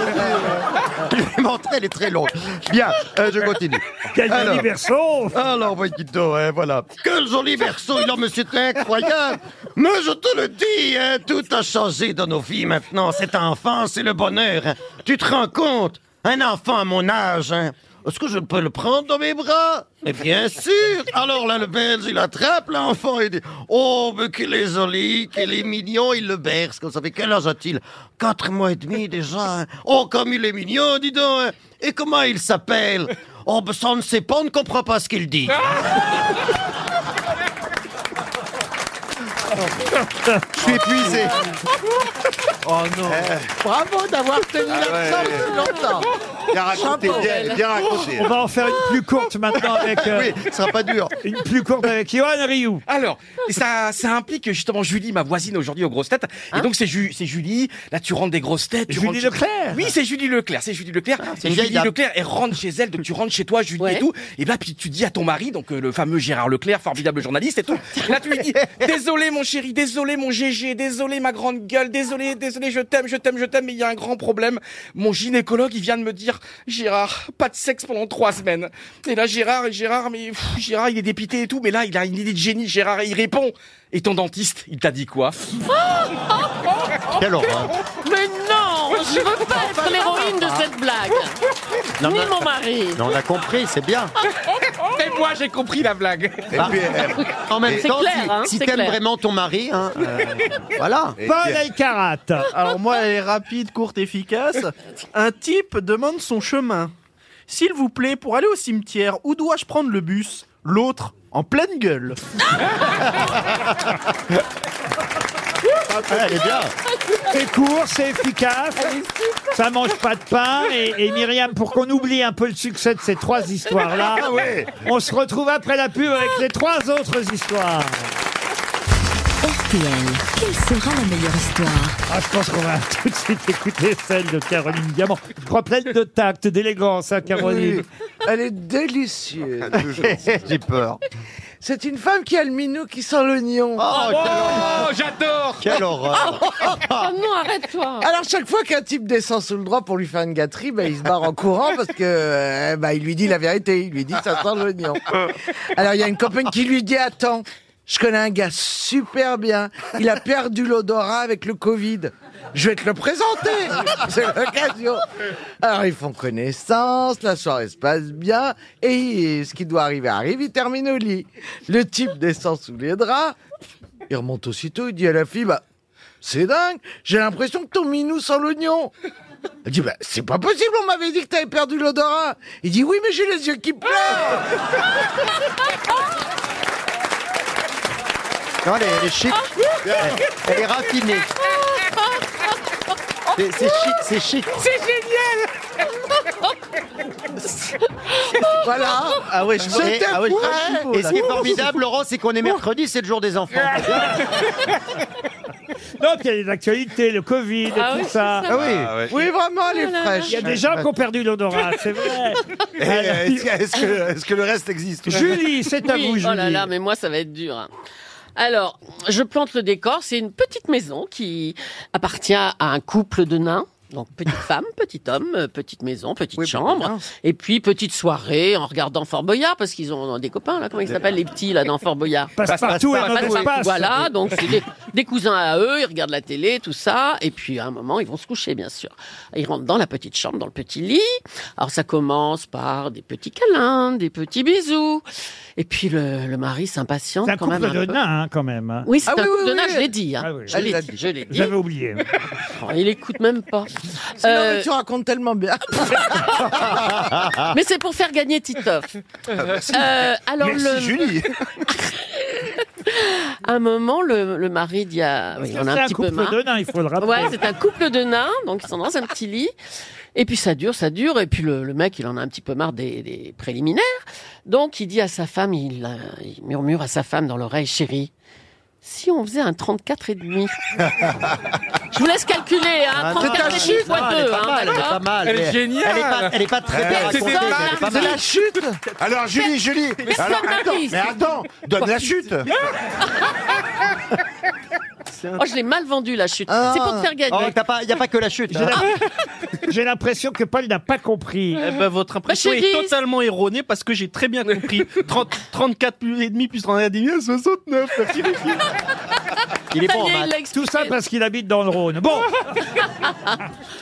Je montré, elle est très longue. Bien, euh, je continue. Quel Alors. joli berceau Alors, oui, dites donc, hein, voilà. Quel joli berceau, il a, mais c'est incroyable. Mais je te le dis, hein, tout a changé dans nos vies maintenant. Cette enfance, c'est le bonheur. hein. Tu te rends compte Un enfant à mon âge, hein. Est-ce que je peux le prendre dans mes bras Mais bien sûr Alors là, le Belge, il attrape l'enfant et dit « Oh, mais qu'il est joli, qu'il est mignon !» Il le berce comme ça. Mais quel âge a-t-il Quatre mois et demi déjà. hein. Oh, comme il est mignon, dis donc hein. Et comment il s'appelle Oh, ben, ça, on ne sait pas, on ne comprend pas ce qu'il dit. Je suis épuisé. Oh non. Bravo d'avoir tenu Ah la ouais. forme si longtemps. Eh. Bien raconté, Chapeau. bien, bien raconté. On va en faire une plus courte maintenant avec. euh, Oui, ce sera pas dur. Une plus courte avec Yohan Ryu. Alors, et ça, ça implique justement Julie, ma voisine aujourd'hui aux grosses têtes. et donc, c'est Ju- c'est Julie. Là, tu rentres des grosses têtes. tu Julie rentres- Leclerc. Oui, c'est Julie Leclerc. C'est Julie Leclerc. Ah, c'est Et une Julie vieille dame. Leclerc, elle rentre chez elle. Donc, tu rentres chez toi, Julie et tout. Et là, puis tu dis à ton mari, donc euh, le fameux Gérard Leclerc, formidable journaliste et tout. Et là, tu lui dis Désolé, mon chéri, désolé, mon GG, désolé, ma grande gueule, désolé, désolé, je t'aime, je t'aime, je t'aime, mais il y a un grand problème. Mon gynécologue, il vient de me dire Gérard, pas de sexe pendant trois semaines. Et là, Gérard, et Gérard, mais pff, Gérard, il est dépité et tout, mais là, il a une idée de génie, Gérard, et il répond Et ton dentiste, il t'a dit quoi Quelle horreur. Mais non, je veux pas être l'héroïne de cette blague. Non, Ni mais- mon mari. Mais on a compris, c'est bien. Et moi, j'ai compris la blague. Ah. Bah, euh, en même C'est temps, clair, si, hein, si c'est t'aimes clair. vraiment ton mari, hein, euh, voilà. Paul Elkarat. Alors moi, elle est rapide, courte, efficace. Un type demande son chemin. S'il vous plaît, pour aller au cimetière, où dois-je prendre le bus L'autre, en pleine gueule. elle est bien. C'est court, c'est efficace. Ça mange pas de pain. Et, et Myriam, pour qu'on oublie un peu le succès de ces trois histoires-là, Ah ouais. on se retrouve après la pub avec les trois autres histoires. RTL, quelle sera la meilleure histoire Ah, je pense qu'on va tout de suite écouter celle de Caroline Diamant. Je crois pleine de tact, d'élégance, hein, Caroline. Elle est délicieuse. J'ai peur. C'est une femme qui a le minou qui sent l'oignon. Ah, Oh, j'adore Quelle horreur. Oh non, arrête-toi. Alors chaque fois qu'un type descend sous le drap pour lui faire une gâterie, bah, il se barre en courant parce que euh, bah, il lui dit la vérité, il lui dit ça sent l'oignon. Alors il y a une copine qui lui dit attends, je connais un gars super bien, il a perdu l'odorat avec le Covid. Je vais te le présenter, c'est l'occasion. Alors ils font connaissance, la soirée se passe bien, et ce qui doit arriver arrive, il termine au lit. Le type descend sous les draps, il remonte aussitôt, il dit à la fille, bah, c'est dingue, j'ai l'impression que ton minou sent l'oignon. Elle dit, bah, c'est pas possible, on m'avait dit que t'avais perdu l'odorat. Il dit, oui, mais j'ai les yeux qui pleurent. Non, elle est, elle est chic. Oh. Elle, elle est raffinée. C'est c'est chic, c'est chic. C'est génial Voilà. Ah ouais, je C'était et- ah ouais, je- fou. Et ce qui est formidable, Laurent, c'est qu'on est mercredi, c'est le jour des enfants. Non, puis il y a les actualités, le Covid, Ah tout oui, ça. c'est ça. Ah oui. Ah ouais. Oui, vraiment, elle est fraîche. Oh Il y a des gens qui ont perdu l'odorat, c'est vrai. Alors- euh, Est-ce que, est-ce que- est-ce que le reste existe Julie, c'est à Oui, vous, Oh là Julie. là, mais moi, ça va être dur. hein. Alors, je plante le décor. C'est une petite maison qui appartient à un couple de nains. Donc, petite femme, petit homme, euh, petite maison, petite bah, chambre. Et puis, petite soirée en regardant Fort Boyard, parce qu'ils ont des copains, là. Comment ils s'appellent, les petits, là, dans Fort Boyard Passe-partout et Mauvaise Euh, Passe. Voilà, donc c'est des, des cousins à eux, ils regardent la télé, tout ça. Et puis, à un moment, ils vont se coucher, bien sûr. Ils rentrent dans la petite chambre, dans le petit lit. Alors, ça commence par des petits câlins, des petits bisous. Et puis, le, le mari s'impatiente C'est un quand même. couple de peu. nains, hein, quand même. hein. Ah Oui, Ah c'est un couple de nains, je l'ai dit. hein. Ah oui. Je l'ai dit, je l'ai dit. J'avais oublié. Il écoute même pas. Sinon, Euh, mais tu racontes tellement bien. Ah, Mais c'est pour faire gagner Titoff. bah, merci. alors Merci, le... Julie. à un moment, le, le mari dit à... Parce oui, que on a c'est un un petit peu couple marre. de nains, il faut le rappeler. Ouais, c'est un couple de nains, donc ils sont dans un petit lit. Et puis ça dure, ça dure. Et puis le, le mec, il en a un petit peu marre des, des préliminaires. Donc il dit à sa femme, il, euh, il murmure à sa femme dans l'oreille, chérie, si on faisait un 34 et demi. Je vous laisse calculer, hein, Ah, c'est 34 un et demi chute, fois hein, elle est 2. pas hein, mal, elle est d'accord pas mal, mais- Elle est pas- elle est pas très bien Eh, racontée, c'était mais elle est pas mal. chute Alors Julie, Julie Personne alors, n'a attends, ri. Mais attends, donne la chute Oh, je l'ai mal vendu la chute. Ah. C'est pour te faire gagner. Oh, t'as pas- y a pas que la chute. J'ai hein. l'impression- J'ai l'impression que Paul n'a pas compris. Eh ben, votre Bah, impression est totalement erronée parce que j'ai très bien compris. 30, 34 plus et demi plus 31 et demi, 69. eh, la fille. Il est Ça bon y est, en il maths. l'a Tout ça parce qu'il habite dans le Rhône. Bon.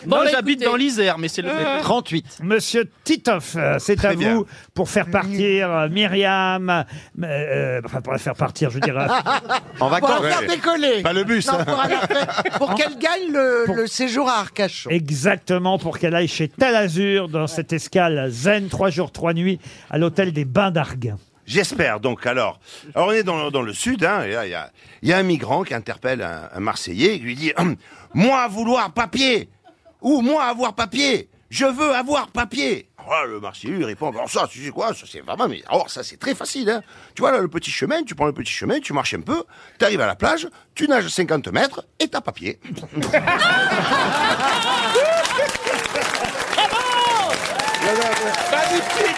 Moi, bah, j'habite dans l'Isère, mais c'est le. Euh. 38. Monsieur Titoff, euh, c'est à vous pour faire partir euh, Myriam. euh, euh, enfin, pour la faire partir, je veux dire. euh, Pour la faire décoller. Pas le bus. hein. Non, pour aller faire- pour qu'elle gagne le, le séjour à Arcachon. Exactement, pour qu'elle aille chez Talazur dans cette escale zen, trois jours, trois nuits, à l'hôtel des Bains d'Arguin. J'espère donc. Alors, alors on est dans, dans le sud, hein, et là, il y a, il y a un migrant qui interpelle un, un Marseillais et qui lui dit Hum, Moi vouloir papier Ou moi avoir papier Je veux avoir papier Alors là, Le Marseillais lui répond Alors ça, tu sais quoi Ça, c'est vraiment. Mais, alors, ça, c'est très facile. hein. Tu vois, là, le petit chemin, tu prends le petit chemin, tu marches un peu, tu arrives à la plage, tu nages 50 mètres et t'as papier. Magnifique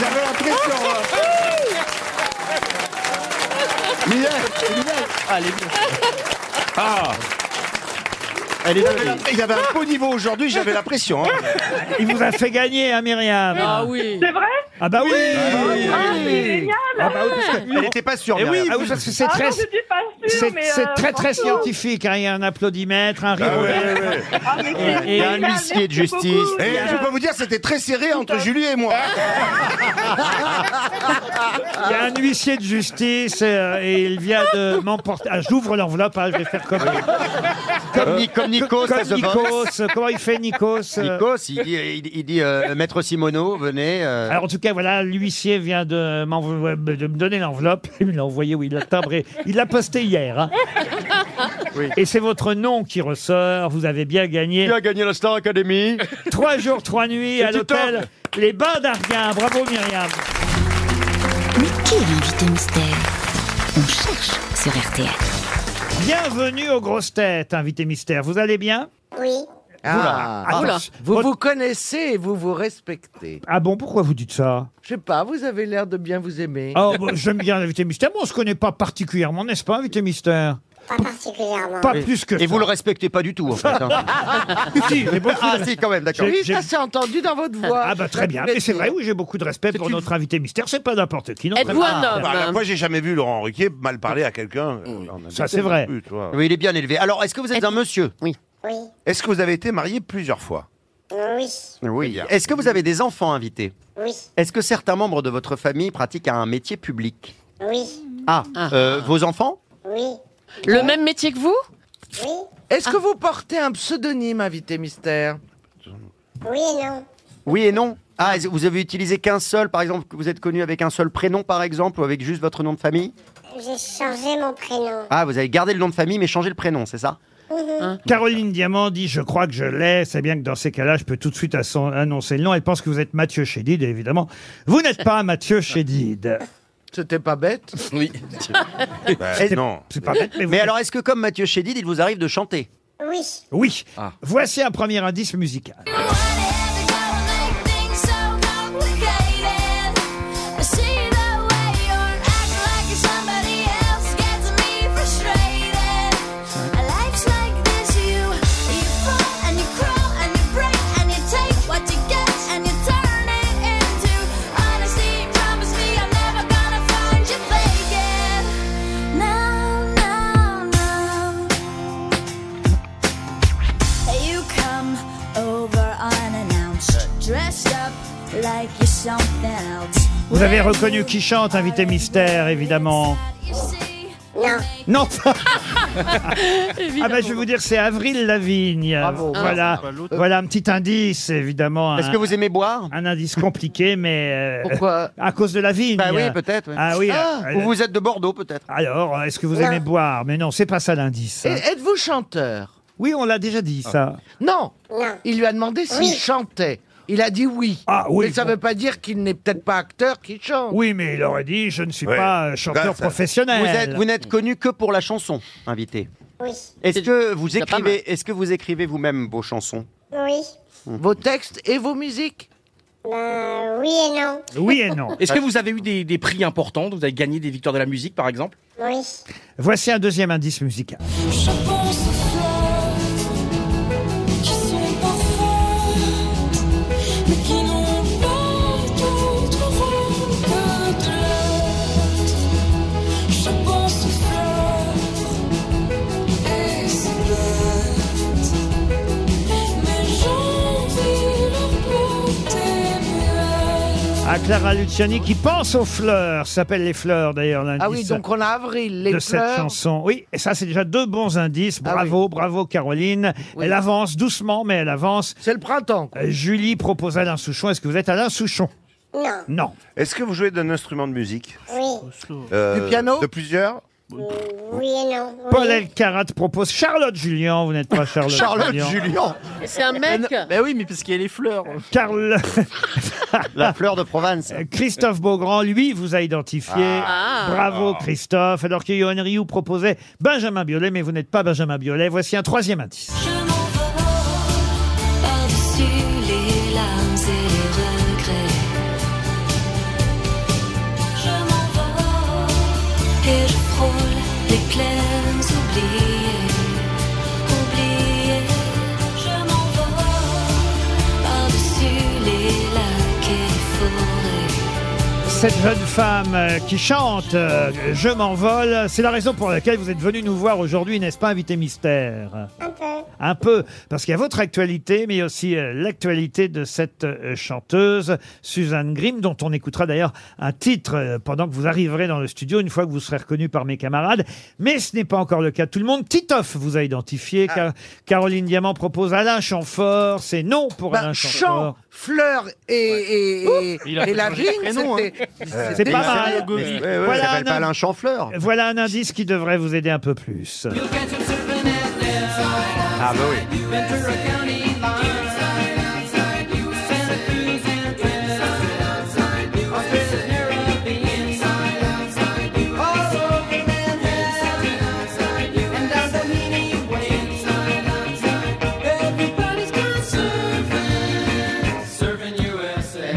J'avais l'impression. Allez, Ah Elle est il, avait, il avait un beau niveau aujourd'hui, j'avais la pression. hein. Il vous a fait gagner, hein, Myriam. Ah oui. C'est vrai Ah bah oui. Ah, c'est génial. Ah bah oui, parce que- Elle était pas sûre, Eh oui, Myriam. ah oui, parce que c'est Ah très, non, je suis pas sûre, c'est, mais, c'est euh, très très franchement. scientifique. hein, Il y a un applaudimètre, un rire. Ah, mais c'est Et- et- génial, merci beaucoup. Et Eh, je peux vous dire, c'était très serré entre Julie et moi. Il y a un huissier de justice euh, et il vient de m'emporter. Ah, j'ouvre l'enveloppe, hein, je vais faire comme. Comme Euh, Ni- Euh, comme Nikos, Comme à The Voice. Nikos. Comment il fait, Nikos euh, Nikos, il dit, il, il dit euh, Maître Simoneau, venez. euh, Alors en tout cas, voilà, l'huissier vient de, m'envo- de me donner l'enveloppe. Il me l'a envoyé, oui, il l'a timbré. Il l'a posté hier. hein. Et c'est votre nom qui ressort. Vous avez bien gagné. Qui a gagné la Star Academy Trois jours, trois nuits Et à du l'hôtel Les Bains d'Arguin. Bravo Myriam. Mais qui est l'invité mystère On cherche sur RTL. Bienvenue aux grosses têtes, invité mystère. Vous allez bien Oui. Oula. Attends. Ah. Vous Votre- vous connaissez et vous vous respectez. Ah bon, pourquoi vous dites ça Je sais pas, vous avez l'air de bien vous aimer. Oh, bah, j'aime bien l'invité mystère, mais on se connaît pas particulièrement, n'est-ce pas, invité mystère Pas particulièrement. Pas plus que Et vous ça. le respectez pas du tout, en fait. hein. Si, j'ai beaucoup ah, de- si, quand même, d'accord. J'ai- Oui, j'ai- ça s'est entendu dans votre voix. Ah bah très bien, mais c'est vrai, oui, j'ai beaucoup de respect pour notre invité mystère, c'est pas n'importe qui. non, Êtes-vous très un bien. homme hein Bah, moi, j'ai jamais vu Laurent Ruquier mal parler à quelqu'un. Ça, c'est vrai. Ah, Oui, il est bien élevé. Alors, est-ce que vous êtes un monsieur Oui. Oui. Est-ce que vous avez été marié plusieurs fois Oui. Oui. Est-ce que vous avez des enfants invités Oui. Est-ce que certains membres de votre famille pratiquent un métier public Oui. Ah, euh, vos enfants Oui. Le même métier que vous Oui. Est-ce que vous portez un pseudonyme, invité mystère Oui et non. Oui et non Ah, est-ce que vous avez utilisé qu'un seul, par exemple, que vous êtes connu avec un seul prénom, par exemple, ou avec juste votre nom de famille J'ai changé mon prénom. Ah, vous avez gardé le nom de famille mais changé le prénom, c'est ça Hein Mhm. Caroline Diamant dit Je crois que je l'ai. C'est bien que dans ces cas-là, je peux tout de suite asson- annoncer le nom. Elle pense que vous êtes Mathieu Chédid, et évidemment. Vous n'êtes pas Mathieu Chédid. C'était pas bête Oui. C'est- Bah, non. C'est pas bête, mais Mais, vous- alors, est-ce que comme Mathieu Chédid, il vous arrive de chanter Oui. Oui. Ah. Voici un premier indice musical. You come over unannounced, dressed up like you're something else. Vous avez reconnu qui chante, invité mystère, évidemment. Non. Non Ah bah je vais vous dire, c'est Avril Lavigne. Voilà, Ah, bah, l'autre. voilà un petit indice, évidemment. Est-ce un- que vous aimez boire Un indice compliqué, mais... euh, Pourquoi À cause de la vigne. Bah oui, peut-être. oui. Ah oui. Ah, euh, ou vous Ah. êtes de Bordeaux, peut-être. Alors, est-ce que vous aimez boire Mais non, c'est pas ça l'indice. hein. Et Êtes-vous chanteur Oui, on l'a déjà Ah. dit, ça. Non. Il lui a demandé s'il chantait. Il a dit oui. Ah, oui, Mais ça ne bon. veut pas dire qu'il n'est peut-être pas acteur qui Oh. chante. Oui, mais il aurait dit, je ne suis pas euh, chanteur professionnel. Vous êtes- Vous n'êtes connu que pour la chanson, invité. Oui. Est-ce que vous C'est pas mal. écrivez, est-ce que vous écrivez vous-même vos chansons Oui. Hmm. Vos textes et vos musiques Ben, oui et non. Oui et non. Est-ce que vous avez eu des, des prix importants Vous avez gagné des victoires de la musique, par exemple Oui. Voici un deuxième indice musical. Je pense aux fleurs qui sont parfaites, mais qui n'ont pas d'autre rôle que de l'être. Je pense aux fleurs et c'est bête, mais j'envie leur beauté muette. À Clara Luciani qui pense aux fleurs, ça s'appelle les fleurs d'ailleurs l'indice. Ah oui, donc on a Avril, les de cette fleurs. Ah chanson. Oui, et ça c'est déjà deux bons indices. Bravo, bravo Caroline. Elle avance doucement, mais elle avance. Euh, C'est le printemps. Julie propose Alain Souchon. Est-ce que vous êtes Alain Souchon Non. Non. Est-ce que vous jouez d'un instrument de musique Oui. Euh, Du piano De plusieurs Oui et non. Oui. Paul Elkarat propose Charlotte Julien. Vous n'êtes pas Charlotte. C'est un mec. Bah oui, mais parce qu'il y a les fleurs. Carl. La fleur de Provence. Euh, Christophe Beaugrand, lui, vous a identifié. Ah. Bravo Ah. Christophe. Alors que Johan Rioux proposait Benjamin Biolay, mais vous n'êtes pas Benjamin Biolay. Voici un troisième indice. Par-dessus les larmes et les regrets, je m'envole et je frôle les plaines oubliées, oubliées. Je m'envole par-dessus les lacs et les forêts. Cette jeune femme euh, qui chante euh, Je m'envole, c'est la raison pour laquelle vous êtes venu nous voir aujourd'hui, n'est-ce pas, invité mystère Un peu. Un peu, parce qu'il y a votre actualité, mais aussi euh, l'actualité de cette euh, chanteuse, Suzanne Grimm, dont on écoutera d'ailleurs un titre euh, pendant que vous arriverez dans le studio, une fois que vous serez reconnu par mes camarades. Mais ce n'est pas encore le cas de tout le monde. Titoff vous a identifié. Ah. Car- Caroline Diamant propose Alain Chamfort. C'est non pour Bah, Alain chant, Chamfort. fleurs et, et, et, Il a et la changé vigne, de prénom, hein. c'était... Euh, C'est c'était pas mal. sérieux. Mais- ouais, ouais, ça s'appelle pas Alain Chanfleur. Voilà un indice qui devrait vous aider un peu plus. Ah bah oui.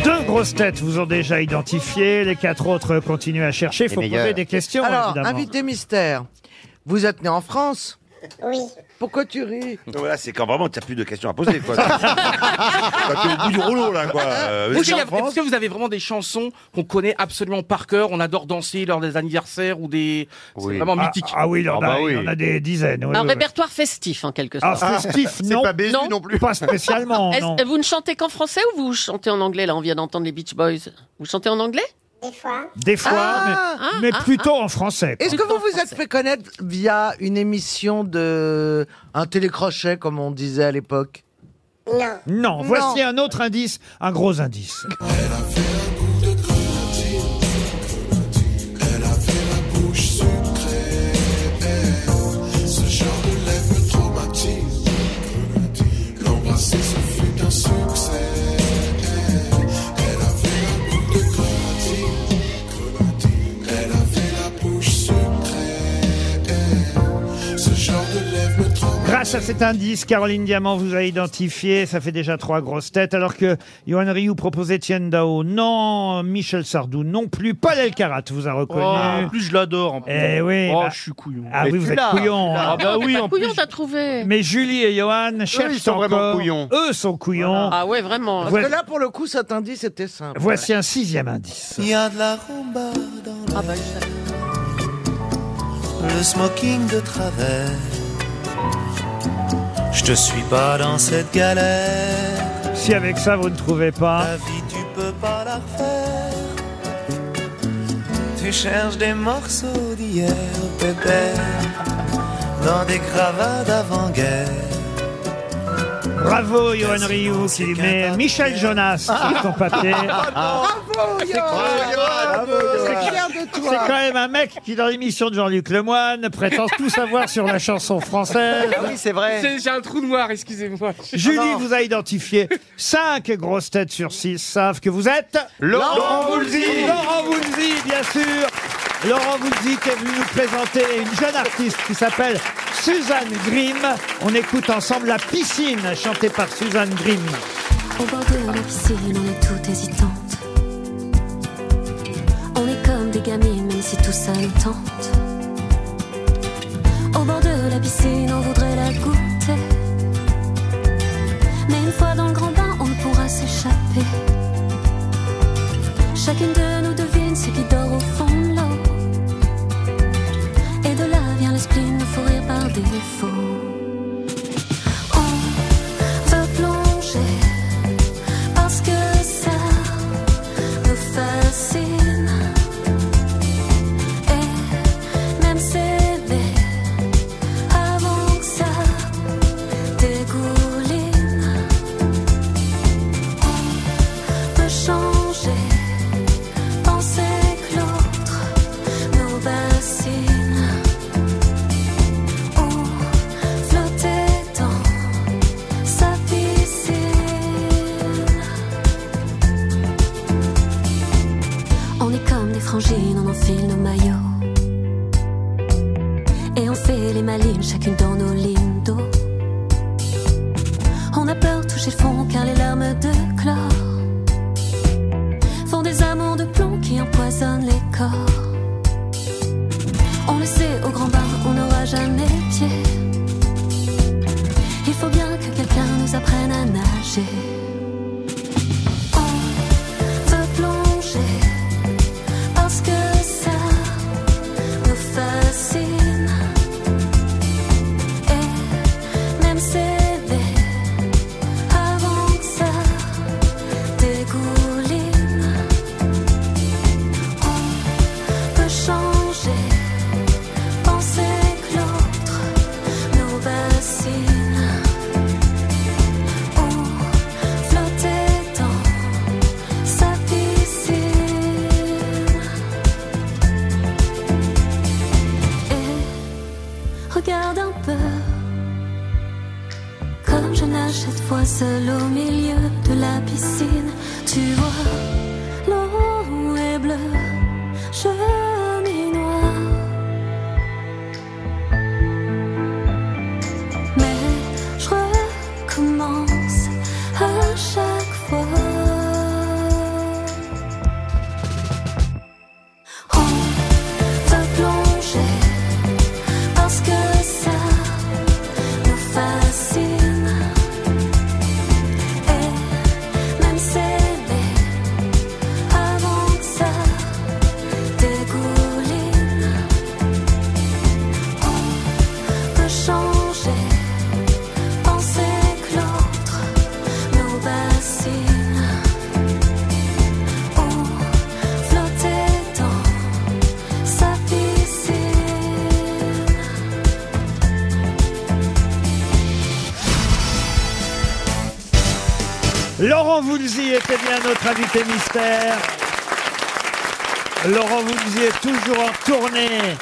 Deux grosses têtes vous ont déjà identifié. Les quatre autres continuent à chercher. Il faut poser des questions, Alors, évidemment. invité mystère, vous êtes né en France Oui. Pourquoi tu ris Non, voilà, c'est quand vraiment t'as plus de questions à poser, quoi. quand Ah, t'es au bout du rouleau, là, quoi. Euh, Est-ce c'est qu'il y a- en France est-ce que vous avez vraiment des chansons qu'on connaît absolument par cœur On adore danser lors des anniversaires ou des. C'est vraiment Ah, mythique. ah oui, il y en bah a- il y en a des dizaines. oui, Un oui, oui. Bah, répertoire festif, en quelque Ah, sorte. festif, non. non, plus. Pas spécialement, Est-ce- non. Vous ne chantez qu'en français ou vous chantez en anglais Là, on vient d'entendre les Beach Boys. Vous chantez en anglais Des fois. Des fois, Ah, mais, mais plutôt en français. quoi. Est-ce que vous vous êtes fait connaître via une émission de... un télécrochet, comme on disait à l'époque Non. Non, voici un autre indice, un gros indice. Elle avait la bouche sur Ah, ça c'est un indice, Caroline Diamant vous a identifié, ça fait déjà trois grosses têtes, alors que Yohan Ryu proposait Etienne Dao, non, Michel Sardou non plus, Paul Elkarat vous a reconnu. Oh, en plus, je l'adore. en plus. Eh oui, Oh, bah- je suis couillon. Ah oui, vous êtes couillon. hein. Ah bah oui, en plus. Couillon, t'as trouvé. Mais Julie et Johan cherchent ils sont encore. vraiment couillons. Eux sont couillons. Ah ouais, vraiment. Parce que là, pour le coup, cet indice c'était simple. Voici un sixième indice. Il y a de la rumba dans Ah, bah, le le smoking de travers. Je te suis pas dans cette galère. Si avec ça vous ne trouvez pas, La vie, tu peux pas la refaire. Tu cherches des morceaux d'hier, bébé, dans des cravates d'avant-guerre. bravo Johan Ryu qui met Michel Jonas sur son papier. Ah, Ah, Ah. Bravo, Johan C'est clair de C'est toi quand même un mec qui, dans l'émission de Jean-Luc Lemoyne, prétend tout savoir sur la chanson française. Ah Ah c'est vrai. J'ai un trou noir, excusez-moi. Julie vous a identifié. Cinq grosses têtes sur six savent que vous êtes... Laurent Laurent Voulzy. Voulzy. Laurent Voulzy, bien sûr Laurent Voulzy qui est venu nous présenter une jeune artiste qui s'appelle Suzanne Grimm. On écoute ensemble La Piscine, chantée par Suzanne Grimm. Au bord de la piscine, on est tout hésitante. On est comme des gamines, même si tout ça nous tente. Au bord de la piscine, on voudrait la goûter. Mais une fois dans le grand bain, on ne pourra s'échapper. Chacune de nous devine ce qui dort au fond de l'eau. Et de là vient le spleen, nous faut rire par défaut. On veut plonger. Parce que ça nous fascine Et même s'aimer avant que ça dégouline On peut changer, penser que l'autre nous bassine Ou flotter dans sa piscine On est comme des frangines, on enfile nos maillots. Et on fait les malines, chacune dans nos lignes d'eau. On a peur de toucher le fond car les larmes de chlore font des amants de plomb qui empoisonnent les corps. On le sait, au grand bain, on n'aura jamais pied. Il faut bien que quelqu'un nous apprenne à nager. On veut plonger parce que ça nous fascine Et même s'aimer avant que ça dégouline On peut changer, penser que l'autre nous bassine Ou flotter dans sa piscine Et regarde un peu Comme je nage cette fois seule au milieu de la piscine Tu vois, l'eau est bleue Je m'y noie Mais je recommence à chaque fois veut plonger parce que ça nous fascine et même s'aimer avant que ça dégouline on peut changer penser que l'autre nous bassine ou flotter dans sa piscine. Laurent Voulzy était bien notre invité mystère. Laurent Voulzy est toujours en tournée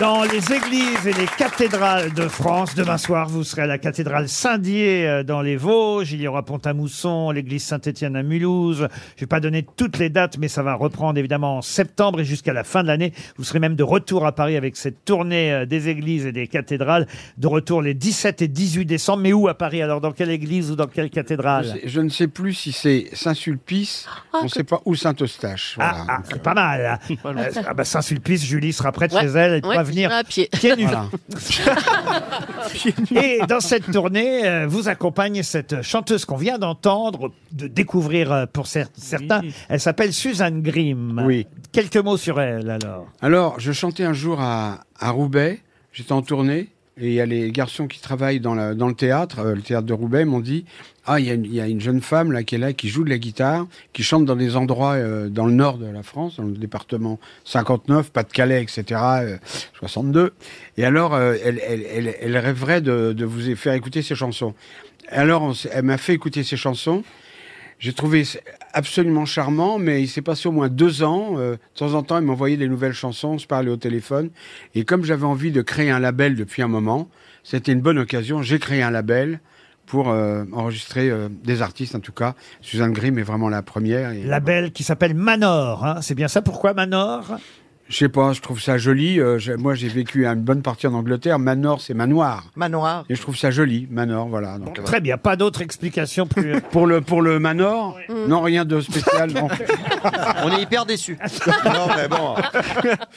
Dans les églises et les cathédrales de France, demain soir, vous serez à la cathédrale Saint-Dié euh, dans les Vosges. Il y aura Pont-à-Mousson, l'église Saint-Étienne à Mulhouse. Je vais pas donner toutes les dates, mais ça va reprendre évidemment en septembre et jusqu'à la fin de l'année. Vous serez même de retour à Paris avec cette tournée euh, des églises et des cathédrales. De retour les 17 et 18 décembre. Mais où à Paris Alors, dans quelle église ou dans quelle Je, cathédrale sais- je ne sais plus si c'est Saint-Sulpice, on ne sait pas, ou Saint-Eustache. Ah, ah, c'est pas mal. Euh, ah bah Saint-Sulpice, Julie sera prête Ouais, chez elle. Elle pourra ouais, venir j'irai à pied. nus. Voilà. Et dans cette tournée, euh, vous accompagne cette chanteuse qu'on vient d'entendre, de découvrir euh, pour cer- certains. Elle s'appelle Suzanne Grimm. Oui. Quelques mots sur elle alors. Alors, je chantais un jour à, à Roubaix, j'étais en tournée, et il y a les garçons qui travaillent dans, la- dans le théâtre, euh, le théâtre de Roubaix, m'ont dit Ah, il y, a une- il y a une jeune femme là qui est là, qui joue de la guitare, qui chante dans des endroits euh, dans le nord de la France, dans le département 59, Pas-de-Calais, etc., euh, 62. Et alors, euh, elle, elle- elle- elle rêverait de, de vous faire écouter ses chansons. Alors, on s- elle m'a fait écouter ses chansons. J'ai trouvé c- absolument charmant, mais il s'est passé au moins deux ans. euh, de temps en temps, il m'envoyait des nouvelles chansons, on se parlait au téléphone. Et comme j'avais envie de créer un label depuis un moment, c'était une bonne occasion. J'ai créé un label pour euh, enregistrer euh, des artistes, en tout cas. Suzanne Grimm est vraiment la première. et- La belle qui s'appelle Manor. hein. C'est bien ça. Pourquoi Manor Je sais pas, je trouve ça joli. euh, j'ai- moi, j'ai vécu une bonne partie en Angleterre. Manor, c'est manoir. Manoir. Et je trouve ça joli, Manor, voilà. Donc, euh, Très bien. Pas d'autre explication plus. euh. Pour le, pour le Manor, non, rien de spécial. non. bah, On est hyper déçus.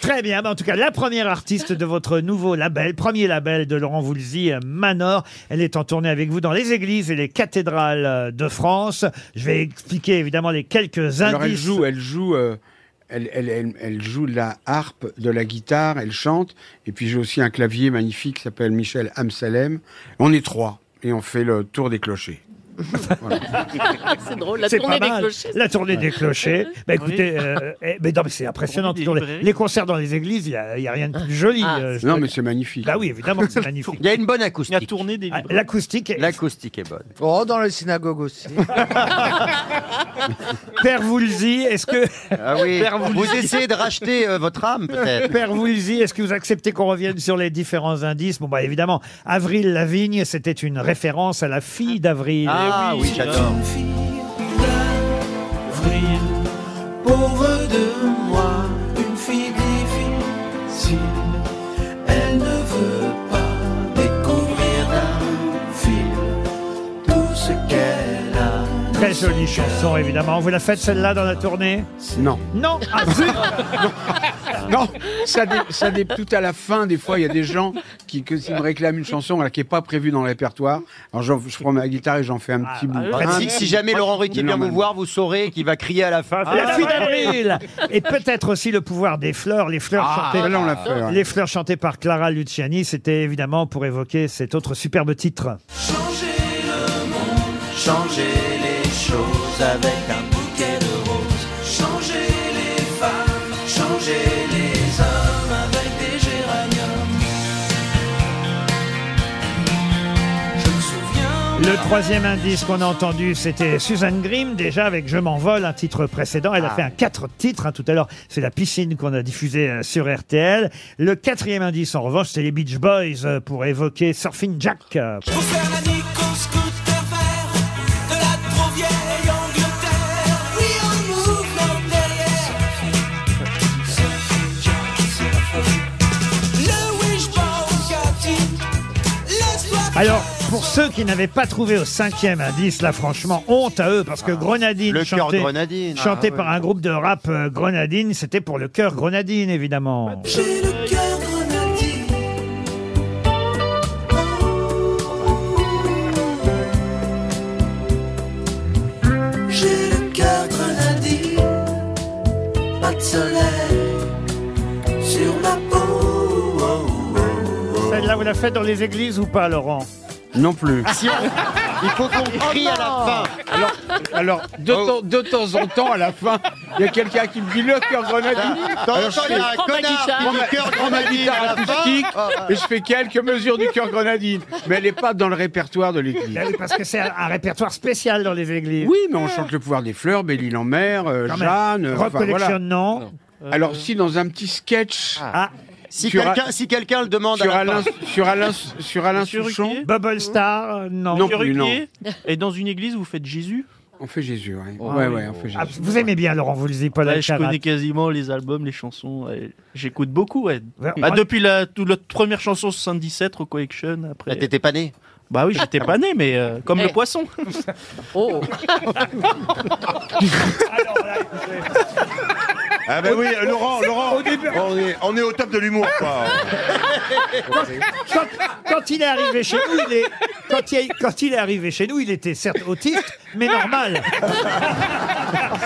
Très bien. Mais en tout cas, la première artiste de votre nouveau label, premier label de Laurent Voulzy, euh, Manor. Elle est en tournée avec vous dans les églises et les cathédrales euh, de France. Je vais expliquer évidemment les quelques indices. Alors elle joue, elle joue, euh, elle, elle- elle- elle joue de la harpe, de la guitare, elle chante. Et puis j'ai aussi un clavier magnifique qui s'appelle Michel Amsalem. On est trois et on fait le tour des clochers. c'est drôle, la C'est tournée pas des mal. clochers. La tournée Ouais. des clochers. Oui. Bah, écoutez, euh, eh, mais non, mais c'est impressionnant. toujours les- Les concerts dans les églises, il n'y a, rien de plus joli. Ah. euh, je non dois- mais c'est magnifique. Bah oui, évidemment, que c'est magnifique. Il y a une bonne acoustique. Il y a tourné des Ah, L'acoustique est... L'acoustique est bonne. Oh, dans les synagogues aussi. Père Woolsey, est-ce que... Ah oui. Vous essayez de racheter euh, votre âme, peut-être. Père Woolsey, est-ce que vous acceptez qu'on revienne sur les différents indices Bon, bah évidemment, Avril Lavigne, c'était une référence à la fille Eh d'Avril. Ah oui, j'adore. Avril, pauvre de moi, une fille difficile. Elle ne veut pas découvrir d'un fil tout ce qu'elle a. Très jolie chanson, évidemment. Vous la faites celle-là dans la tournée Non. Non Ah, zut Non, ça, dé- ça dé- tout à la fin, des fois, il y a des gens qui, que, s'ils me réclament une chanson alors, qui n'est pas prévue dans le répertoire. Alors, j'en- je prends ma guitare et j'en fais un petit bout. Un Si, petit- Ah, bah, si jamais Laurent Ruquier vient vous Normalement. voir, vous saurez qu'il va crier à la fin. Ah, la fille d'avril Et peut-être aussi le pouvoir des fleurs, les fleurs Ah, chantées. celle-là, on l'a fait, ouais. Les fleurs chantées par Clara Luciani, c'était évidemment pour évoquer cet autre superbe titre. Changer le monde, changer les choses avec un bouquet de roses. Changer les femmes, changer les hommes avec des géraniums. Je me souviens. Le troisième indice qu'on a entendu, c'était Suzanne Grimm, déjà avec Je m'envole, un titre précédent. Elle a Ah. fait un quatre titres hein, tout à l'heure. C'est la piscine qu'on a diffusée euh, sur RTL. Le quatrième indice, en revanche, c'est les Beach Boys euh, pour évoquer Surfing Jack. euh, Pour faire la nique au scooter vert de la trop vieille Angleterre. Oui, on mouvement derrière. Le wishbone Cathy, laisse-toi Alors, pour ceux qui n'avaient pas trouvé au cinquième indice, là, franchement, honte à eux, parce que Ah. Grenadine, hein, Le cœur chanté, Grenadine. chanté Ah, par ouais. un groupe de rap euh, Grenadine, c'était pour le cœur Grenadine, évidemment. J'ai le cœur grenadier. J'ai le cœur grenadier. Pas de soleil sur ma peau. Celle-là, vous la faites dans les églises ou pas, Laurent Non plus. Il faut qu'on crie à la fin. Alors, alors, de, Oh. temps, de temps en temps, à la fin, il y a quelqu'un qui me dit le cœur grenadine. Dans le Alors, temps, je il y a fais- un Prends ma connard qui guitare. dit le cœur prends ma grenadine guitare à la fin. acoustique Ah, ah. et je fais quelques mesures du cœur grenadine. Mais elle n'est pas dans le répertoire de l'église. Ben oui, Parce que c'est un, un répertoire spécial dans les églises. Oui, mais on chante le pouvoir des fleurs, Belle-Île en mer, euh, Quand même. Euh. Jeanne. euh, Rock enfin, voilà. Collection, non. Ah. Alors, si dans un petit sketch, Si Sur A- quelqu'un si quelqu'un le demande sur à la Alain, porte- sur Alain, sur Alain Souchon. Bubble Star, euh, non. Non Sur plus, non. Ruquier, Et dans une église, vous faites Jésus On fait Jésus, ouais. Oh, ouais, oui. ouais, on fait Jésus. Ah, vous aimez bien Laurent Voulzy, Paul Ouais, je Alcarat. connais quasiment les albums, les chansons. ouais. J'écoute beaucoup. Ouais. Ouais, Bah, on- depuis la, toute la première chanson 77, Recollection. Après. t'étais pas né Bah oui, j'étais pas né, mais euh, comme Eh. le poisson. Oh Ah ben oui, euh, Laurent, Laurent, Au début- on est, on est au top de l'humour, quoi. quand, quand- quand il est arrivé chez nous, il est, quand, il, quand il est arrivé chez nous, il était certes autiste, mais normal.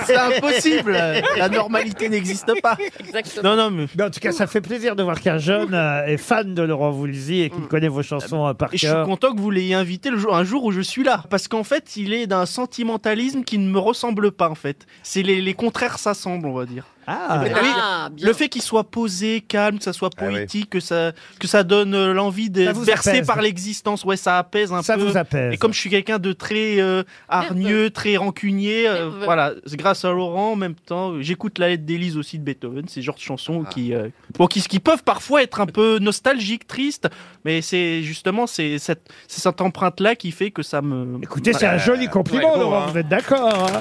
C'est impossible. La normalité n'existe pas. Exactement. Non, non, mais. en tout cas, ça fait plaisir de voir qu'un jeune euh, est fan de Laurent Voulzy et qu'il connaît vos chansons euh, par Mm. Et je suis cœur. content que vous l'ayez invité le jour, un jour où je suis là. Parce qu'en fait, il est d'un sentimentalisme qui ne me ressemble pas, en fait. C'est les, les contraires s'assemblent, on va dire. Ah, Eh ben, oui, Ah, bien. le fait qu'il soit posé, calme, que ça soit Ah oui. poétique, que, ça, que ça donne euh, l'envie Ça d'être vous bercé apaise. par l'existence, ouais, ça apaise un Ça peu. vous apaise. Et comme je suis quelqu'un de très euh, hargneux, très rancunier, euh, Nerveux. voilà, c'est grâce à Laurent, en même temps, euh, j'écoute la lettre d'Élise aussi de Beethoven, ces genres de Ah. chansons qui, euh, bon, qui, qui peuvent parfois être un peu nostalgiques, tristes, mais c'est justement c'est cette, c'est cette empreinte-là qui fait que ça me. Écoutez, c'est un joli compliment, ouais, beau, Laurent, hein. vous êtes d'accord hein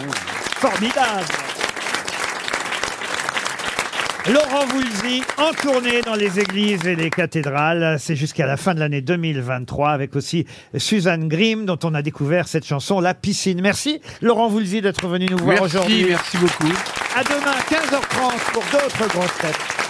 Formidable Laurent Voulzy, en tournée dans les églises et les cathédrales, c'est jusqu'à la fin de l'année 2023, avec aussi Suzanne Grimm, dont on a découvert cette chanson, La piscine. Merci, Laurent Voulzy, d'être venu nous voir Merci, aujourd'hui. merci beaucoup. À demain, 15h30, pour d'autres grosses têtes.